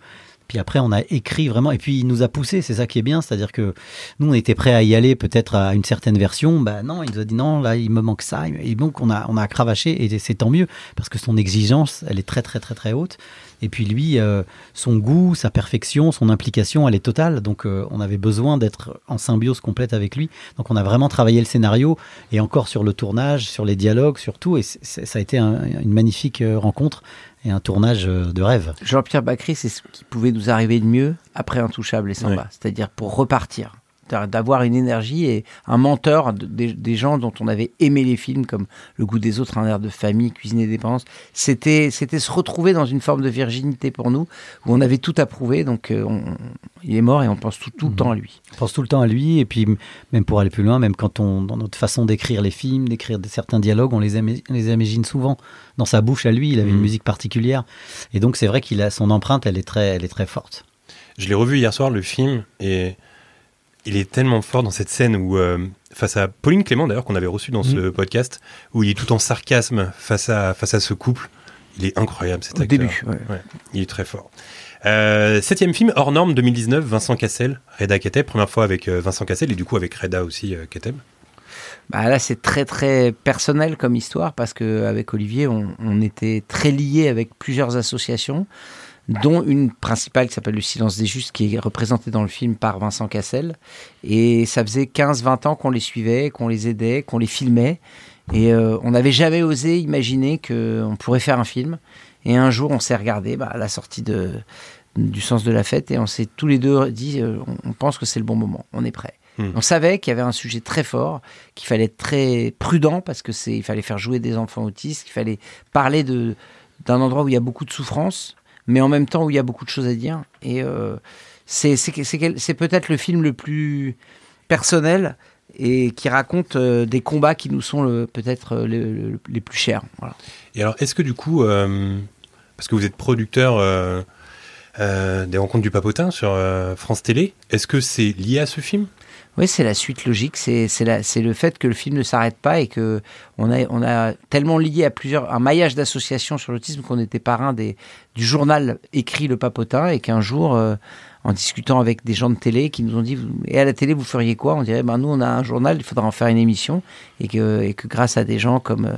S6: Puis après, on a écrit vraiment. Et puis il nous a poussé. C'est ça qui est bien, c'est-à-dire que nous, on était prêts à y aller, peut-être à une certaine version. Bah non, il nous a dit non. Là, il me manque ça. Et donc on a, on a cravaché. Et c'est tant mieux parce que son exigence, elle est très, très, très, très haute. Et puis lui, euh, son goût, sa perfection, son implication, elle est totale. Donc euh, on avait besoin d'être en symbiose complète avec lui. Donc on a vraiment travaillé le scénario et encore sur le tournage, sur les dialogues, sur tout. Et c'est- c'est- ça a été un- une magnifique euh, rencontre et un tournage euh, de rêve.
S7: Jean-Pierre Bacry, c'est ce qui pouvait nous arriver de mieux après Intouchable et Samba,
S3: Ouais.
S7: c'est-à-dire pour repartir, C'est-à-dire d'avoir une énergie et un mentor de- des, des gens dont on avait aimé les films comme Le goût des autres, Un air de famille, Cuisine et dépenses. C'était c'était se retrouver dans une forme de virginité pour nous où on avait tout approuvé, donc euh, on- on- il est mort et on pense tout, tout le temps à lui.
S6: On pense tout le temps à lui et puis m- même pour aller plus loin, même quand on dans notre façon d'écrire les films, d'écrire des- certains dialogues, on les, ami- on les imagine souvent dans sa bouche à lui. Il avait une
S3: Mhm.
S6: musique particulière et donc c'est vrai qu'il a son empreinte, elle est très, elle est très forte.
S3: Je l'ai revu hier soir, le film, et il est tellement fort dans cette scène où, euh, face à Pauline Clément, d'ailleurs, qu'on avait reçu dans
S7: Mm.
S3: ce podcast, où il est tout en sarcasme face à, face à ce couple. Il est incroyable cet
S7: Au
S3: acteur.
S7: début, ouais.
S3: Il est très fort. Euh, septième film, hors norme 2019, Vincent Cassel, Reda Keteb, première fois avec euh, Vincent Cassel et du coup avec Reda aussi euh, Keteb.
S7: Bah là, c'est très très personnel comme histoire parce que avec Olivier, on, on était très liés avec plusieurs associations, dont une principale qui s'appelle Le silence des justes, qui est représentée dans le film par Vincent Cassel. Et ça faisait 15-20 ans qu'on les suivait, qu'on les aidait, qu'on les filmait. Et euh, on n'avait jamais osé imaginer qu'on pourrait faire un film. Et un jour, on s'est regardé bah, à la sortie de, du sens de la fête et on s'est tous les deux dit euh, on, on pense que c'est le bon moment, on est prêt.
S3: Hmm.
S7: On savait qu'il y avait un sujet très fort, qu'il fallait être très prudent parce que c'est il fallait faire jouer des enfants autistes, qu'il fallait parler de d'un endroit où il y a beaucoup de souffrance, mais en même temps où il y a beaucoup de choses à dire. Et euh, c'est c'est- c'est quel- c'est peut-être le film le plus personnel et qui raconte euh, des combats qui nous sont le- peut-être euh, le- le- les plus chers. Voilà.
S3: Et alors, est-ce que du coup, euh, parce que vous êtes producteur euh, euh, des rencontres du papotin sur euh, France Télé, est-ce que c'est lié à ce film
S7: Oui, c'est la suite logique. C'est c'est la- c'est le fait que le film ne s'arrête pas et que on a, on a tellement lié à plusieurs un maillage d'associations sur l'autisme qu'on était parrain des, du journal écrit Le Papotin et qu'un jour, euh, en discutant avec des gens de télé qui nous ont dit Vous- et à la télé vous feriez quoi On dirait ben nous on a un journal, il faudra en faire une émission et que, et que grâce à des gens comme euh,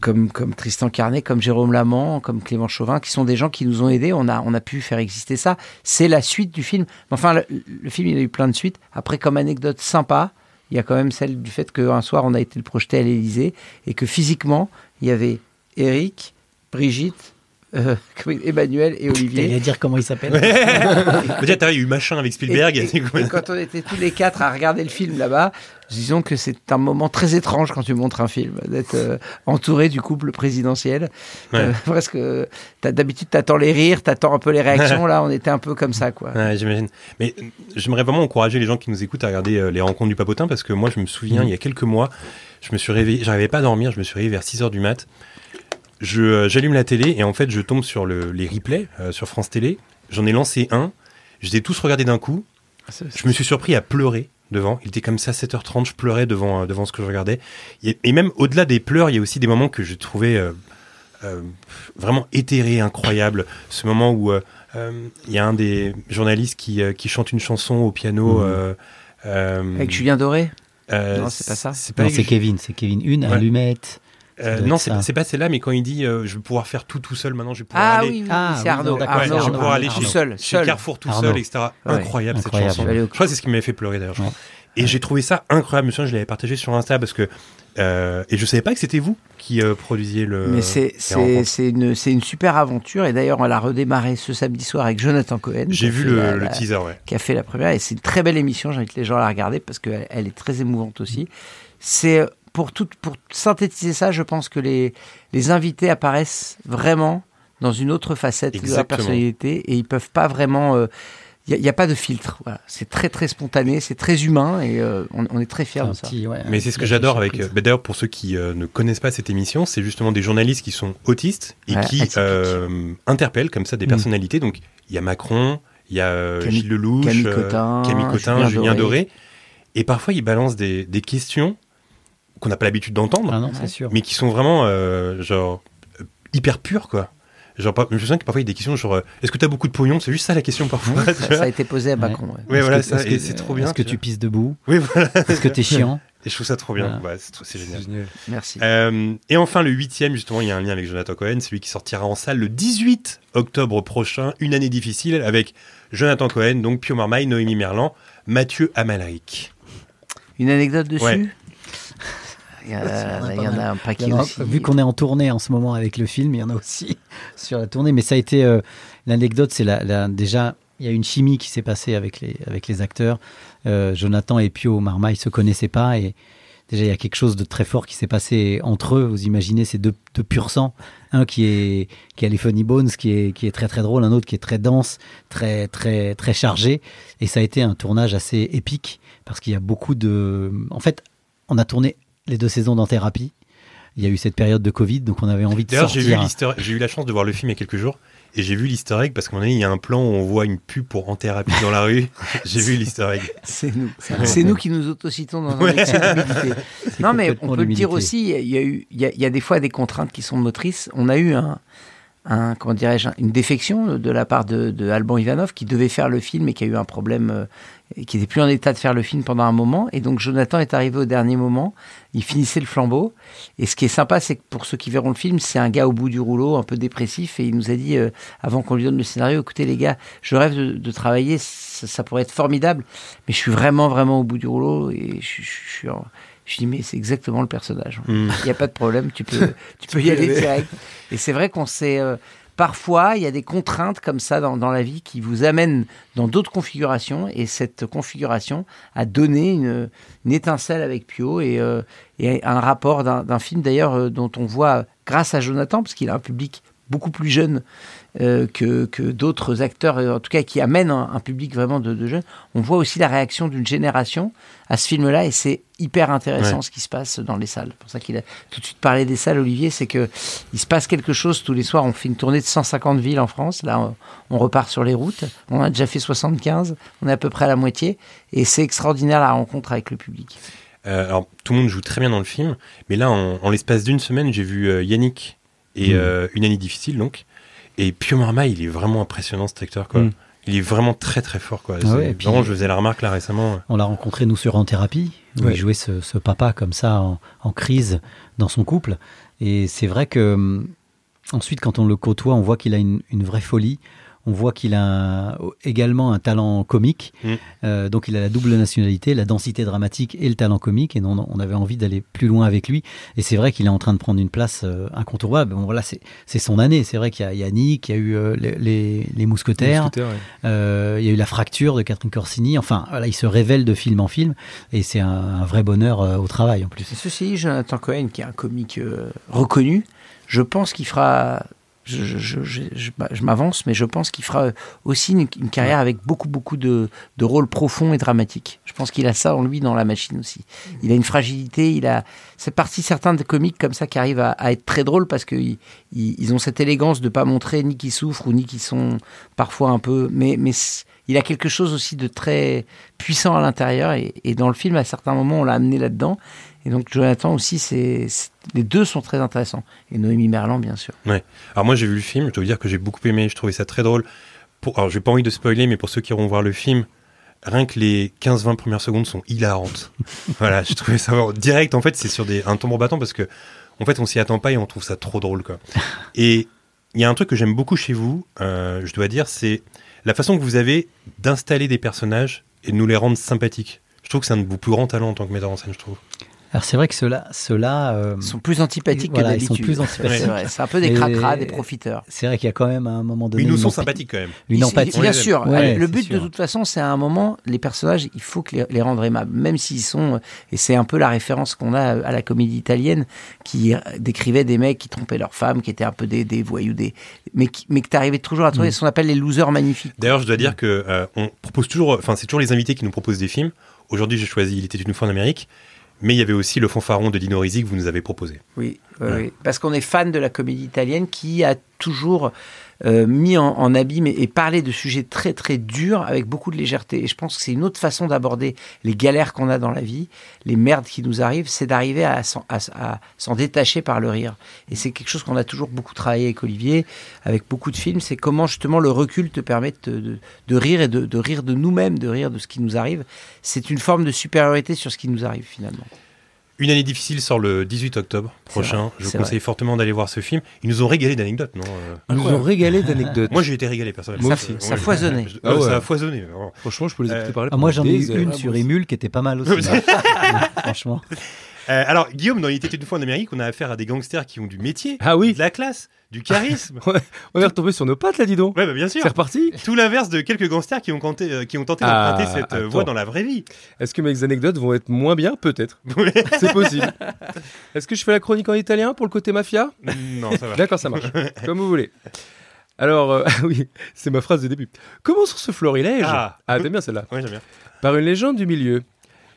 S7: comme, comme Tristan Carnet, comme Jérôme Lamant, comme Clément Chauvin, qui sont des gens qui nous ont aidés, on a, on a pu faire exister ça. C'est la suite du film. Mais Enfin, le, le film, il a eu plein de suites. Après, comme anecdote sympa, il y a quand même celle du fait qu'un soir, on a été le projeter à l'Élysée et que physiquement, il y avait Eric, Brigitte, euh, [LAUGHS] Emmanuel et
S6: Il
S7: Olivier.
S6: à dire comment il s'appelle.
S3: [LAUGHS] Déjà, t'as eu machin avec Spielberg.
S7: Et-
S3: et c'est quoi
S7: Et quand on était tous les quatre à regarder le film là-bas, disons que c'est un moment très étrange quand tu montres un film, d'être euh, entouré du couple présidentiel. Euh, [LAUGHS] presque, euh, t'as- d'habitude, t'attends les rires, t'attends un peu
S3: [LAUGHS]
S7: les réactions. là, on était un peu comme ça, quoi.
S3: [LAUGHS] Ouais, j'imagine. Mais euh, j'aimerais vraiment encourager les gens qui nous écoutent à regarder euh, les rencontres du papotin parce que moi, je me souviens,
S7: Mm.
S3: il y a quelques mois, je me suis réveillé, j'arrivais pas à dormir, je me suis réveillé vers 6 heures du mat. Je, euh, j'allume la télé et en fait, je tombe sur le- les replays euh, sur France Télé. J'en ai lancé un. Je les ai tous regardés d'un coup. Je me suis surpris à pleurer devant. Il était comme ça, 7h30, je pleurais devant, euh, devant ce que je regardais. Et, et même au-delà des pleurs, il y a aussi des moments que je trouvais euh, euh, vraiment éthérés, incroyables. Ce moment où euh, euh, il y a un des journalistes qui, euh, qui chante une chanson au piano. euh, euh,
S7: Avec Julien Doré.
S3: euh,
S7: Non, c'est pas ça.
S3: C'est pas
S6: Non,
S3: avec
S6: c'est
S3: Ju-
S6: Kevin, c'est Kevin. Une
S3: Ouais.
S6: allumette.
S3: euh,
S6: doit
S3: non,
S6: être
S3: c'est
S6: ça.
S3: pas- c'est pas celle-là, mais quand il dit euh, je vais pouvoir faire tout tout seul maintenant, je vais pouvoir
S7: Ah
S3: aller
S7: oui, oui, oui,
S6: Ah,
S7: c'est
S6: oui,
S7: Arnaud.
S6: non, d'accord,
S7: Arnaud,
S3: je vais pouvoir aller
S7: Arnaud.
S3: chez-
S7: seul,
S3: chez
S7: seul.
S3: Carrefour tout
S6: Arnaud.
S3: seul, etc.
S7: Ouais.
S3: Incroyable, cette
S6: Incroyable.
S3: chanson.
S7: Je vais aller au-
S3: Je crois que c'est ce qui m'avait fait pleurer d'ailleurs. je crois. Et j'ai trouvé ça incroyable. Je me souviens, je l'avais partagé sur Insta parce que. euh, et je savais pas que c'était vous qui euh, produisiez le.
S7: Mais c'est-
S3: les
S7: c'est
S3: rencontres.
S7: c'est une, c'est une super aventure. Et d'ailleurs, on l'a redémarré ce samedi soir avec Jonathan Cohen.
S3: J'ai
S7: qui
S3: vu
S7: fait
S3: le,
S7: la-
S3: le
S7: la-
S3: teaser, ouais.
S7: qui a fait la première. Et c'est une très belle émission. J'invite les gens à la regarder parce qu'elle elle est très émouvante aussi. C'est euh, pour tout, pour synthétiser ça, je pense que les, les invités apparaissent vraiment dans une autre facette de la
S3: Exactement.
S7: personnalité et ils peuvent pas vraiment. euh, Il n'y a, pas de filtre. Voilà. C'est très très spontané, c'est très humain et euh, on, on est très fiers
S6: Un
S7: de ça.
S6: petit, ouais,
S3: Mais c'est ce
S6: la
S3: que j'adore avec.
S6: surprise.
S3: euh, bah, D'ailleurs, pour ceux qui euh, ne connaissent pas cette émission, c'est justement des journalistes qui sont autistes et
S7: Ouais,
S3: qui
S7: atypiques.
S3: euh, interpellent comme ça des
S4: Mm.
S3: personnalités. Donc, il y a Macron, il y a euh,
S7: Camille-
S3: Gilles Lelouch,
S7: Camille
S3: euh,
S7: Cotin,
S3: Camille Cotin,
S7: Julien
S3: Julien,
S7: Doré.
S3: Doré. Et parfois, ils balancent des, des questions qu'on n'a pas l'habitude d'entendre.
S6: Ah non, c'est sûr.
S3: mais qui sont vraiment euh, genre euh, hyper purs quoi. Genre, par- je me souviens que parfois il y a des questions genre euh, est-ce que t'as beaucoup de pognon C'est juste ça la question parfois. tu
S7: Hein Ça, ça
S3: vois.
S7: a été posé à
S6: Ouais.
S7: Macron. ouais.
S3: Ouais, voilà,
S6: Est-ce que-
S3: ça,
S6: est-ce
S3: et
S6: que- euh,
S3: c'est trop bien.
S6: Est-ce que
S3: tu
S6: tu
S3: vois. [LAUGHS]
S6: pisses debout
S3: Oui, voilà.
S6: Est-ce que t'es chiant
S3: Et je trouve ça trop bien.
S6: Voilà.
S3: Ouais, c'est trop- c'est génial.
S7: Merci.
S3: Euh, et enfin, le huitième, justement, il y a un lien avec Jonathan Cohen, celui qui sortira en salle le 18 octobre prochain, une année difficile, avec Jonathan Cohen, donc Pio Marmaille, Noémie Merlan, Mathieu Amalric.
S7: Une anecdote dessus
S3: Ouais.
S7: Il y,
S6: Il
S7: en
S6: y en a
S7: a,
S6: pas
S7: il y en a
S6: mal.
S7: un
S6: Il
S7: paquet
S6: y en a-
S7: aussi.
S6: vu qu'on est en tournée en ce moment avec le film, il y en a aussi [LAUGHS] sur la tournée. Mais ça a été euh, l'anecdote, c'est la, la- déjà il y a une chimie qui s'est passée avec les avec les acteurs. Euh, Jonathan et Pio Marmaille se connaissaient pas et déjà il y a quelque chose de très fort qui s'est passé entre eux. Vous imaginez ces deux, deux pur sang, un qui est qui a les funny bones, qui est qui est très très drôle, un autre qui est très dense, très très très chargé. Et ça a été un tournage assez épique parce qu'il y a beaucoup de. En fait, on a tourné les deux saisons dans thérapie. Il y a eu cette période de Covid, donc on avait envie de
S3: D'ailleurs, j'ai vu
S6: sortir.
S3: l'histor- j'ai eu la chance de voir le film il y a quelques jours. Et j'ai vu l'easter egg parce qu'à un moment donné, il y a un plan où on voit une pub pour en thérapie dans la
S6: [LAUGHS]
S3: rue. [LAUGHS] J'ai vu l'easter egg.
S7: C'est nous.
S6: un
S7: C'est
S6: peu-
S7: nous qui nous autocitons dans un
S3: Ouais.
S7: excès d'humilité.
S6: C'est
S7: Non, mais
S6: complètement
S7: on peut le
S6: l'humilité.
S7: dire aussi, il y a, eu, il y a- il y a des fois des contraintes qui sont motrices. On a eu un, un comment dirais-je, une défection de la part de, de Alban Ivanov qui devait faire le film et qui a eu un problème, euh, et qui n'était plus en état de faire le film pendant un moment. Et donc Jonathan est arrivé au dernier moment. Il finissait le flambeau. Et ce qui est sympa, c'est que pour ceux qui verront le film, c'est un gars au bout du rouleau, un peu dépressif, et il nous a dit euh, avant qu'on lui donne le scénario, écoutez les gars, je rêve de, de travailler, ça, ça pourrait être formidable, mais je suis vraiment vraiment au bout du rouleau et je, je- je suis en- je dis mais c'est exactement le personnage. hein.
S6: Mm.
S3: Hmm.
S7: [LAUGHS] Il n'y a pas de problème, tu peux, tu peux y aller direct. Et c'est vrai qu'on s'est... euh, parfois, il y a des contraintes comme ça dans, dans la vie qui vous amènent dans d'autres configurations. Et cette configuration a donné une, une étincelle avec Pio et, euh, et un rapport d'un d'un film d'ailleurs euh, dont on voit, grâce à Jonathan, parce qu'il a un public beaucoup plus jeune euh, que, que d'autres acteurs, euh, en tout cas qui amènent un, un public vraiment de, de jeunes, on voit aussi la réaction d'une génération à ce film-là et c'est hyper intéressant
S3: Ouais.
S7: ce qui se passe dans les salles. C'est pour ça qu'il a tout de suite parlé des salles, Olivier, c'est que il se passe quelque chose tous les soirs. On fait une tournée de 150 villes en France. Là, on, on repart sur les routes. On a déjà fait 75. On est à peu près à la moitié. Et c'est extraordinaire la rencontre avec le public.
S3: Euh, alors, tout le monde joue très bien dans le film, mais là, en, en l'espace d'une semaine, j'ai vu euh, Yannick
S6: Mm.
S3: et euh, Une année difficile, donc. Et Pio Marma, il est vraiment impressionnant, cet acteur, quoi.
S6: Mm.
S3: Il est vraiment très, très fort, quoi.
S6: Ah
S3: C'est-
S6: ouais, et puis-
S3: Vraiment, je faisais la remarque, là, récemment.
S6: On l'a rencontré, nous, sur En Thérapie, où
S5: Ouais.
S6: il jouait ce, ce papa comme ça, en, en crise dans son couple. Et c'est vrai que hum, ensuite, quand on le côtoie, on voit qu'il a une, une vraie folie. On voit qu'il a un- également un talent comique.
S3: Mm.
S6: Euh, donc, il a la double nationalité, la densité dramatique et le talent comique. Et on, on avait envie d'aller plus loin avec lui. Et c'est vrai qu'il est en train de prendre une place euh, incontournable. Bon, voilà, c'est c'est son année. C'est vrai qu'il y a Yannick, il y a eu euh, les, les- les mousquetaires.
S5: Mousquetaire, ouais.
S6: Euh, il y a eu La Fracture de Catherine Corsini. Enfin, voilà, il se révèle de film en film et c'est un, un vrai bonheur euh, au travail en plus.
S7: Et ceci, Jonathan Cohen, qui est un comique euh, reconnu, je pense qu'il fera. Je, je- je- je- je- bah, je m'avance, mais je pense qu'il fera aussi une, une carrière avec beaucoup, beaucoup de, de rôles profonds et dramatiques. Je pense qu'il a ça en lui dans la machine aussi. Il a une fragilité, il a. C'est parti certains des comiques comme ça qui arrivent à, à être très drôles parce qu'ils ils, ils ont cette élégance de pas montrer ni qu'ils souffrent ou ni qu'ils sont parfois un peu. Mais, mais c- il a quelque chose aussi de très puissant à l'intérieur et, et dans le film, à certains moments, on l'a amené là-dedans. Et donc Jonathan aussi, c'est c'est- les deux sont très intéressants. Et Noémie Merlan, bien sûr.
S3: Alors, moi, j'ai vu le film, je dois vous dire que j'ai beaucoup aimé, je trouvais ça très drôle. Pour... Alors, j'ai pas envie de spoiler, mais pour ceux qui iront voir le film, rien que les 15-20 premières secondes sont hilarantes. voilà, j'ai trouvé ça vraiment direct. En fait, c'est sur des... un tambour battant parce que, en fait, on s'y attend pas et on trouve ça trop drôle, quoi. Et il y a un truc que j'aime beaucoup chez vous, euh, je dois dire, c'est la façon que vous avez d'installer des personnages et de nous les rendre sympathiques. Je trouve que c'est un de vos plus grands talents en tant que metteur en scène, je trouve.
S6: Alors c'est vrai que ceux-là, ceux-là, euh,
S7: Ils sont plus antipathiques
S6: Voilà,
S7: que
S6: ils sont
S7: d'habitude. [LAUGHS]
S6: plus antipathiques.
S7: C'est vrai, C'est un peu des
S6: Et-
S7: cracras, des profiteurs.
S6: c'est vrai qu'il y a quand même à un moment donné
S3: Ils nous
S6: une
S3: sont
S6: empathie-
S3: sympathiques quand même.
S6: une
S7: Ils-
S6: empathie.
S7: Bien sûr.
S6: Ouais,
S7: le
S6: c'est
S7: but, de
S6: sûr.
S7: toute façon, c'est à un moment, les personnages, il faut que les, les rendre aimables, même s'ils sont. euh, Et c'est un peu la référence qu'on a à la comédie italienne, qui décrivait des mecs qui trompaient leurs femmes, qui étaient un peu des, des voyous, des. Mais, qui- mais que t'arrivais toujours à
S6: Mm.
S7: trouver ce qu'on appelle les losers magnifiques.
S3: D'ailleurs, je dois
S5: Mm.
S3: dire que euh, on propose toujours, enfin, c'est toujours les invités qui nous proposent des films. Aujourd'hui, j'ai choisi Il était une fois en Amérique, mais il y avait aussi Le fanfaron de Dino Risi que vous nous avez proposé.
S7: Oui, oui,
S3: Voilà.
S7: oui. parce qu'on est fan de la comédie italienne qui a toujours euh, mis en, en abîme et, et parlé de sujets très très durs avec beaucoup de légèreté. Et je pense que c'est une autre façon d'aborder les galères qu'on a dans la vie, les merdes qui nous arrivent, c'est d'arriver à s'en à s- à s'en détacher par le rire. Et c'est quelque chose qu'on a toujours beaucoup travaillé avec Olivier, avec beaucoup de films, c'est comment justement le recul te permet de, de- de rire et de, de rire de nous-mêmes, de rire de ce qui nous arrive. C'est une forme de supériorité sur ce qui nous arrive finalement.
S3: Une année difficile sort le 18 octobre
S7: C'est
S3: prochain.
S7: vrai,
S3: je vous
S7: c'est
S3: conseille fortement d'aller voir ce film. Ils nous ont régalé d'anecdotes, non euh,
S5: Ils nous ont régalé d'anecdotes.
S3: Moi, j'ai été régalé personnellement.
S5: Moi
S7: ça,
S5: aussi.
S3: [LAUGHS]
S7: ça foisonnait.
S3: Euh,
S5: Ah ouais.
S3: Ça a foisonné. vraiment.
S5: Franchement, je peux les écouter
S3: Euh,
S5: parler.
S6: Ah, moi
S5: pendant
S6: j'en ai
S5: des
S6: eu une
S5: heures.
S6: sur Emule qui était pas mal aussi. hein.
S3: Ouais.
S6: Franchement,
S3: Euh, alors, Guillaume, dans Il était une fois en Amérique, on a affaire à des gangsters qui ont du métier,
S5: Ah oui,
S3: de la classe, du
S5: [LAUGHS]
S3: charisme.
S5: on est retombé sur nos pattes là, dis donc.
S3: ouais, bah, bien sûr.
S5: C'est reparti.
S3: Tout l'inverse de quelques gangsters qui ont, canté- euh, qui ont tenté
S5: Ah,
S3: d'emprunter cette euh,
S5: attends.
S3: voie dans la vraie vie.
S5: Est-ce que mes anecdotes vont être moins bien Peut-être. C'est possible. Est-ce que je fais la chronique en italien pour le côté mafia
S3: non, ça va.
S5: D'accord, ça marche. Comme vous voulez. Alors, euh, [LAUGHS] oui, c'est ma phrase de début. Comment sur ce florilège
S3: Ah.
S5: Ah, t'aimes bien celle-là.
S3: Ouais, j'aime bien.
S5: Par une légende du milieu,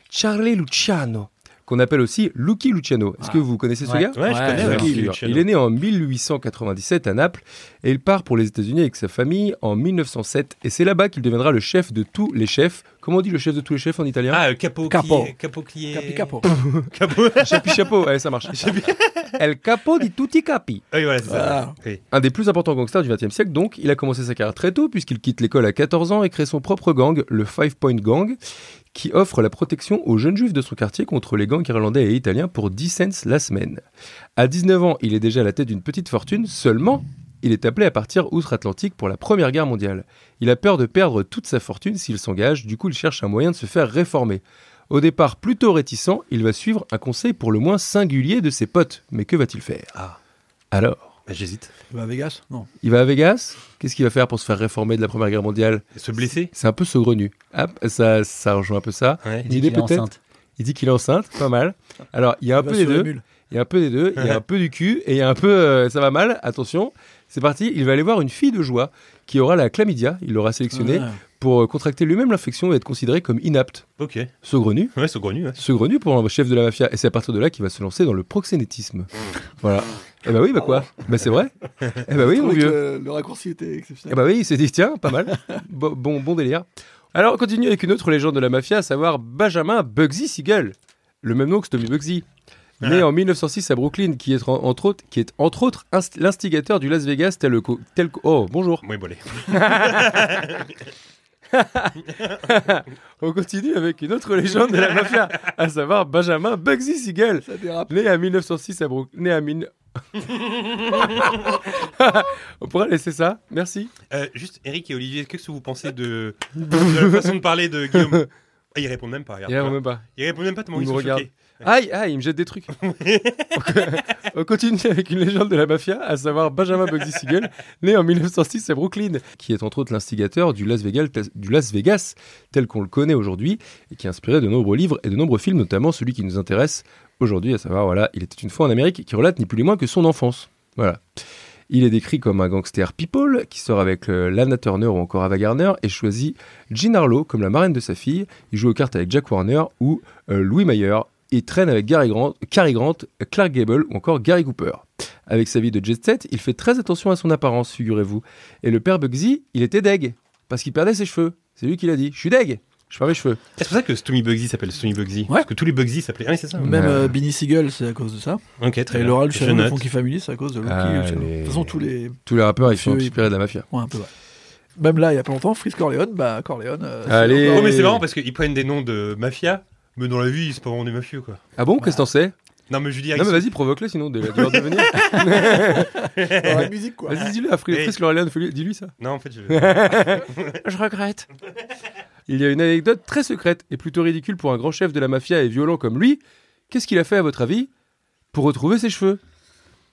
S5: Charlie Luciano, qu'on appelle aussi Lucky Luciano. Est-ce
S8: Ah.
S5: que vous connaissez ce
S8: Ouais.
S5: gars
S3: Ah, Ouais, je
S8: Ouais,
S3: connais.
S8: ouais.
S3: Lucky
S5: il,
S3: Luciano.
S5: il est né en 1897 à Naples et il part pour les États-Unis avec sa famille en 1907. Et c'est là-bas qu'il deviendra le chef de tous les chefs. Comment on dit le chef de tous les chefs en italien
S3: Ah, euh, Capo.
S4: Capo.
S3: qui- Capo qui est-
S4: Capi capo.
S3: Capo. [LAUGHS]
S5: Chapi chapeau, ouais, ça marche. El capo di tutti capi.
S3: Ah oui, voilà, c'est ça.
S4: Voilà.
S3: Oui.
S5: Un des plus importants gangsters du XXe siècle, donc, il a commencé sa carrière très tôt, puisqu'il quitte l'école à 14 ans et crée son propre gang, le Five Point Gang, qui offre la protection aux jeunes juifs de son quartier contre les gangs irlandais et italiens pour 10 cents la semaine. À 19 ans, il est déjà à la tête d'une petite fortune, seulement, il est appelé à partir outre-Atlantique pour la Première Guerre mondiale. Il a peur de perdre toute sa fortune s'il s'engage, du coup, il cherche un moyen de se faire réformer. Au départ plutôt réticent, il va suivre un conseil pour le moins singulier de ses potes. Mais que va-t-il faire
S3: Ah.
S5: Alors
S3: Bah, J'hésite.
S4: Bah, Vegas Non.
S5: il va à Vegas. Qu'est-ce qu'il va faire pour se faire réformer de la Première Guerre mondiale
S3: Se blesser
S5: C'est un peu saugrenu. Ah, ça, ça rejoint un peu ça.
S3: Ouais.
S5: Il est
S6: qu'il est
S5: peut-être-
S6: enceinte.
S5: Il dit qu'il est enceinte, pas mal. Alors, il y a un
S4: Il va
S5: peu des
S4: sur la
S5: deux.
S4: mule.
S5: Il y a un peu des deux. Il y a un peu du cul et il y a un peu euh, ça va mal. Attention, c'est parti. Il va aller voir une fille de joie qui aura la chlamydia. Il l'aura sélectionnée
S4: Ah.
S5: pour euh, contracter lui-même l'infection et être considéré comme inapte.
S3: Ok.
S5: Saugrenu.
S3: Ouais, hein. saugrenu, ouais.
S5: Saugrenu pour un chef de la mafia. Et c'est à partir de là qu'il va se lancer dans le proxénétisme. Voilà. Eh ben oui, bah quoi Bah c'est vrai. Eh ben oui,
S4: Je
S5: mon
S4: trouvais
S5: vieux.
S4: que Le, le raccourci était
S5: Eh
S4: exceptionnel.
S5: bah oui, il s'est dit, tiens, pas mal. Bon, bon, bon délire. Alors, on continue avec une autre légende de la mafia, à savoir Benjamin Bugsy Siegel, le même nom que Tommy Bugsy. Né en 1906 à Brooklyn, qui est en- entre autres, qui est entre autres inst- l'instigateur du Las Vegas tel co- tel co- oh bonjour.
S3: Oui, bon, allez.
S5: On continue avec une autre légende de la mafia, à savoir Benjamin Bugsy Siegel,
S4: Ça dérape.
S5: Né à 1906 à Brooklyn. Né à mine. [LAUGHS] On pourra laisser ça, merci.
S3: Euh, juste, Eric et Olivier, qu'est-ce que vous pensez de, de la façon de parler de
S5: [LAUGHS]
S3: Guillaume Ah, Ils répondent même pas, regarde.
S5: Et là, on même pas.
S3: Ils répondent même pas, tellement
S5: Ils
S3: ils
S5: me
S3: sont
S5: regardent.
S3: choqués.
S5: Aïe, aïe, il me jette des trucs. On continue avec une légende de la mafia, à savoir Benjamin Bugsy Siegel, né en 1906 à Brooklyn, qui est entre autres l'instigateur du Las Vegas, du Las Vegas tel qu'on le connaît aujourd'hui, et qui a inspiré de nombreux livres et de nombreux films, notamment celui qui nous intéresse aujourd'hui, à savoir, voilà, Il était une fois en Amérique, qui relate ni plus ni moins que son enfance. Voilà. Il est décrit comme un gangster people qui sort avec euh, Lana Turner ou encore Ava Gardner et choisit Jean Harlow comme la marraine de sa fille. Il joue aux cartes avec Jack Warner ou euh, Louis Mayer et traîne avec Gary Grant, Cary Grant, euh, Clark Gable ou encore Gary Cooper. Avec sa vie de jet set, il fait très attention à son apparence, figurez-vous. Et le père Bugsy, il était deg parce qu'il perdait ses cheveux. C'est lui qui l'a dit. Je suis deg. Je perds mes cheveux.
S3: C'est pour ça que Stommy Bugsy s'appelle Stommy Bugsy. Parce que tous les Bugsy s'appelaient. Ah, oui, c'est ça.
S4: Même
S5: Ouais.
S4: euh, Beanie Siegel, c'est à cause de ça.
S3: Ok, très
S4: Et
S3: bien.
S4: Laura le
S3: Je
S4: Chalon, le
S3: note.
S4: Funky Family, c'est à cause de Loki.
S5: Allez.
S4: Luciano. De toute façon, tous les.
S5: Tous les rappeurs, ils sont
S4: Monsieur, il-
S5: inspirés de la mafia.
S4: Ouais, un peu, ouais. Même là, il y a pas longtemps, Freeze Corleone, bah Corleone. euh, c'est
S5: Allez.
S4: encore-
S3: Oh, mais c'est marrant parce qu'ils prennent des noms de mafia, mais dans la vie, c'est pas vraiment des mafieux, quoi.
S5: Ah bon Qu'est-ce que t'en sais
S3: Non, mais je veux dire,
S5: Non, mais
S3: ils-
S5: vas-y, provoque-le sinon, de, de leur devenir.
S4: dans la musique, quoi.
S5: Vas-y, dis-lui, à Fri-
S3: Mais-
S5: Fritz Laurelien, fais-lui- dis-lui ça.
S3: non, en fait, je.
S5: [LAUGHS] Je regrette. Il y a une anecdote très secrète et plutôt ridicule pour un grand chef de la mafia et violent comme lui. Qu'est-ce qu'il a fait, à votre avis, pour retrouver ses cheveux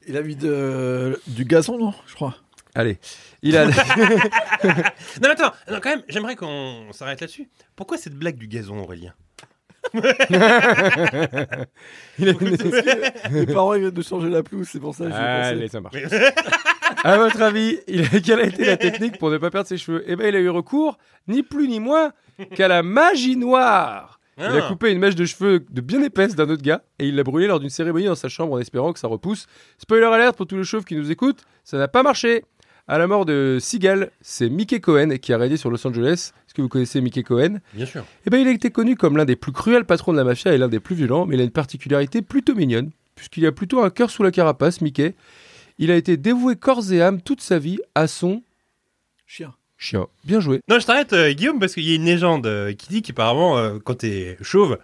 S4: Il a mis de... du gazon, non Je crois.
S5: Allez, il a... [LAUGHS]
S3: Non, mais attends, non, quand même, j'aimerais qu'on s'arrête là-dessus. Pourquoi cette blague du gazon,
S5: [LAUGHS]
S3: Aurélien
S5: il a une-
S4: Mes parents ils viennent de changer la pelouse, c'est pour ça que j'ai pensé.
S5: Allez, ça marche. [LAUGHS] à votre avis, il a... quelle a été la technique pour ne pas perdre ses cheveux Eh bien, il a eu recours, ni plus ni moins, qu'à la magie noire. Il a
S3: Ah.
S5: coupé une mèche de cheveux de bien épaisse d'un autre gars et il l'a brûlée lors d'une cérémonie dans sa chambre en espérant que ça repousse. Spoiler alerte pour tous les chauves qui nous écoutent, ça n'a pas marché. À la mort de Seagal, c'est Mickey Cohen qui a régné sur Los Angeles. Est-ce que vous connaissez Mickey Cohen
S3: Bien sûr.
S5: eh ben, il a été connu comme l'un des plus cruels patrons de la mafia et l'un des plus violents, mais il a une particularité plutôt mignonne, puisqu'il a plutôt un cœur sous la carapace, Mickey. Il a été dévoué corps et âme toute sa vie à son
S4: Chien.
S5: chien. Bien joué.
S3: Non, je t'arrête, euh, Guillaume, parce qu'il y a une légende euh, qui dit qu'apparemment, euh, quand t'es chauve,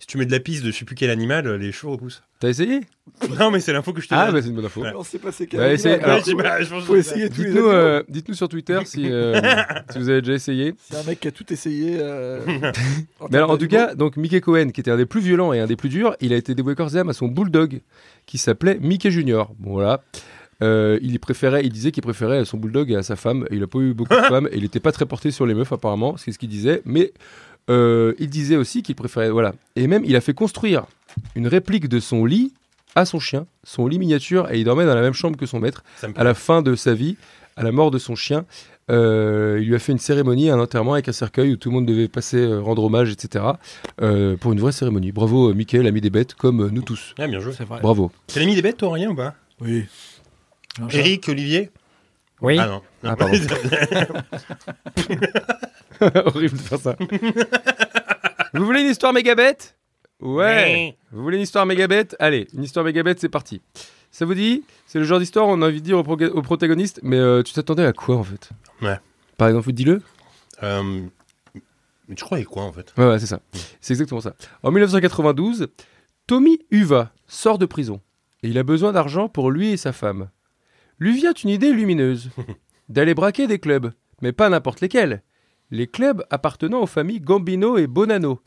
S3: si tu mets de la pisse de je sais plus quel animal, euh, les cheveux repoussent. [LAUGHS]
S5: T'as essayé
S3: Non, mais c'est l'info que je te
S5: Ah,
S3: donne.
S5: bah c'est une bonne info.
S3: Ouais.
S4: Alors, c'est passé
S5: Ouais,
S4: carrément.
S5: c'est-
S4: là,
S5: alors-
S3: Ouais, j'ai- bah, je pense que
S4: faut
S3: c'est
S4: essayer tous les
S5: Dites-nous,
S4: animaux.
S5: euh, dites-nous sur Twitter si,
S4: [LAUGHS]
S5: euh, si vous avez déjà essayé.
S4: C'est un mec qui a tout essayé. euh, en
S5: [LAUGHS] Mais alors, en
S4: termes
S5: tout
S4: d'animaux.
S5: cas, donc Mickey Cohen, qui était un des plus violents et un des plus durs, il a été dévoué corps et âme à son bulldog, qui s'appelait Mickey Junior. Bon, voilà. Euh, il, y préférait, il disait qu'il préférait son bulldog à sa femme. Il n'a pas eu
S4: [LAUGHS]
S5: beaucoup de femmes et il n'était pas très porté sur les meufs, apparemment. C'est ce qu'il disait. Mais euh, il disait aussi qu'il préférait. Voilà. Et même, il a fait construire une réplique de son lit à son chien, son lit miniature, et il dormait dans la même chambre que son maître
S3: Ça me
S5: à la fin de sa vie. à la mort de son chien, euh, il lui a fait une cérémonie, un enterrement avec un cercueil où tout le monde devait passer, euh, rendre hommage, etc. euh, pour une vraie cérémonie. Bravo, euh, Michael, ami des bêtes, comme euh, nous tous.
S3: Ah, bien joué.
S8: C'est vrai.
S5: Bravo.
S3: T'as l'ami des bêtes, toi, rien ou pas
S8: Oui. Un chat.
S3: Eric, Olivier
S6: Oui.
S3: Ah non.
S5: Ah,
S3: [LAUGHS]
S5: pardon. [LAUGHS] Horrible de faire ça. [LAUGHS] Vous voulez une histoire méga bête Ouais. Vous voulez une histoire méga bête Allez, une histoire méga bête, c'est parti. Ça vous dit C'est le genre d'histoire, on a envie de dire au, proga- au protagoniste, mais euh, tu t'attendais à quoi en fait
S3: Ouais.
S5: Par exemple, dis-le
S3: Euh, mais tu croyais quoi, en fait
S5: Ouais, ouais, c'est ça. C'est exactement ça. En 1992, Tommy Uva sort de prison et il a besoin d'argent pour lui et sa femme. Lui vient une
S3: [LAUGHS]
S5: idée lumineuse d'aller braquer des clubs, mais pas n'importe lesquels. Les clubs appartenant aux familles Gambino et
S3: [LAUGHS]
S5: Bonanno,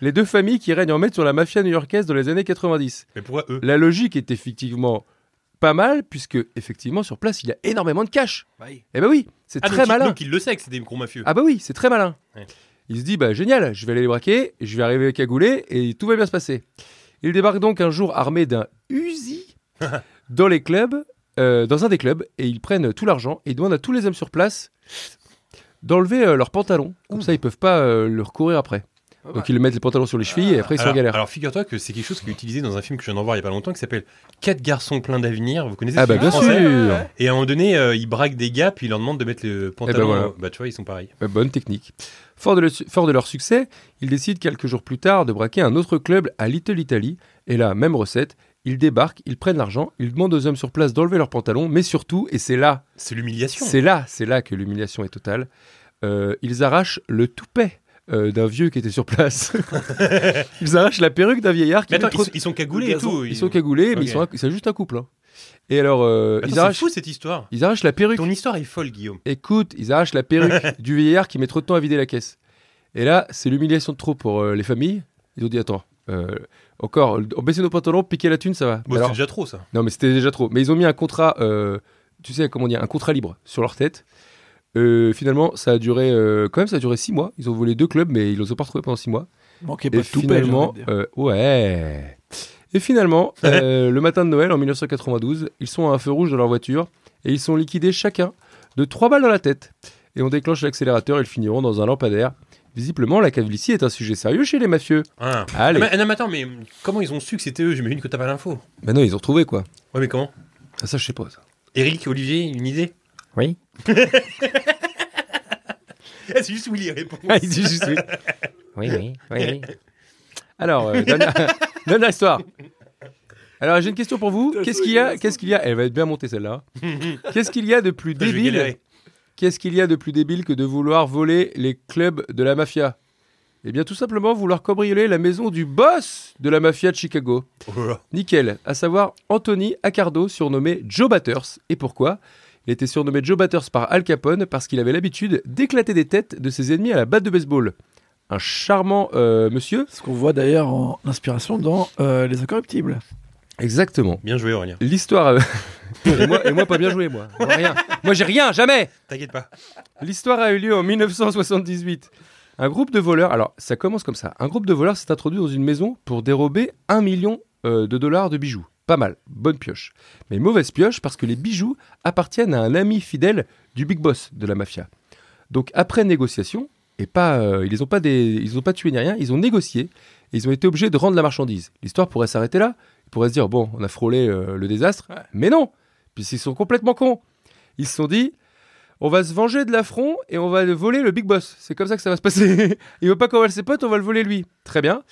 S5: les deux familles qui règnent en maître sur la mafia new-yorkaise dans les années 90.
S3: Mais pourquoi eux
S5: La logique est effectivement pas mal, puisque effectivement sur place il y a énormément de cash.
S8: Oui.
S5: Eh ben oui, c'est
S3: Bah Ah,
S5: très
S3: donc, il-
S5: malin.
S3: Donc il le sait que c'est des gros mafieux.
S5: Ah bah oui, c'est très malin.
S3: Ouais.
S5: Il se dit bah génial, je vais aller les braquer, je vais arriver cagoulé et tout va bien se passer. Il débarque donc un jour armé d'un
S3: [LAUGHS]
S5: Uzi dans les clubs, euh, dans un des clubs, et ils prennent tout l'argent et ils demandent à tous les hommes sur place d'enlever euh, leurs pantalons. Comme ça, ils peuvent pas euh, leur courir après. Donc ils mettent les pantalons sur les chevilles et après ils sont en
S3: Ah bah. alors,
S5: galère.
S3: alors, figure-toi que c'est quelque chose qui est utilisé dans un film que je viens d'en voir il y a pas longtemps qui s'appelle Quatre garçons pleins d'avenir. Vous connaissez
S5: ah
S3: ce
S5: bah
S3: film
S5: bien sûr.
S3: français Et à un moment donné, euh, ils braquent des gars, puis ils leur demandent de mettre le pantalon.
S5: Eh ben, voilà.
S3: euh, Bah, tu vois, ils sont pareils.
S5: Euh, Bonne technique. Fort de, le- fort de leur succès, ils décident quelques jours plus tard de braquer un autre club à Little Italy. Et là, même recette, ils débarquent, ils prennent l'argent, ils demandent aux hommes sur place d'enlever leurs pantalons, mais surtout, et c'est là,
S3: C'est l'humiliation.
S5: c'est là, c'est là que l'humiliation est totale, euh, ils arrachent le toupet euh, d'un vieux qui était
S3: [LAUGHS]
S5: sur place. ils arrachent la perruque d'un vieillard qui
S3: Mais attends,
S5: était trop-
S3: ils, sont- ils sont cagoulés et tout.
S5: Ils sont cagoulés, mais
S3: Ok.
S5: ils sont un- c'est juste un couple. hein. Et alors, euh,
S3: Attends,
S5: ils,
S3: c'est
S5: arrachent,
S3: fou cette histoire.
S5: ils arrachent la perruque.
S3: Ton histoire est folle, Guillaume.
S5: Écoute, ils arrachent la perruque du vieillard qui met trop de temps à vider la caisse. Et là, c'est l'humiliation de trop pour euh, les familles. Ils ont dit attends, euh, encore, on baissait nos pantalons, piquer la thune, ça va.
S3: Bon,
S5: Alors-
S3: c'est déjà trop ça.
S5: Non, mais c'était déjà trop. Mais ils ont mis un contrat, euh, tu sais comment dire, un contrat libre sur leur tête. Euh, finalement, ça a duré euh, quand même, ça a duré six mois. Ils ont volé deux clubs, mais ils les ont pas retrouvés pendant six mois.
S8: Manquez pas
S5: Et
S8: de tout belle, j'ai
S5: finalement,
S8: envie de dire.
S5: euh, ouais. Et finalement, euh, le matin de Noël en 1992, ils sont à un feu rouge dans leur voiture et ils sont liquidés chacun de trois balles dans la tête. Et on déclenche l'accélérateur et ils finiront dans un lampadaire. Visiblement, la calvitie est un sujet sérieux chez les mafieux.
S3: Hein.
S5: Allez.
S3: Ah, mais, non, mais attends, mais comment ils ont su que c'était eux J'imagine que t'as pas l'info.
S5: Ben non, ils ont trouvé quoi.
S3: Ouais, mais comment
S5: Ah, ça, je sais pas. ça.
S3: Eric, Olivier, une idée [LAUGHS]
S6: Oui.
S3: Ah, C'est juste Willy répond.
S5: Ah, il dit juste oui.
S6: Oui, oui, oui.
S5: [LAUGHS] Alors, euh, dernière, [LAUGHS] dernière histoire. Alors, j'ai une question pour vous. Qu'est-ce qu'il y a Qu'est-ce qu'il y a Elle va être bien montée celle-là. Qu'est-ce qu'il y a de plus
S3: Putain, je vais
S5: débile
S3: galérer.
S5: Qu'est-ce qu'il y a de plus débile que de vouloir voler les clubs de la mafia Eh bien, tout simplement vouloir cambrioler la maison du boss de la mafia de Chicago.
S3: Oh là là.
S5: Nickel, à savoir Anthony Accardo, surnommé Joe Batters. Et pourquoi Il était surnommé Joe Batters par Al Capone parce qu'il avait l'habitude d'éclater des têtes de ses ennemis à la batte de baseball. Un charmant euh, monsieur.
S8: Ce qu'on voit d'ailleurs en inspiration dans euh, Les Incorruptibles.
S5: Exactement.
S3: Bien joué, Aurélien.
S5: L'histoire. euh, et, moi, et moi, pas bien joué, moi. Moi, rien. Moi, j'ai rien, jamais
S3: T'inquiète pas.
S5: L'histoire a eu lieu en 1978. Un groupe de voleurs, alors ça commence comme ça, un groupe de voleurs s'est introduit dans une maison pour dérober un million euh, de dollars de bijoux. Pas mal, bonne pioche. Mais mauvaise pioche parce que les bijoux appartiennent à un ami fidèle du big boss de la mafia. Donc après négociation, et pas, euh, ils les ont pas des, ils ont pas tué ni rien, ils ont négocié et ils ont été obligés de rendre la marchandise. L'histoire pourrait s'arrêter là. Ils pourraient se dire bon, on a frôlé euh, le désastre, mais non, puisqu'ils sont complètement cons. Ils se sont dit on va se venger de l'affront et on va voler le Big Boss. C'est comme ça que ça va se passer. [LAUGHS] il veut pas qu'on vole ses potes, on va le voler lui. Très bien.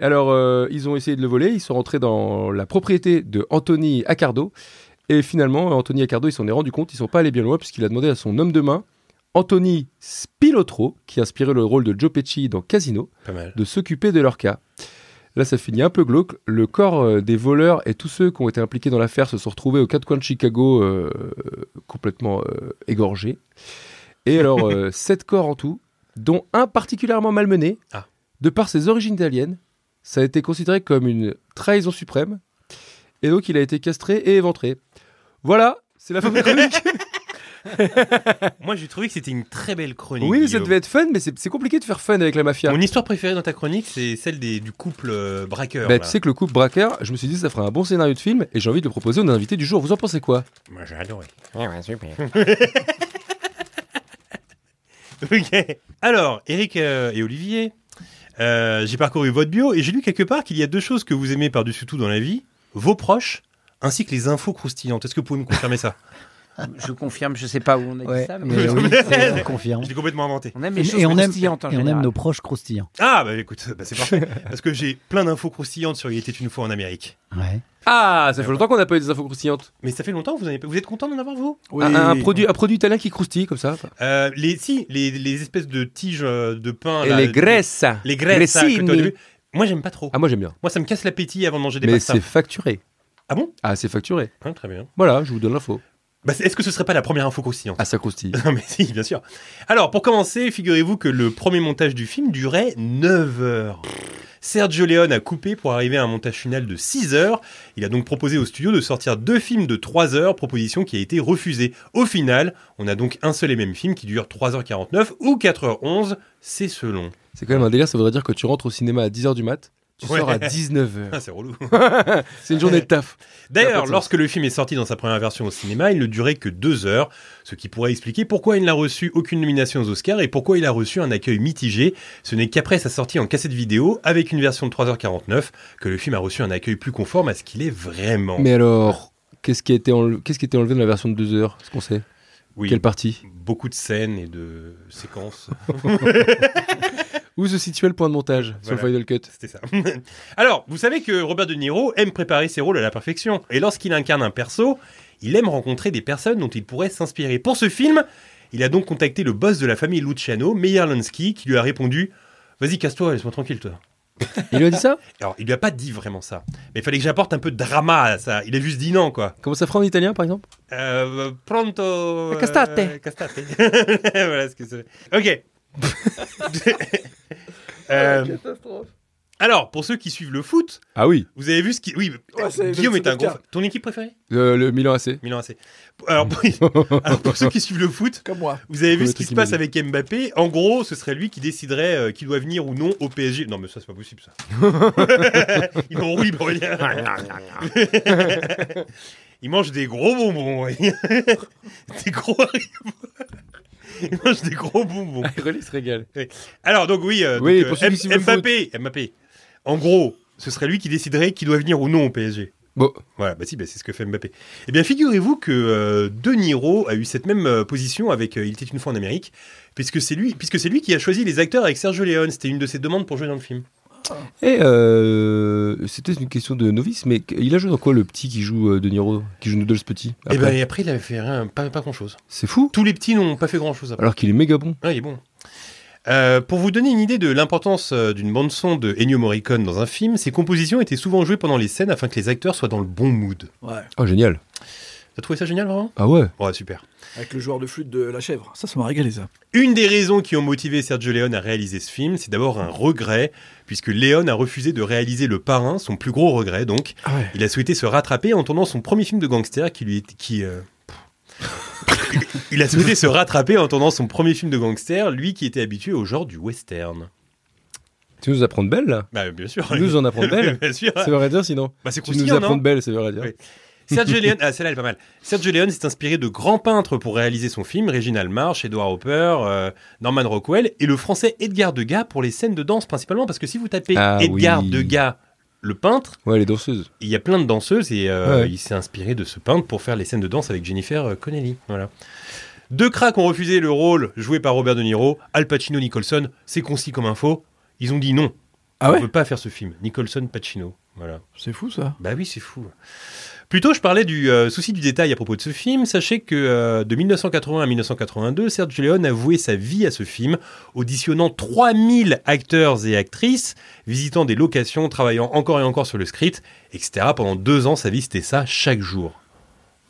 S5: Alors, euh, ils ont essayé de le voler. Ils sont rentrés dans la propriété de Anthony Accardo. Et finalement, euh, Anthony Accardo, il s'en est rendu compte. Ils sont pas allés bien loin puisqu'il a demandé à son homme de main, Anthony Spilotro, qui a inspiré le rôle de Joe Pesci dans Casino,
S3: Pas mal.
S5: de s'occuper de leur cas. Là, ça finit un peu glauque. Le corps euh, des voleurs et tous ceux qui ont été impliqués dans l'affaire se sont retrouvés aux quatre coins de Chicago euh, complètement euh, égorgés. Et alors, euh, sept corps en tout, dont un particulièrement malmené,
S3: Ah.
S5: de par ses origines italiennes, ça a été considéré comme une trahison suprême. Et donc, il a été castré et éventré. Voilà, c'est la fin de la chronique.
S3: [LAUGHS] Moi, j'ai trouvé que c'était une très belle chronique.
S5: Oui, mais ça
S3: Guillaume.
S5: devait être fun, mais c'est c'est compliqué de faire fun avec la mafia.
S3: Mon histoire préférée dans ta chronique, c'est celle des, du couple euh, braqueur.
S5: Bah,
S3: là.
S5: tu sais que le couple braqueur, je me suis dit ça ferait un bon scénario de film et j'ai envie de le proposer aux invités du jour. Vous en pensez
S3: [LAUGHS]
S5: quoi
S3: Moi, j'ai adoré.
S9: Ouais, Eh ouais, super.
S3: [LAUGHS] Ok. Alors, Eric euh, et Olivier, euh, j'ai parcouru votre bio et j'ai lu quelque part qu'il y a deux choses que vous aimez par-dessus tout dans la vie vos proches ainsi que les infos croustillantes. Est-ce que vous pouvez me confirmer ça
S7: Je confirme, je sais pas où on a
S6: Ouais,
S7: dit ça, mais,
S6: mais oui, c'est- on
S3: [LAUGHS]
S6: confirme.
S3: Je l'ai complètement inventé.
S7: on aime les
S6: Et,
S7: choses
S6: et on aime, et
S7: croustillantes en
S6: on aime
S7: général.
S6: nos proches croustillants.
S3: Ah, bah écoute, bah, c'est [LAUGHS] parfait. Parce que j'ai plein d'infos croustillantes sur Il était une fois en Amérique.
S6: Ouais.
S5: Ah, ça fait longtemps qu'on n'a pas eu des infos croustillantes.
S3: Mais ça fait longtemps que vous, en avez pas- vous êtes content d'en avoir, vous
S5: Un, un produit, un produit italien qui croustille comme ça.
S3: Euh, les, Si, les, les espèces de tiges euh, de pain.
S5: Et
S3: là,
S5: les
S3: de-
S5: graisses.
S3: Les graisses, ça, que
S5: Graissini.
S3: t'as au début. Moi, j'aime pas trop.
S5: Ah, moi j'aime bien.
S3: Moi, ça me casse l'appétit avant de manger des
S5: Mais
S3: pastas.
S5: c'est facturé.
S3: Ah bon
S5: Ah, c'est facturé.
S3: Hein, Très bien.
S5: Voilà, je vous donne l'info.
S3: Bah, c'est- Est-ce que ce serait pas la première info croustillante [LAUGHS]
S5: Ah, ça croustille.
S3: Non mais si, bien sûr. Alors, pour commencer, figurez-vous que le premier montage du film durait 9 heures. Sergio Leone a coupé pour arriver à un montage final de 6 heures. Il a donc proposé au studio de sortir deux films de 3 heures, proposition qui a été refusée. Au final, on a donc un seul et même film qui dure 3h49 ou 4h11, c'est selon.
S5: C'est quand même un délire, ça voudrait dire que tu rentres au cinéma à 10h du mat, tu
S3: Ouais.
S5: sors à 19h.
S3: [LAUGHS] Ah, c'est relou.
S5: [LAUGHS]
S3: Euh,
S5: C'est une journée de taf. Ça a pas
S3: D'ailleurs,
S5: de
S3: lorsque le film est sorti dans sa première version au cinéma, il ne durait que deux heures, ce qui pourrait expliquer pourquoi il n'a reçu aucune nomination aux Oscars et pourquoi il a reçu un accueil mitigé. Ce n'est qu'après sa sortie en cassette vidéo, avec une version de 3h49, que le film a reçu un accueil plus conforme à ce qu'il est vraiment.
S5: Mais alors, qu'est-ce qui, a été enle- qu'est-ce qui a été enlevé dans la version de 2h Ce qu'on sait
S3: Oui,
S5: Quelle partie
S3: beaucoup de scènes et de séquences.
S5: Où se situait le point de montage sur le
S3: Voilà.
S5: Final Cut
S3: C'était ça. [LAUGHS] Alors, vous savez que Robert De Niro aime préparer ses rôles à la perfection. Et lorsqu'il incarne un perso, il aime rencontrer des personnes dont il pourrait s'inspirer. Pour ce film, il a donc contacté le boss de la famille Luciano, Meyer Lansky, qui lui a répondu Vas-y, casse-toi, laisse-moi tranquille, toi.
S5: Il lui a dit
S3: [LAUGHS]
S5: ça
S3: Alors, il lui a pas dit vraiment ça. Mais il fallait que j'apporte un peu de drama à ça. Il a juste dit non, quoi.
S5: Comment ça fera en italien par exemple
S3: Euh, pronto. euh,
S5: Castate.
S3: castate. [LAUGHS] voilà ce que c'est. [LAUGHS] Ok. Euh, alors, pour ceux qui suivent le foot,
S5: Ah oui,
S3: vous avez vu ce qui. Oui,
S8: Ouais, c'est-
S3: Guillaume
S8: c'est
S3: est un
S8: le
S3: gros.
S8: cas.
S3: fan. Ton équipe préférée
S5: Euh, le
S3: [LAUGHS]
S5: Milan AC.
S3: Milan AC. Alors, pour... alors, pour [LAUGHS] ceux qui suivent le foot,
S8: Comme moi.
S3: vous avez vu
S5: Premier
S3: ce qui
S5: truc
S3: se passe
S5: immédiat.
S3: avec Mbappé. En gros, ce serait lui qui déciderait euh, qui doit venir ou non au PSG. Non, mais ça, c'est pas possible,
S5: [LAUGHS]
S3: ça. Ils ont roulé pour rien.
S5: Ah,
S3: Ils mangent des gros bonbons.
S5: [LAUGHS]
S3: ouais. des gros haricots. Ils mangent des gros bonbons.
S5: Relais se régale.
S3: Alors, donc, oui, euh,
S5: Oui,
S3: donc,
S5: pour ceux qui
S3: M-
S5: suivent le
S3: Mbappé, Mbappé. En gros, ce serait lui qui déciderait qui doit venir ou non au PSG.
S5: Bon,
S3: Voilà, bah si, bah c'est ce que fait Mbappé. Eh bien, figurez-vous que euh, De Niro a eu cette même euh, position avec euh, Il était une fois en Amérique, puisque c'est lui, puisque c'est lui qui a choisi les acteurs avec Sergio Leone. C'était une de ses demandes pour jouer dans le film.
S5: et euh, c'était une question de novice, mais qu- il a joué dans quoi le petit qui joue euh, De Niro, qui joue Noodles petit
S3: Et
S5: après
S3: ben, et après, il avait fait rien, pas, pas grand-chose.
S5: C'est fou
S3: Tous les petits n'ont pas fait grand-chose après.
S5: Alors qu'il est méga bon.
S3: Ouais, il est bon. Euh, pour vous donner une idée de l'importance euh, d'une bande-son de Ennio Morricone dans un film, ses compositions étaient souvent jouées pendant les scènes afin que les acteurs soient dans le bon mood.
S8: Ouais.
S5: Ah génial.
S3: T'as trouvé ça génial, vraiment
S5: Ah ouais
S3: Ouais, super.
S8: Avec le joueur de flûte de la chèvre. Ça, ça m'a régalé, ça.
S3: Une des raisons qui ont motivé Sergio Leone à réaliser ce film, c'est d'abord un regret, puisque Leone a refusé de réaliser Le Parrain, son plus gros regret donc.
S8: Ah ouais.
S3: Il a souhaité se rattraper en tournant son premier film de gangster qui lui est- qui
S5: [LAUGHS]
S3: euh, Il a souhaité se rattraper en tournant son premier film de gangster, lui qui était habitué au genre du western.
S5: Tu nous apprends de belle là
S3: Bah bien sûr.
S5: Tu nous
S3: [LAUGHS]
S5: en apprends de belle
S3: Bien sûr.
S5: Ça veut rien dire sinon.
S3: Bah, c'est
S5: Tu nous
S3: croustillant, non
S5: apprends de belle, ça veut rien dire.
S3: Oui. Sergio Leone, ah, celle-là elle est pas mal. Sergio Leone s'est inspiré de grands peintres pour réaliser son film, Reginald Marsh, Edward Hopper, euh, Norman Rockwell et le français Edgar Degas pour les scènes de danse principalement parce que si vous tapez
S5: Ah
S3: Edgar
S5: oui.
S3: Degas le peintre,
S5: Ouais, les danseuses.
S3: il y a plein de danseuses et euh,
S5: Ouais.
S3: il s'est inspiré de ce peintre pour faire les scènes de danse avec Jennifer euh, Connelly. Voilà. Deux cracks ont refusé le rôle joué par Robert De Niro, Al Pacino, Nicholson, c'est concis comme info. Ils ont dit non,
S8: Ah
S3: on
S8: ouais
S3: ne veut pas faire ce film. Nicholson, Pacino. Voilà.
S8: C'est fou, ça.
S3: Bah oui, c'est fou. Plutôt, je parlais du euh, souci du détail à propos de ce film. Sachez que euh, de 1980 à 1982, Sergio Leone a voué sa vie à ce film, auditionnant 3000 acteurs et actrices, visitant des locations, travaillant encore et encore sur le script, etc. Pendant deux ans, sa vie, c'était ça, chaque jour.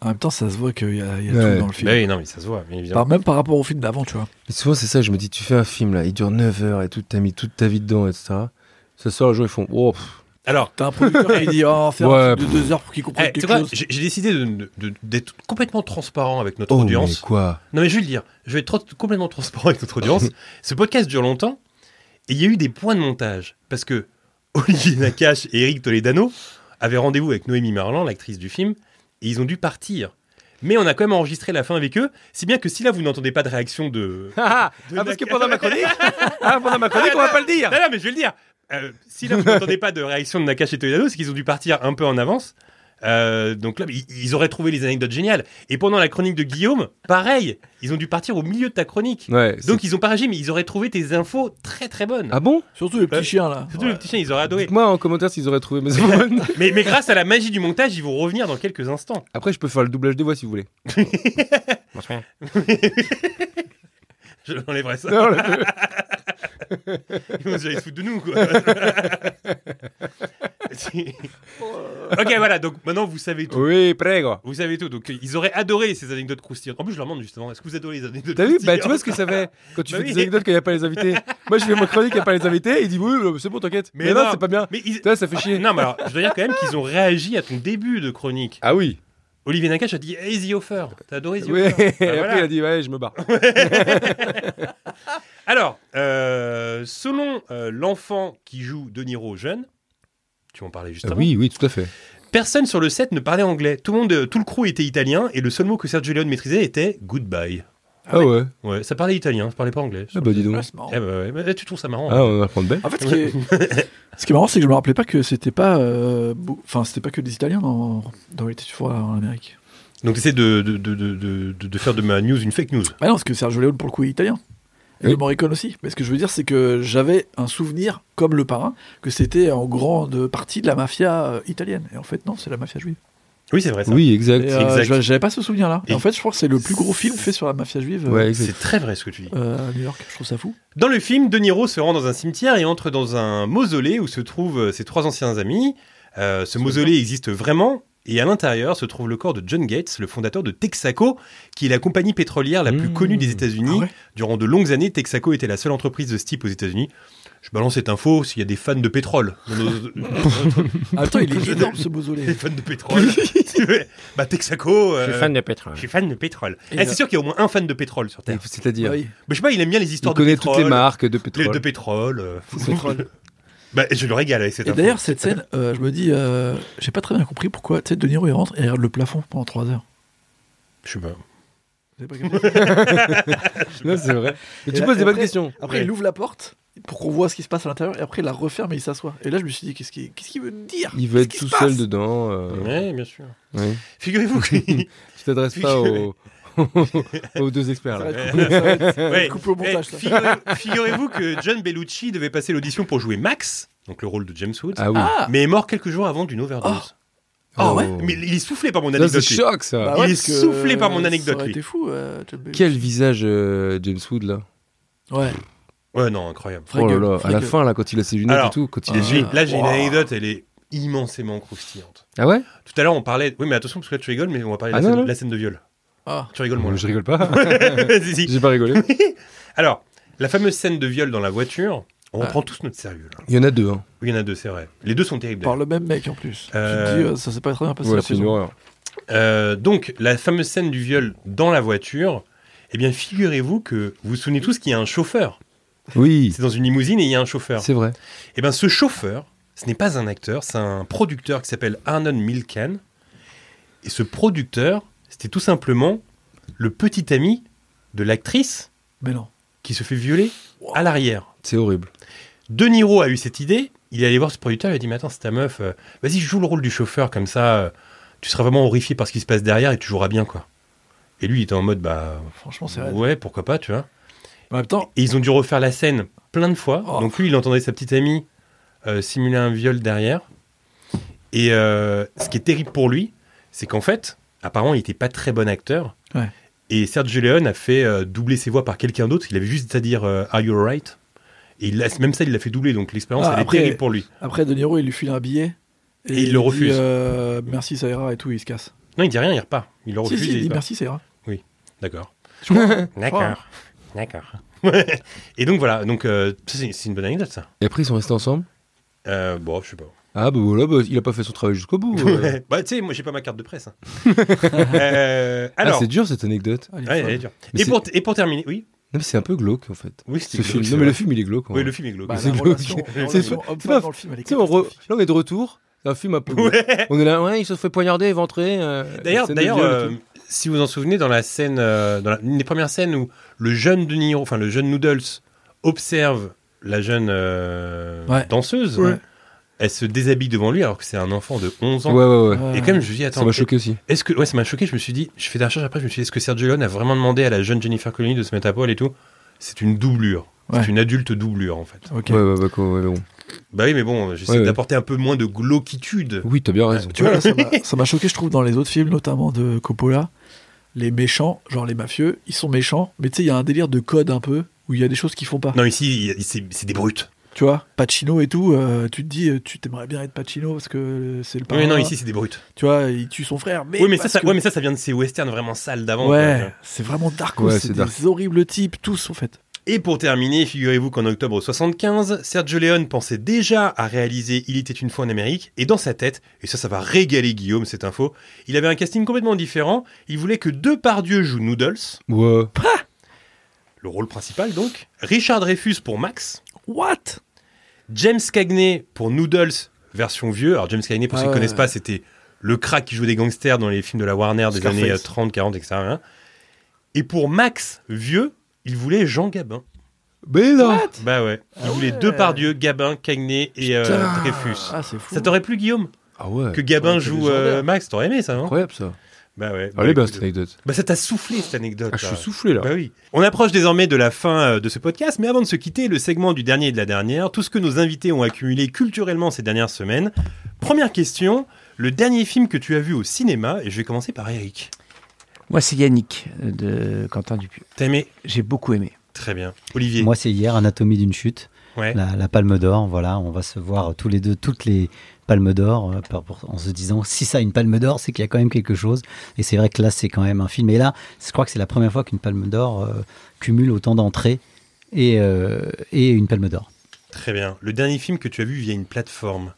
S8: En même temps, ça se voit qu'il y a, il y a
S5: Ouais.
S8: tout dans le
S3: Bah
S8: film.
S3: oui, non, mais ça se voit, bien évidemment.
S8: Par- même par rapport au film d'avant, tu vois.
S5: Mais souvent, c'est ça, je me dis, tu fais un film là, il dure 9 heures et tout, t'as mis toute ta vie dedans, etc. Ça sort le jour, ils font, oh, pff,
S3: Alors,
S4: T'as un producteur qui dit Oh, faire
S5: Ouais.
S4: un film de deux heures pour qu'ils comprennent
S3: eh, tu
S4: quelque
S3: vois,
S4: chose.
S3: j'ai j'ai décidé de- de- de- d'être complètement transparent avec notre
S5: Oh, mais
S3: audience.
S5: quoi
S3: Non, mais je vais le dire. Je vais être trop- complètement transparent avec notre
S5: [LAUGHS]
S3: audience. Ce podcast dure longtemps et il y a eu des points de montage parce que [LAUGHS] Olivier Nakache et Eric Toledano avaient rendez-vous avec Noémie Marlan, l'actrice du film, et ils ont dû partir. Mais on a quand même enregistré la fin avec eux, si bien que si là vous n'entendez pas de réaction de.
S5: [LAUGHS] Ah,
S3: de
S5: parce que
S3: Nakache-
S5: pendant ma chronique,
S3: [LAUGHS]
S5: ah, pendant ma chronique, on va pas le dire.
S3: Non, non, mais je vais le dire. Euh, si là vous n'entendez pas de réaction de Nakache et Toledano, c'est qu'ils ont dû partir un peu en avance. Euh, donc là, ils- ils auraient trouvé les anecdotes géniales. Et pendant la chronique de Guillaume, pareil, ils ont dû partir au milieu de ta chronique.
S5: Ouais. c'est-
S3: Donc ils ont pas réagi, mais ils auraient trouvé tes infos très très bonnes.
S5: ah bon
S4: Surtout les petits chiens là.
S3: Surtout le petit chien, ils auraient adoré.
S5: Dites-moi en commentaire s'ils auraient
S3: [LAUGHS]
S5: trouvé mes bonnes.
S3: mais, mais grâce à la magie du montage, ils vont revenir dans quelques instants.
S5: Après, je peux faire le doublage des voix si vous voulez.
S3: Je l'enlèverai ça.
S5: Non, là, je-
S3: Ils vont se dire, ils se foutent de nous,
S5: [LAUGHS]
S3: quoi. Si. ok, voilà, donc maintenant vous savez tout.
S5: oui, prego.
S3: Vous savez tout. Donc ils auraient adoré ces anecdotes croustillantes. En plus, je leur demande justement, est-ce que vous adorez les anecdotes [LAUGHS]
S5: T'as vu Bah,
S3: croustillantes
S5: tu vois ce que ça fait quand tu
S3: Bah
S5: fais
S3: oui.
S5: des anecdotes quand il n'y a pas les invités. Moi, je fais ma chronique, il n'y a pas les invités. Il dit oui, oui, c'est bon, t'inquiète.
S3: Mais
S5: Mais, non,
S3: non.
S5: c'est pas bien.
S3: Mais ils-
S5: Tu vois, ça fait chier.
S3: Non, mais alors, je dois dire quand même qu'ils ont réagi à ton début de chronique.
S5: Ah oui.
S3: Olivier Nakache a dit Hey, The Offer. T'as adoré The
S5: Oui.
S3: Offer Bah,
S5: Et
S3: voilà.
S5: après, il a dit ouais, je me barre.
S3: Alors, euh, selon euh, l'enfant qui joue De Niro jeune, tu m'en parlais juste avant,
S5: Euh, Ah oui, tout à fait.
S3: personne sur le set ne parlait anglais. Tout le monde, euh, tout le crew était italien et le seul mot que Sergio Leone maîtrisait était goodbye.
S5: Ah ouais.
S3: Ouais, ça parlait italien, ça parlait pas anglais.
S5: Ah bah, dis donc.
S4: Ouais, c'est marrant.
S3: Eh bah ouais, mais tu trouves ça marrant. hein.
S5: Ah, on va prendre belle.
S4: En fait, ce qui est, [LAUGHS] ce qui est marrant, c'est que je me rappelais pas que c'était pas, euh, beau- enfin, c'était pas que des Italiens dans, dans les têtes en Amérique.
S3: Donc essaie de, de, de, de, de- de faire de ma news une fake news.
S4: Bah non, parce que Sergio Leone pour le coup est italien. Et
S5: Oui.
S4: le Morricone aussi. Mais ce que je veux dire, c'est que j'avais un souvenir, comme le parrain, que c'était en grande partie de la mafia euh, italienne. Et en fait, non, c'est la mafia juive.
S3: Oui, c'est vrai ça.
S5: Oui,
S4: Et,
S5: exact.
S4: euh,
S3: exact.
S4: j'a- J'avais pas ce souvenir-là. Et
S3: Et-
S4: en fait, je crois que c'est le plus gros film fait sur la mafia juive euh,
S5: Ouais, exact.
S3: C'est très vrai ce que tu dis.
S4: euh, à New York. Je trouve ça fou.
S3: Dans le film, De Niro se rend dans un cimetière et entre dans un mausolée où se trouvent euh, ses trois anciens amis. Euh, ce mausolée existe vraiment et à l'intérieur se trouve le corps de John Gates, le fondateur de Texaco, qui est la compagnie pétrolière la plus
S5: Mmh.
S3: connue des États-Unis.
S4: Ah ouais
S3: Durant de longues années, Texaco était la seule entreprise de ce type aux États-Unis. Je balance cette info s'il y a des fans de pétrole. dans nos-
S4: Ah, Attends, il est énorme ce
S3: des
S4: mausolée.
S3: fans de pétrole. bah Texaco. euh,
S5: de pétrole.
S3: je suis fan de pétrole.
S4: Et
S3: Eh,
S4: là-
S3: c'est sûr qu'il y a au moins un fan de pétrole sur Terre.
S5: C'est-à-dire,
S4: Oui.
S3: Mais je sais pas, il aime bien les
S5: il
S3: histoires de
S5: connaît
S3: pétrole.
S5: toutes les marques de
S3: Les-
S5: pétrole.
S3: de pétrole. euh,
S4: Pétrole.
S3: [LAUGHS] Bah, je le régale avec cette
S4: Et
S3: info.
S4: d'ailleurs, cette scène, euh, je me dis, euh, j'ai pas très bien compris pourquoi, tu sais, De Niro, il rentre et il regarde le plafond pendant 3 heures.
S3: Je sais pas.
S4: Vous avez
S5: [LAUGHS]
S4: pas capté
S5: Non, c'est vrai. Mais
S4: Et
S5: tu
S4: là-
S5: poses des
S4: et
S5: bonnes
S4: après-
S5: questions.
S4: Après, il ouvre la porte pour qu'on voit ce qui se passe à l'intérieur, et après, il la referme et il s'assoit. Et là, je me suis dit, qu'est-ce qu'il qu'est-ce qu'il veut dire
S5: Il va être
S4: Qu'est-ce
S5: tout
S4: qui se
S5: seul
S4: passe
S5: dedans. euh,
S3: Ouais, bien sûr.
S5: ouais.
S3: Figurez-vous que.
S5: Tu t'adresses pas aux... [LAUGHS] aux deux experts
S4: Ça
S5: là.
S4: va être coupé, ça va
S3: [LAUGHS]
S4: être- ça va
S3: Ouais.
S4: être coupé au montage,
S3: Eh,
S4: ça.
S3: figurez- Figurez-vous que John Bellucci devait passer l'audition pour jouer Max, donc le rôle de James Woods,
S5: Ah oui.
S4: Ah
S3: mais est mort quelques jours avant d'une overdose.
S4: Ah ouais
S3: Mais il est soufflé par mon
S5: Ça, c'est
S3: anecdote. lui.
S5: choc ça.
S4: Bah
S3: Il est
S4: parce que,
S3: soufflé par mon anecdote,
S4: Ça aurait
S3: lui.
S4: été fou, euh, John Belushi.
S5: Quel visage euh, James Wood là.
S4: Ouais,
S3: Ouais, non, incroyable.
S4: vraie
S5: oh là
S4: gueule,
S5: là, à
S4: vraie
S5: la
S4: gueule.
S5: fin là, quand il a ses lunettes
S3: Alors,
S5: et tout, quand il
S4: euh,
S5: est
S3: J'ai-
S5: jeune.
S3: Là, j'ai une
S4: Wow.
S3: anecdote, elle est immensément croustillante.
S5: Ah ouais
S3: Tout à l'heure, on parlait. Oui, mais attention, parce que là, tu rigoles, mais on va parler de
S5: Ah
S3: la,
S5: non,
S3: scène,
S5: non.
S3: la scène de viol.
S4: Ah.
S3: Tu rigoles, moi.
S5: Bon, je rigole pas.
S3: là. [LAUGHS] Si, si.
S5: [LAUGHS] j'ai pas rigolé.
S3: [LAUGHS] Alors, la fameuse scène de viol dans la voiture, on reprend tous notre sérieux, là.
S5: Il y en a deux. Hein.
S3: Oui, il y en a deux, c'est vrai. Les deux sont terribles.
S4: Par le même mec en plus.
S3: Euh,
S4: Tu te dis, euh, ça s'est pas très bien passé à
S5: Ouais,
S4: la
S5: c'est une
S4: prison.
S5: horreur.
S3: Euh, donc, la fameuse scène du viol dans la voiture, eh bien, figurez-vous que vous vous souvenez tous qu'il y a un chauffeur.
S5: Oui,
S3: C'est dans une limousine et il y a un chauffeur.
S5: c'est vrai.
S3: Eh bien, ce chauffeur, ce n'est pas un acteur, c'est un producteur qui s'appelle Arnon Milkan. Et ce producteur, c'était tout simplement le petit ami de l'actrice
S4: Mais non.
S3: qui se fait violer à l'arrière.
S5: C'est horrible.
S3: De Niro a eu cette idée. Il est allé voir ce producteur. Il a dit Mais attends, c'est ta meuf. euh, Vas-y, joue le rôle du chauffeur. Comme ça, euh, tu seras vraiment horrifié par ce qui se passe derrière et tu joueras bien, quoi. Et lui, il était en mode Bah,
S4: Franchement, c'est vrai.
S3: ouais, pourquoi pas, tu vois.
S4: En même temps,
S3: Et ils ont dû refaire la scène plein de fois.
S4: Oh.
S3: Donc lui, il entendait sa petite amie euh, simuler un viol derrière. Et euh, ce qui est terrible pour lui, c'est qu'en fait, apparemment, il n'était pas très bon acteur.
S4: Ouais.
S3: Et Sergio Leone a fait euh, doubler ses voix par quelqu'un d'autre. Il avait juste à dire euh, Are you alright Et il l'a- même ça, il l'a fait doubler. Donc l'expérience,
S4: Ah,
S3: elle
S4: après-
S3: est terrible pour lui.
S4: après De Niro, il lui file un billet.
S3: Et il le
S4: dit,
S3: refuse.
S4: euh, merci, ça ira et tout, il se casse.
S3: Non, il dit rien, il repart. Il le
S4: Si,
S3: refuse.
S4: si,
S3: et
S4: il
S3: il
S4: dit
S3: part.
S4: merci, ça ira.
S3: D'accord. [LAUGHS]
S4: D'accord.
S3: D'accord. [LAUGHS] et donc voilà. Donc euh, ça, c'est c'est une bonne anecdote ça.
S5: Et après, ils sont restés ensemble
S3: Euh, bon, je sais pas.
S5: Ah, bah voilà, bah, il a pas fait son travail
S3: [LAUGHS]
S5: jusqu'au bout. euh.
S3: bah, tu sais, moi, j'ai pas ma carte de presse. hein. Euh,
S5: [LAUGHS] Ah,
S3: alors.
S5: c'est dur cette anecdote.
S4: Ah, il est
S3: Ouais,
S4: folle.
S3: elle est dure.
S5: Mais
S3: Et
S5: c'est-
S3: pour, et pour terminer, oui,
S5: Non, mais c'est un peu glauque en fait.
S3: oui,
S5: Ce
S3: c'était
S5: film.
S3: glauque,
S5: Non,
S3: c'est
S5: mais le
S3: vrai.
S5: film il est glauque. en
S3: Oui,
S5: vrai.
S3: le film est glauque.
S4: Bah,
S5: C'est
S4: la
S5: glauque.
S4: relation, la
S5: [LAUGHS] C'est-
S4: relation
S5: c'est
S4: homme-femme
S5: pas-
S4: dans le film, elle est
S5: Tu sais, on re-
S4: catastrophique.
S5: là on est de retour. C'est un film un peu.
S3: [LAUGHS]
S5: glauque.
S3: Ouais.
S5: On est là, ouais, il se fait poignarder, éventrer. euh,
S3: D'ailleurs,
S5: scène de
S3: d'ailleurs,
S5: viol et
S3: euh,
S5: tout.
S3: si vous en souvenez, dans la scène, euh, dans la- une des premières scènes où le jeune De Niro, enfin le jeune Noodles, observe la jeune euh,
S4: Ouais.
S3: danseuse,
S4: Ouais.
S3: elle se déshabille devant lui alors que c'est un enfant de 11 ans.
S5: Ouais, ouais, ouais.
S3: Et
S4: Ouais.
S3: comme je me dis, attends,
S5: Ça m'a choqué aussi.
S3: est-ce que, ouais, ça m'a choqué. Je me suis dit, je fais des recherches après, je me suis dit, est-ce que Sergio Leone a vraiment demandé à la jeune Jennifer Connelly de se mettre à poil et tout C'est une doublure.
S4: Ouais.
S3: C'est une adulte doublure en fait.
S4: Ok.
S5: Ouais, ouais, ouais, quoi, ouais, bon.
S3: Bah oui, mais bon, j'essaie
S5: Ouais, ouais.
S3: d'apporter un peu moins de glauquitude.
S5: Oui, t'as bien raison.
S4: Tu vois, là, [LAUGHS] ça
S3: [LAUGHS]
S4: m'a- ça m'a choqué, je trouve, dans les autres films, notamment de Coppola. Les méchants, genre les mafieux, ils sont méchants, mais tu sais, il y a un délire de code un peu, où il y a des choses qu'ils font pas.
S3: Non, ici, il- c'est c'est des brutes.
S4: Tu vois, Pacino et tout, euh, tu te dis, euh, tu t'aimerais bien être Pacino parce que euh, c'est le
S3: Oui,
S4: parrain.
S3: non, ici, c'est des brutes.
S4: Tu vois, il tue son frère, mais.
S3: Oui, mais ça,
S4: parce
S3: ça,
S4: que-
S3: ouais, mais ça, ça vient de ces westerns vraiment sales d'avant. quoi.
S4: Ouais, c'est vraiment darko,
S5: Ouais, c'est
S4: c'est des
S5: dark.
S4: horribles types, tous en fait.
S3: Et pour terminer, figurez-vous qu'en octobre 75, Sergio Leone pensait déjà à réaliser Il était une fois en Amérique, et dans sa tête, et ça, ça va régaler Guillaume, cette info, il avait un casting complètement différent. Il voulait que deux pardieux jouent Noodles,
S5: Ouais.
S3: le rôle principal donc, Richard Dreyfus pour Max,
S4: What
S3: James Cagney pour Noodles, version vieux. Alors, James Cagney, pour
S4: Ah
S3: ceux qui
S4: ouais,
S3: ne connaissent
S4: ouais.
S3: pas, c'était le crack qui jouait des gangsters dans les films de la Warner des
S5: Scarface.
S3: années euh, 30, 40, etc. hein. Et pour Max, vieux, il voulait Jean Gabin.
S5: Mais non
S3: Bah ouais. Il voulait
S4: ouais.
S3: deux par Dieu, Gabin, Cagné et euh,
S4: Putain.
S3: Dreyfus.
S4: Ah, c'est fou.
S3: Ça t'aurait plu, Guillaume
S5: Ah ouais.
S3: Que Gabin
S5: Ouais,
S3: joue
S5: c'est
S3: euh,
S5: légendaire. Ah
S3: Max T'aurais aimé ça, non
S5: Incroyable ça.
S3: Bah ouais. Bah,
S5: Allez, bien
S3: écoute,
S5: cette anecdote.
S3: bah, ça t'a soufflé cette anecdote.
S5: Ah, je
S3: là.
S5: suis soufflé là.
S3: Bah oui. On approche désormais de la fin euh, de ce podcast, mais avant de se quitter, le segment du dernier et de la dernière, tout ce que nos invités ont accumulé culturellement ces dernières semaines. Première question, le dernier film que tu as vu au cinéma, et je vais commencer par Eric.
S7: Moi, c'est Yannick euh, de Quentin Dupieux.
S3: T'as aimé
S7: J'ai beaucoup aimé.
S3: Très bien. Olivier
S6: Moi, c'est hier, Anatomie d'une chute.
S3: Ouais.
S6: La, la Palme d'Or, voilà, on va se voir tous les deux, toutes les Palmes d'Or, euh, par- pour- en se disant si ça a une Palme d'Or, c'est qu'il y a quand même quelque chose. Et c'est vrai que là, c'est quand même un film. Et là, je crois que c'est la première fois qu'une Palme d'Or euh, cumule autant d'entrées et, euh, et une Palme d'Or.
S3: Très bien. Le dernier film que tu as vu via une plateforme,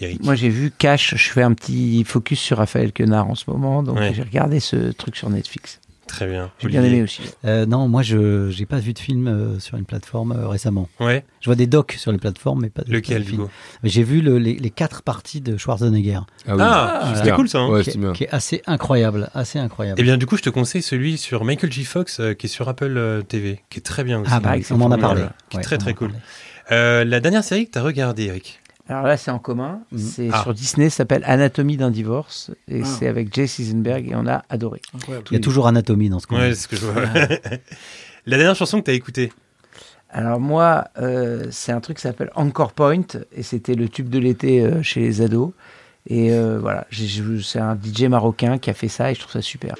S3: Eric
S7: Moi, j'ai vu Cash. Je fais un petit focus sur Raphaël Quenard en ce moment, donc
S3: Ouais.
S7: j'ai regardé ce truc sur Netflix.
S3: Très bien.
S7: J'ai bien aimé
S3: Olivier
S7: aussi.
S6: Euh, non, moi, je n'ai pas vu de film euh, sur une plateforme euh, récemment.
S3: Ouais.
S6: Je vois des docs sur les plateformes, mais pas pas de
S3: Lequel, du
S6: film.
S3: coup
S6: Mais J'ai vu le- les, les quatre parties de Schwarzenegger,
S5: oui.
S3: Ah, c'était
S5: super.
S3: cool, ça, hein.
S5: Ouais,
S6: qui,
S5: c'était bien.
S6: qui est assez incroyable, assez incroyable.
S3: Eh bien, du coup, je te conseille celui sur Michael J. Fox euh, qui est sur Apple euh, TV, qui est très bien aussi.
S6: Ah, bah, on en a parlé.
S3: Voilà, qui est
S6: Ouais,
S3: très
S6: on en
S3: très
S6: a
S3: cool.
S6: parlé.
S3: Euh, la dernière série que tu as regardée, Eric.
S7: Alors là, c'est en commun.
S6: Mhm.
S7: C'est
S3: Ah.
S7: sur Disney, ça s'appelle Anatomie d'un divorce. Et
S4: Ah.
S7: c'est avec Jay Eisenberg et on a adoré.
S4: Incroyable.
S6: Il y a toujours anatomie dans ce qu'on
S3: Ouais,
S6: dit.
S3: c'est ce que je vois. [LAUGHS] la dernière chanson que tu as écoutée.
S7: Alors moi, euh, c'est un truc qui s'appelle Encore Point. Et c'était le tube de l'été euh, chez les ados. Et euh, voilà, j'ai- j'ai- c'est un DJ marocain qui a fait ça et je trouve ça super.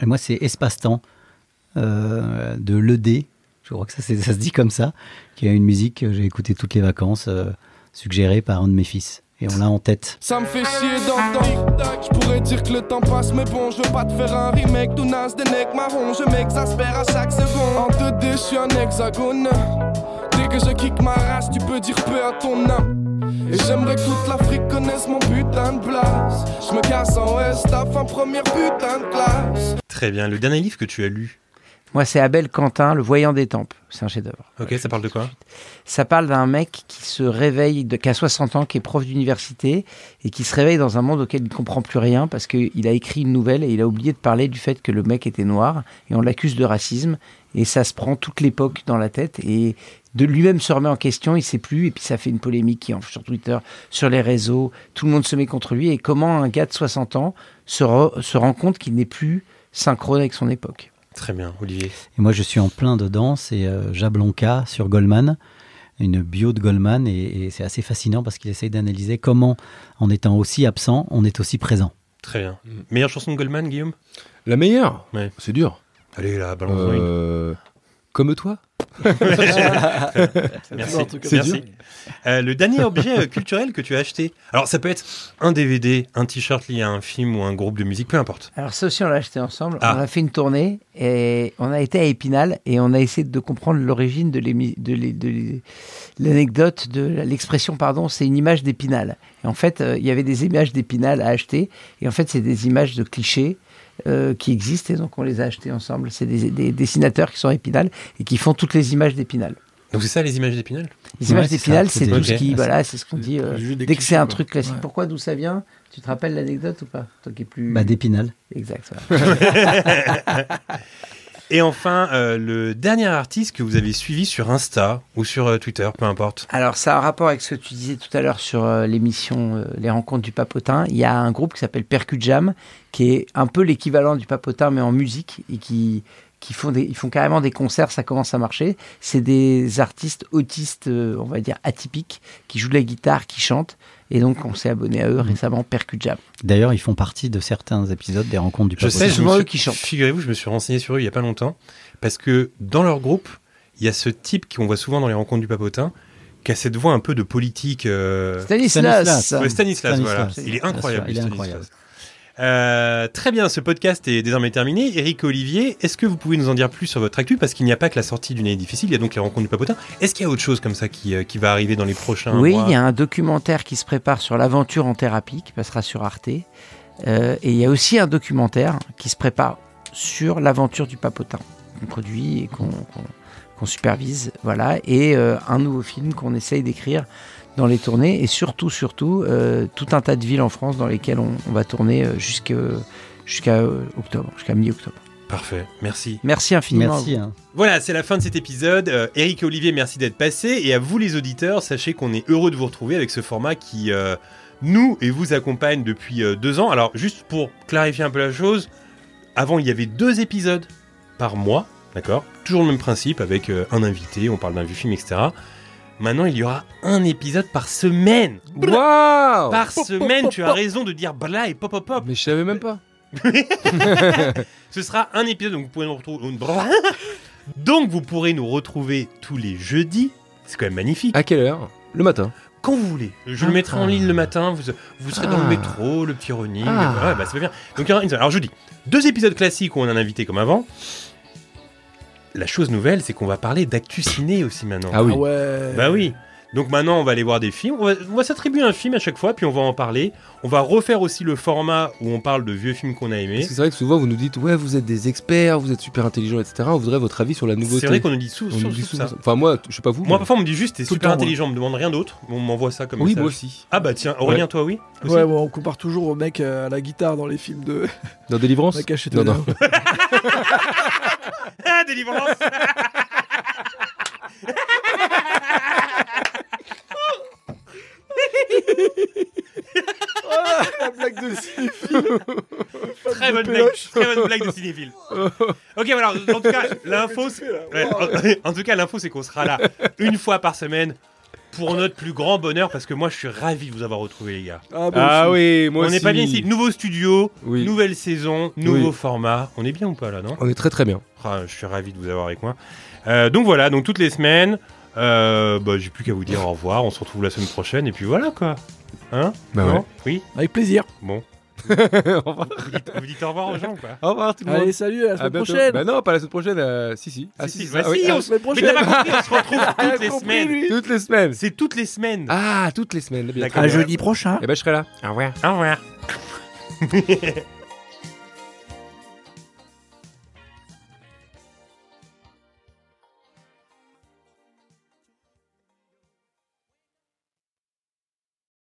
S6: Et moi, c'est Espace-temps euh, de l'ED. Je crois que ça, c'est- ça se dit comme ça. Qui a une musique que j'ai écoutée toutes les vacances, euh, suggérée par un de mes fils. Et on l'a en tête.
S9: Ça me fait chier d'entendre Je pourrais dire que le temps passe mais bon Je veux pas te faire un remake D'où naissent des mecs marrons Je m'exaspère à chaque seconde En 2D je suis un hexagone Dès que je kick ma race Tu peux dire peu à ton âme Et j'aimerais que toute l'Afrique connaisse mon putain de place Je me casse en West Af en première putain de classe
S3: Très bien. Le dernier livre que tu as lu.
S7: Moi, c'est Abel Quentin, Le Voyant des Tempes. C'est un chef-d'œuvre.
S3: Ok, ça parle de quoi
S7: Ça parle d'un mec qui se réveille, de, qui a 60 ans, qui est prof d'université et qui se réveille dans un monde auquel il ne comprend plus rien parce qu'il a écrit une nouvelle et il a oublié de parler du fait que le mec était noir et on l'accuse de racisme et ça se prend toute l'époque dans la tête et de lui-même se remet en question, il sait plus et puis ça fait une polémique qui enfle sur Twitter, sur les réseaux, tout le monde se met contre lui et comment un gars de 60 ans se, re- se rend compte qu'il n'est plus synchrone avec son époque.
S3: Très bien, Olivier.
S6: Et moi, je suis en plein dedans. C'est euh, Jablonka sur Goldman. Une bio de Goldman. Et, et c'est assez fascinant parce qu'il essaye d'analyser comment, en étant aussi absent, on est aussi présent.
S3: Mm. Très bien. Meilleure chanson de Goldman, Guillaume
S5: La meilleure
S3: Ouais.
S5: C'est dur.
S3: Allez, là, balance [LAUGHS] une.
S5: Euh, Comme toi
S3: Merci.
S4: Non, en tout cas,
S3: C'est
S4: merci.
S3: dur. Euh, le dernier objet euh, culturel que tu as acheté. Alors, ça peut être un DVD, un t-shirt lié à un film ou un groupe de musique, peu importe.
S7: Alors ça aussi, on l'a acheté ensemble.
S3: Ah.
S7: On a fait une tournée et on a été à Épinal et on a essayé de comprendre l'origine de l'émi- de l'é- de l'é- l'anecdote, de la- l'expression, pardon, c'est une image d'Épinal. Et en fait, euh, il y avait des images d'Épinal à acheter et en fait, c'est des images de clichés. euh, qui existent et donc on les a achetées ensemble. C'est des, des dessinateurs qui sont à Épinal et qui font toutes les images d'Épinal.
S3: Donc, c'est ça les images d'Épinal
S7: Les
S6: Ouais,
S7: images
S6: c'est ça,
S7: d'Épinal,
S6: c'est
S7: c'est
S6: des-
S7: tout ce
S3: Ok.
S7: qui, voilà, c'est ce qu'on dit. euh,
S4: Juste des
S7: dès que
S4: clichés,
S7: c'est un
S4: quoi.
S7: truc classique,
S4: Ouais.
S7: pourquoi, d'où ça vient Tu te rappelles l'anecdote ou pas Toi qui es plus
S6: Bah, d'épinal.
S7: exact. voilà.
S3: Et enfin, euh, le dernier artiste que vous avez suivi sur Insta ou sur euh, Twitter, peu importe.
S7: Alors, ça a un rapport avec ce que tu disais tout à l'heure sur euh, l'émission euh, Les Rencontres du Papotin. Il y a un groupe qui s'appelle Percute Jam, qui est un peu l'équivalent du Papotin, mais en musique, et qui, qui font, des, ils font carrément des concerts, ça commence à marcher. C'est des artistes autistes, euh, on va dire atypiques, qui jouent de la guitare, qui chantent. Et donc, on s'est abonné à eux récemment, Percute Jam.
S6: D'ailleurs, ils font partie de certains épisodes des rencontres du
S3: Je
S6: Papotin.
S3: sais, je
S7: souvent
S3: me
S7: eux
S3: suis-
S7: qui chantent.
S3: Figurez-vous, je me suis renseigné sur eux il y a pas longtemps parce que dans leur groupe, il y a ce type qu'on voit souvent dans les rencontres du papotin qui a cette voix un peu de politique. euh,
S7: Stanislas,
S6: Stanislas.
S3: Ouais, Stanislas,
S6: Stanislas.
S3: voilà. Il est incroyable.
S6: Bien sûr, il
S3: Stanislas.
S6: est incroyable.
S3: Euh, très bien, ce podcast est désormais terminé. Eric Olivier, est-ce que vous pouvez nous en dire plus sur votre actu Parce qu'il n'y a pas que la sortie d'une année difficile, il y a donc les rencontres du papotin. Est-ce qu'il y a autre chose comme ça qui, euh, qui va arriver dans les prochains
S7: Oui,
S3: mois
S7: il y a un documentaire qui se prépare sur l'aventure en thérapie qui passera sur Arte. Euh, et il y a aussi un documentaire qui se prépare sur l'aventure du papotin qu'on produit et qu'on qu'on- qu'on supervise. Voilà. Et euh, un nouveau film qu'on essaye d'écrire dans les tournées et surtout, surtout, euh, tout un tas de villes en France dans lesquelles on, on va tourner euh, jusque- jusqu'à euh, octobre, jusqu'à mi-octobre.
S3: Parfait, merci.
S7: Merci infiniment. à vous.
S6: Merci. hein.
S3: Voilà, c'est la fin de cet épisode. Euh, Eric et Olivier, merci d'être passés. Et à vous les auditeurs, sachez qu'on est heureux de vous retrouver avec ce format qui euh, nous et vous accompagne depuis euh, deux ans. Alors, juste pour clarifier un peu la chose, avant, il y avait deux épisodes par mois, d'accord Toujours le même principe, avec euh, un invité, on parle d'un vieux film, etc. Maintenant, il y aura un épisode par semaine.
S5: Waouh
S3: Par semaine, tu as raison de dire bla et pop pop pop.
S5: Mais je savais même pas.
S3: Ce sera un épisode, donc vous pourrez nous retrouver. [LAUGHS] Donc vous pourrez nous retrouver tous les jeudis. C'est quand même magnifique.
S5: À quelle heure Le matin.
S3: Quand vous voulez. Je le mettrai en ligne le matin. Vous, vous serez dans le
S5: Ah.
S3: métro, le petit running.
S5: Ah.
S3: voilà, bah, ça va bien. Donc il y aura une seule. Alors je vous dis, deux épisodes classiques où on a un invité comme avant. La chose nouvelle, c'est qu'on va parler d'actu ciné aussi maintenant.
S5: Ah oui.
S4: Ah ouais.
S3: Bah oui. Donc maintenant, on va aller voir des films. On va, on va s'attribuer un film à chaque fois, puis on va en parler. On va refaire aussi le format où on parle de vieux films qu'on a aimés.
S5: Parce que c'est vrai que souvent vous nous dites ouais vous êtes des experts, vous êtes super intelligents, etc. On voudrait votre avis sur la nouveauté.
S3: C'est vrai qu'on nous dit sous,
S5: On
S3: sous-
S5: nous dit
S3: sous
S5: souvent
S3: ça.
S5: ça. Enfin moi, je sais pas vous.
S3: Moi,
S5: mais-
S3: parfois, on me dit juste, t'es
S4: Tout le
S3: super
S4: temps,
S3: intelligent, on me demande rien d'autre. On m'envoie ça comme
S5: oui
S3: message.
S5: moi aussi.
S3: Ah bah tiens, Aurélien, toi, oui
S4: Ouais, ouais, on compare toujours au mec euh, à la guitare dans les films de
S5: Dans Délivrance.
S4: La Cache et
S5: Non, non.
S4: Tonnerre.
S3: [LAUGHS] Ah, délivrance
S5: [LAUGHS]
S4: La blague de Sif.
S3: Très bonne blague, très bonne blague de
S5: [LAUGHS]
S3: cinéphile. ok, voilà, en tout cas, l'info, c'est- Ouais, en, en tout cas, l'info, c'est qu'on sera
S5: [LAUGHS]
S3: là une fois par semaine pour notre plus grand bonheur, parce que moi, je suis ravi de vous avoir retrouvé, les gars.
S4: Ah, bon,
S5: Ah oui, moi
S3: on
S5: aussi.
S3: n'est pas bien ici. Nouveau studio,
S5: Oui.
S3: nouvelle saison, nouveau format. On est bien ou pas là, non
S5: On est très très bien.
S3: Ah, je suis ravi de vous avoir avec moi. Euh, donc voilà, donc toutes les semaines, euh, bah, j'ai plus qu'à vous dire au revoir. On se retrouve la semaine prochaine et puis voilà quoi. Hein
S5: Bah
S3: Non
S5: ouais.
S3: Oui.
S4: Avec plaisir.
S3: Bon.
S5: [LAUGHS] Au revoir.
S3: Vous dites, vous dites au revoir aux gens quoi.
S5: Au revoir tout le monde.
S4: Allez, salut, à la
S5: À
S4: semaine
S5: bientôt.
S4: prochaine.
S5: Bah non, pas la semaine prochaine. euh, si si. Ah
S3: Si, si,
S5: ça,
S3: bah
S5: oui.
S3: si,
S4: à
S3: on
S4: la
S3: s-
S4: semaine
S3: Mais
S4: prochaine.
S3: t'as pas compris, on se retrouve toutes les semaines.
S5: Ah, Toutes les semaines.
S3: C'est toutes les semaines.
S5: Ah toutes les semaines. bien
S3: La
S5: sûr.
S3: crème.
S7: À jeudi prochain.
S5: Eh ben je serai là.
S3: Au revoir. Au revoir.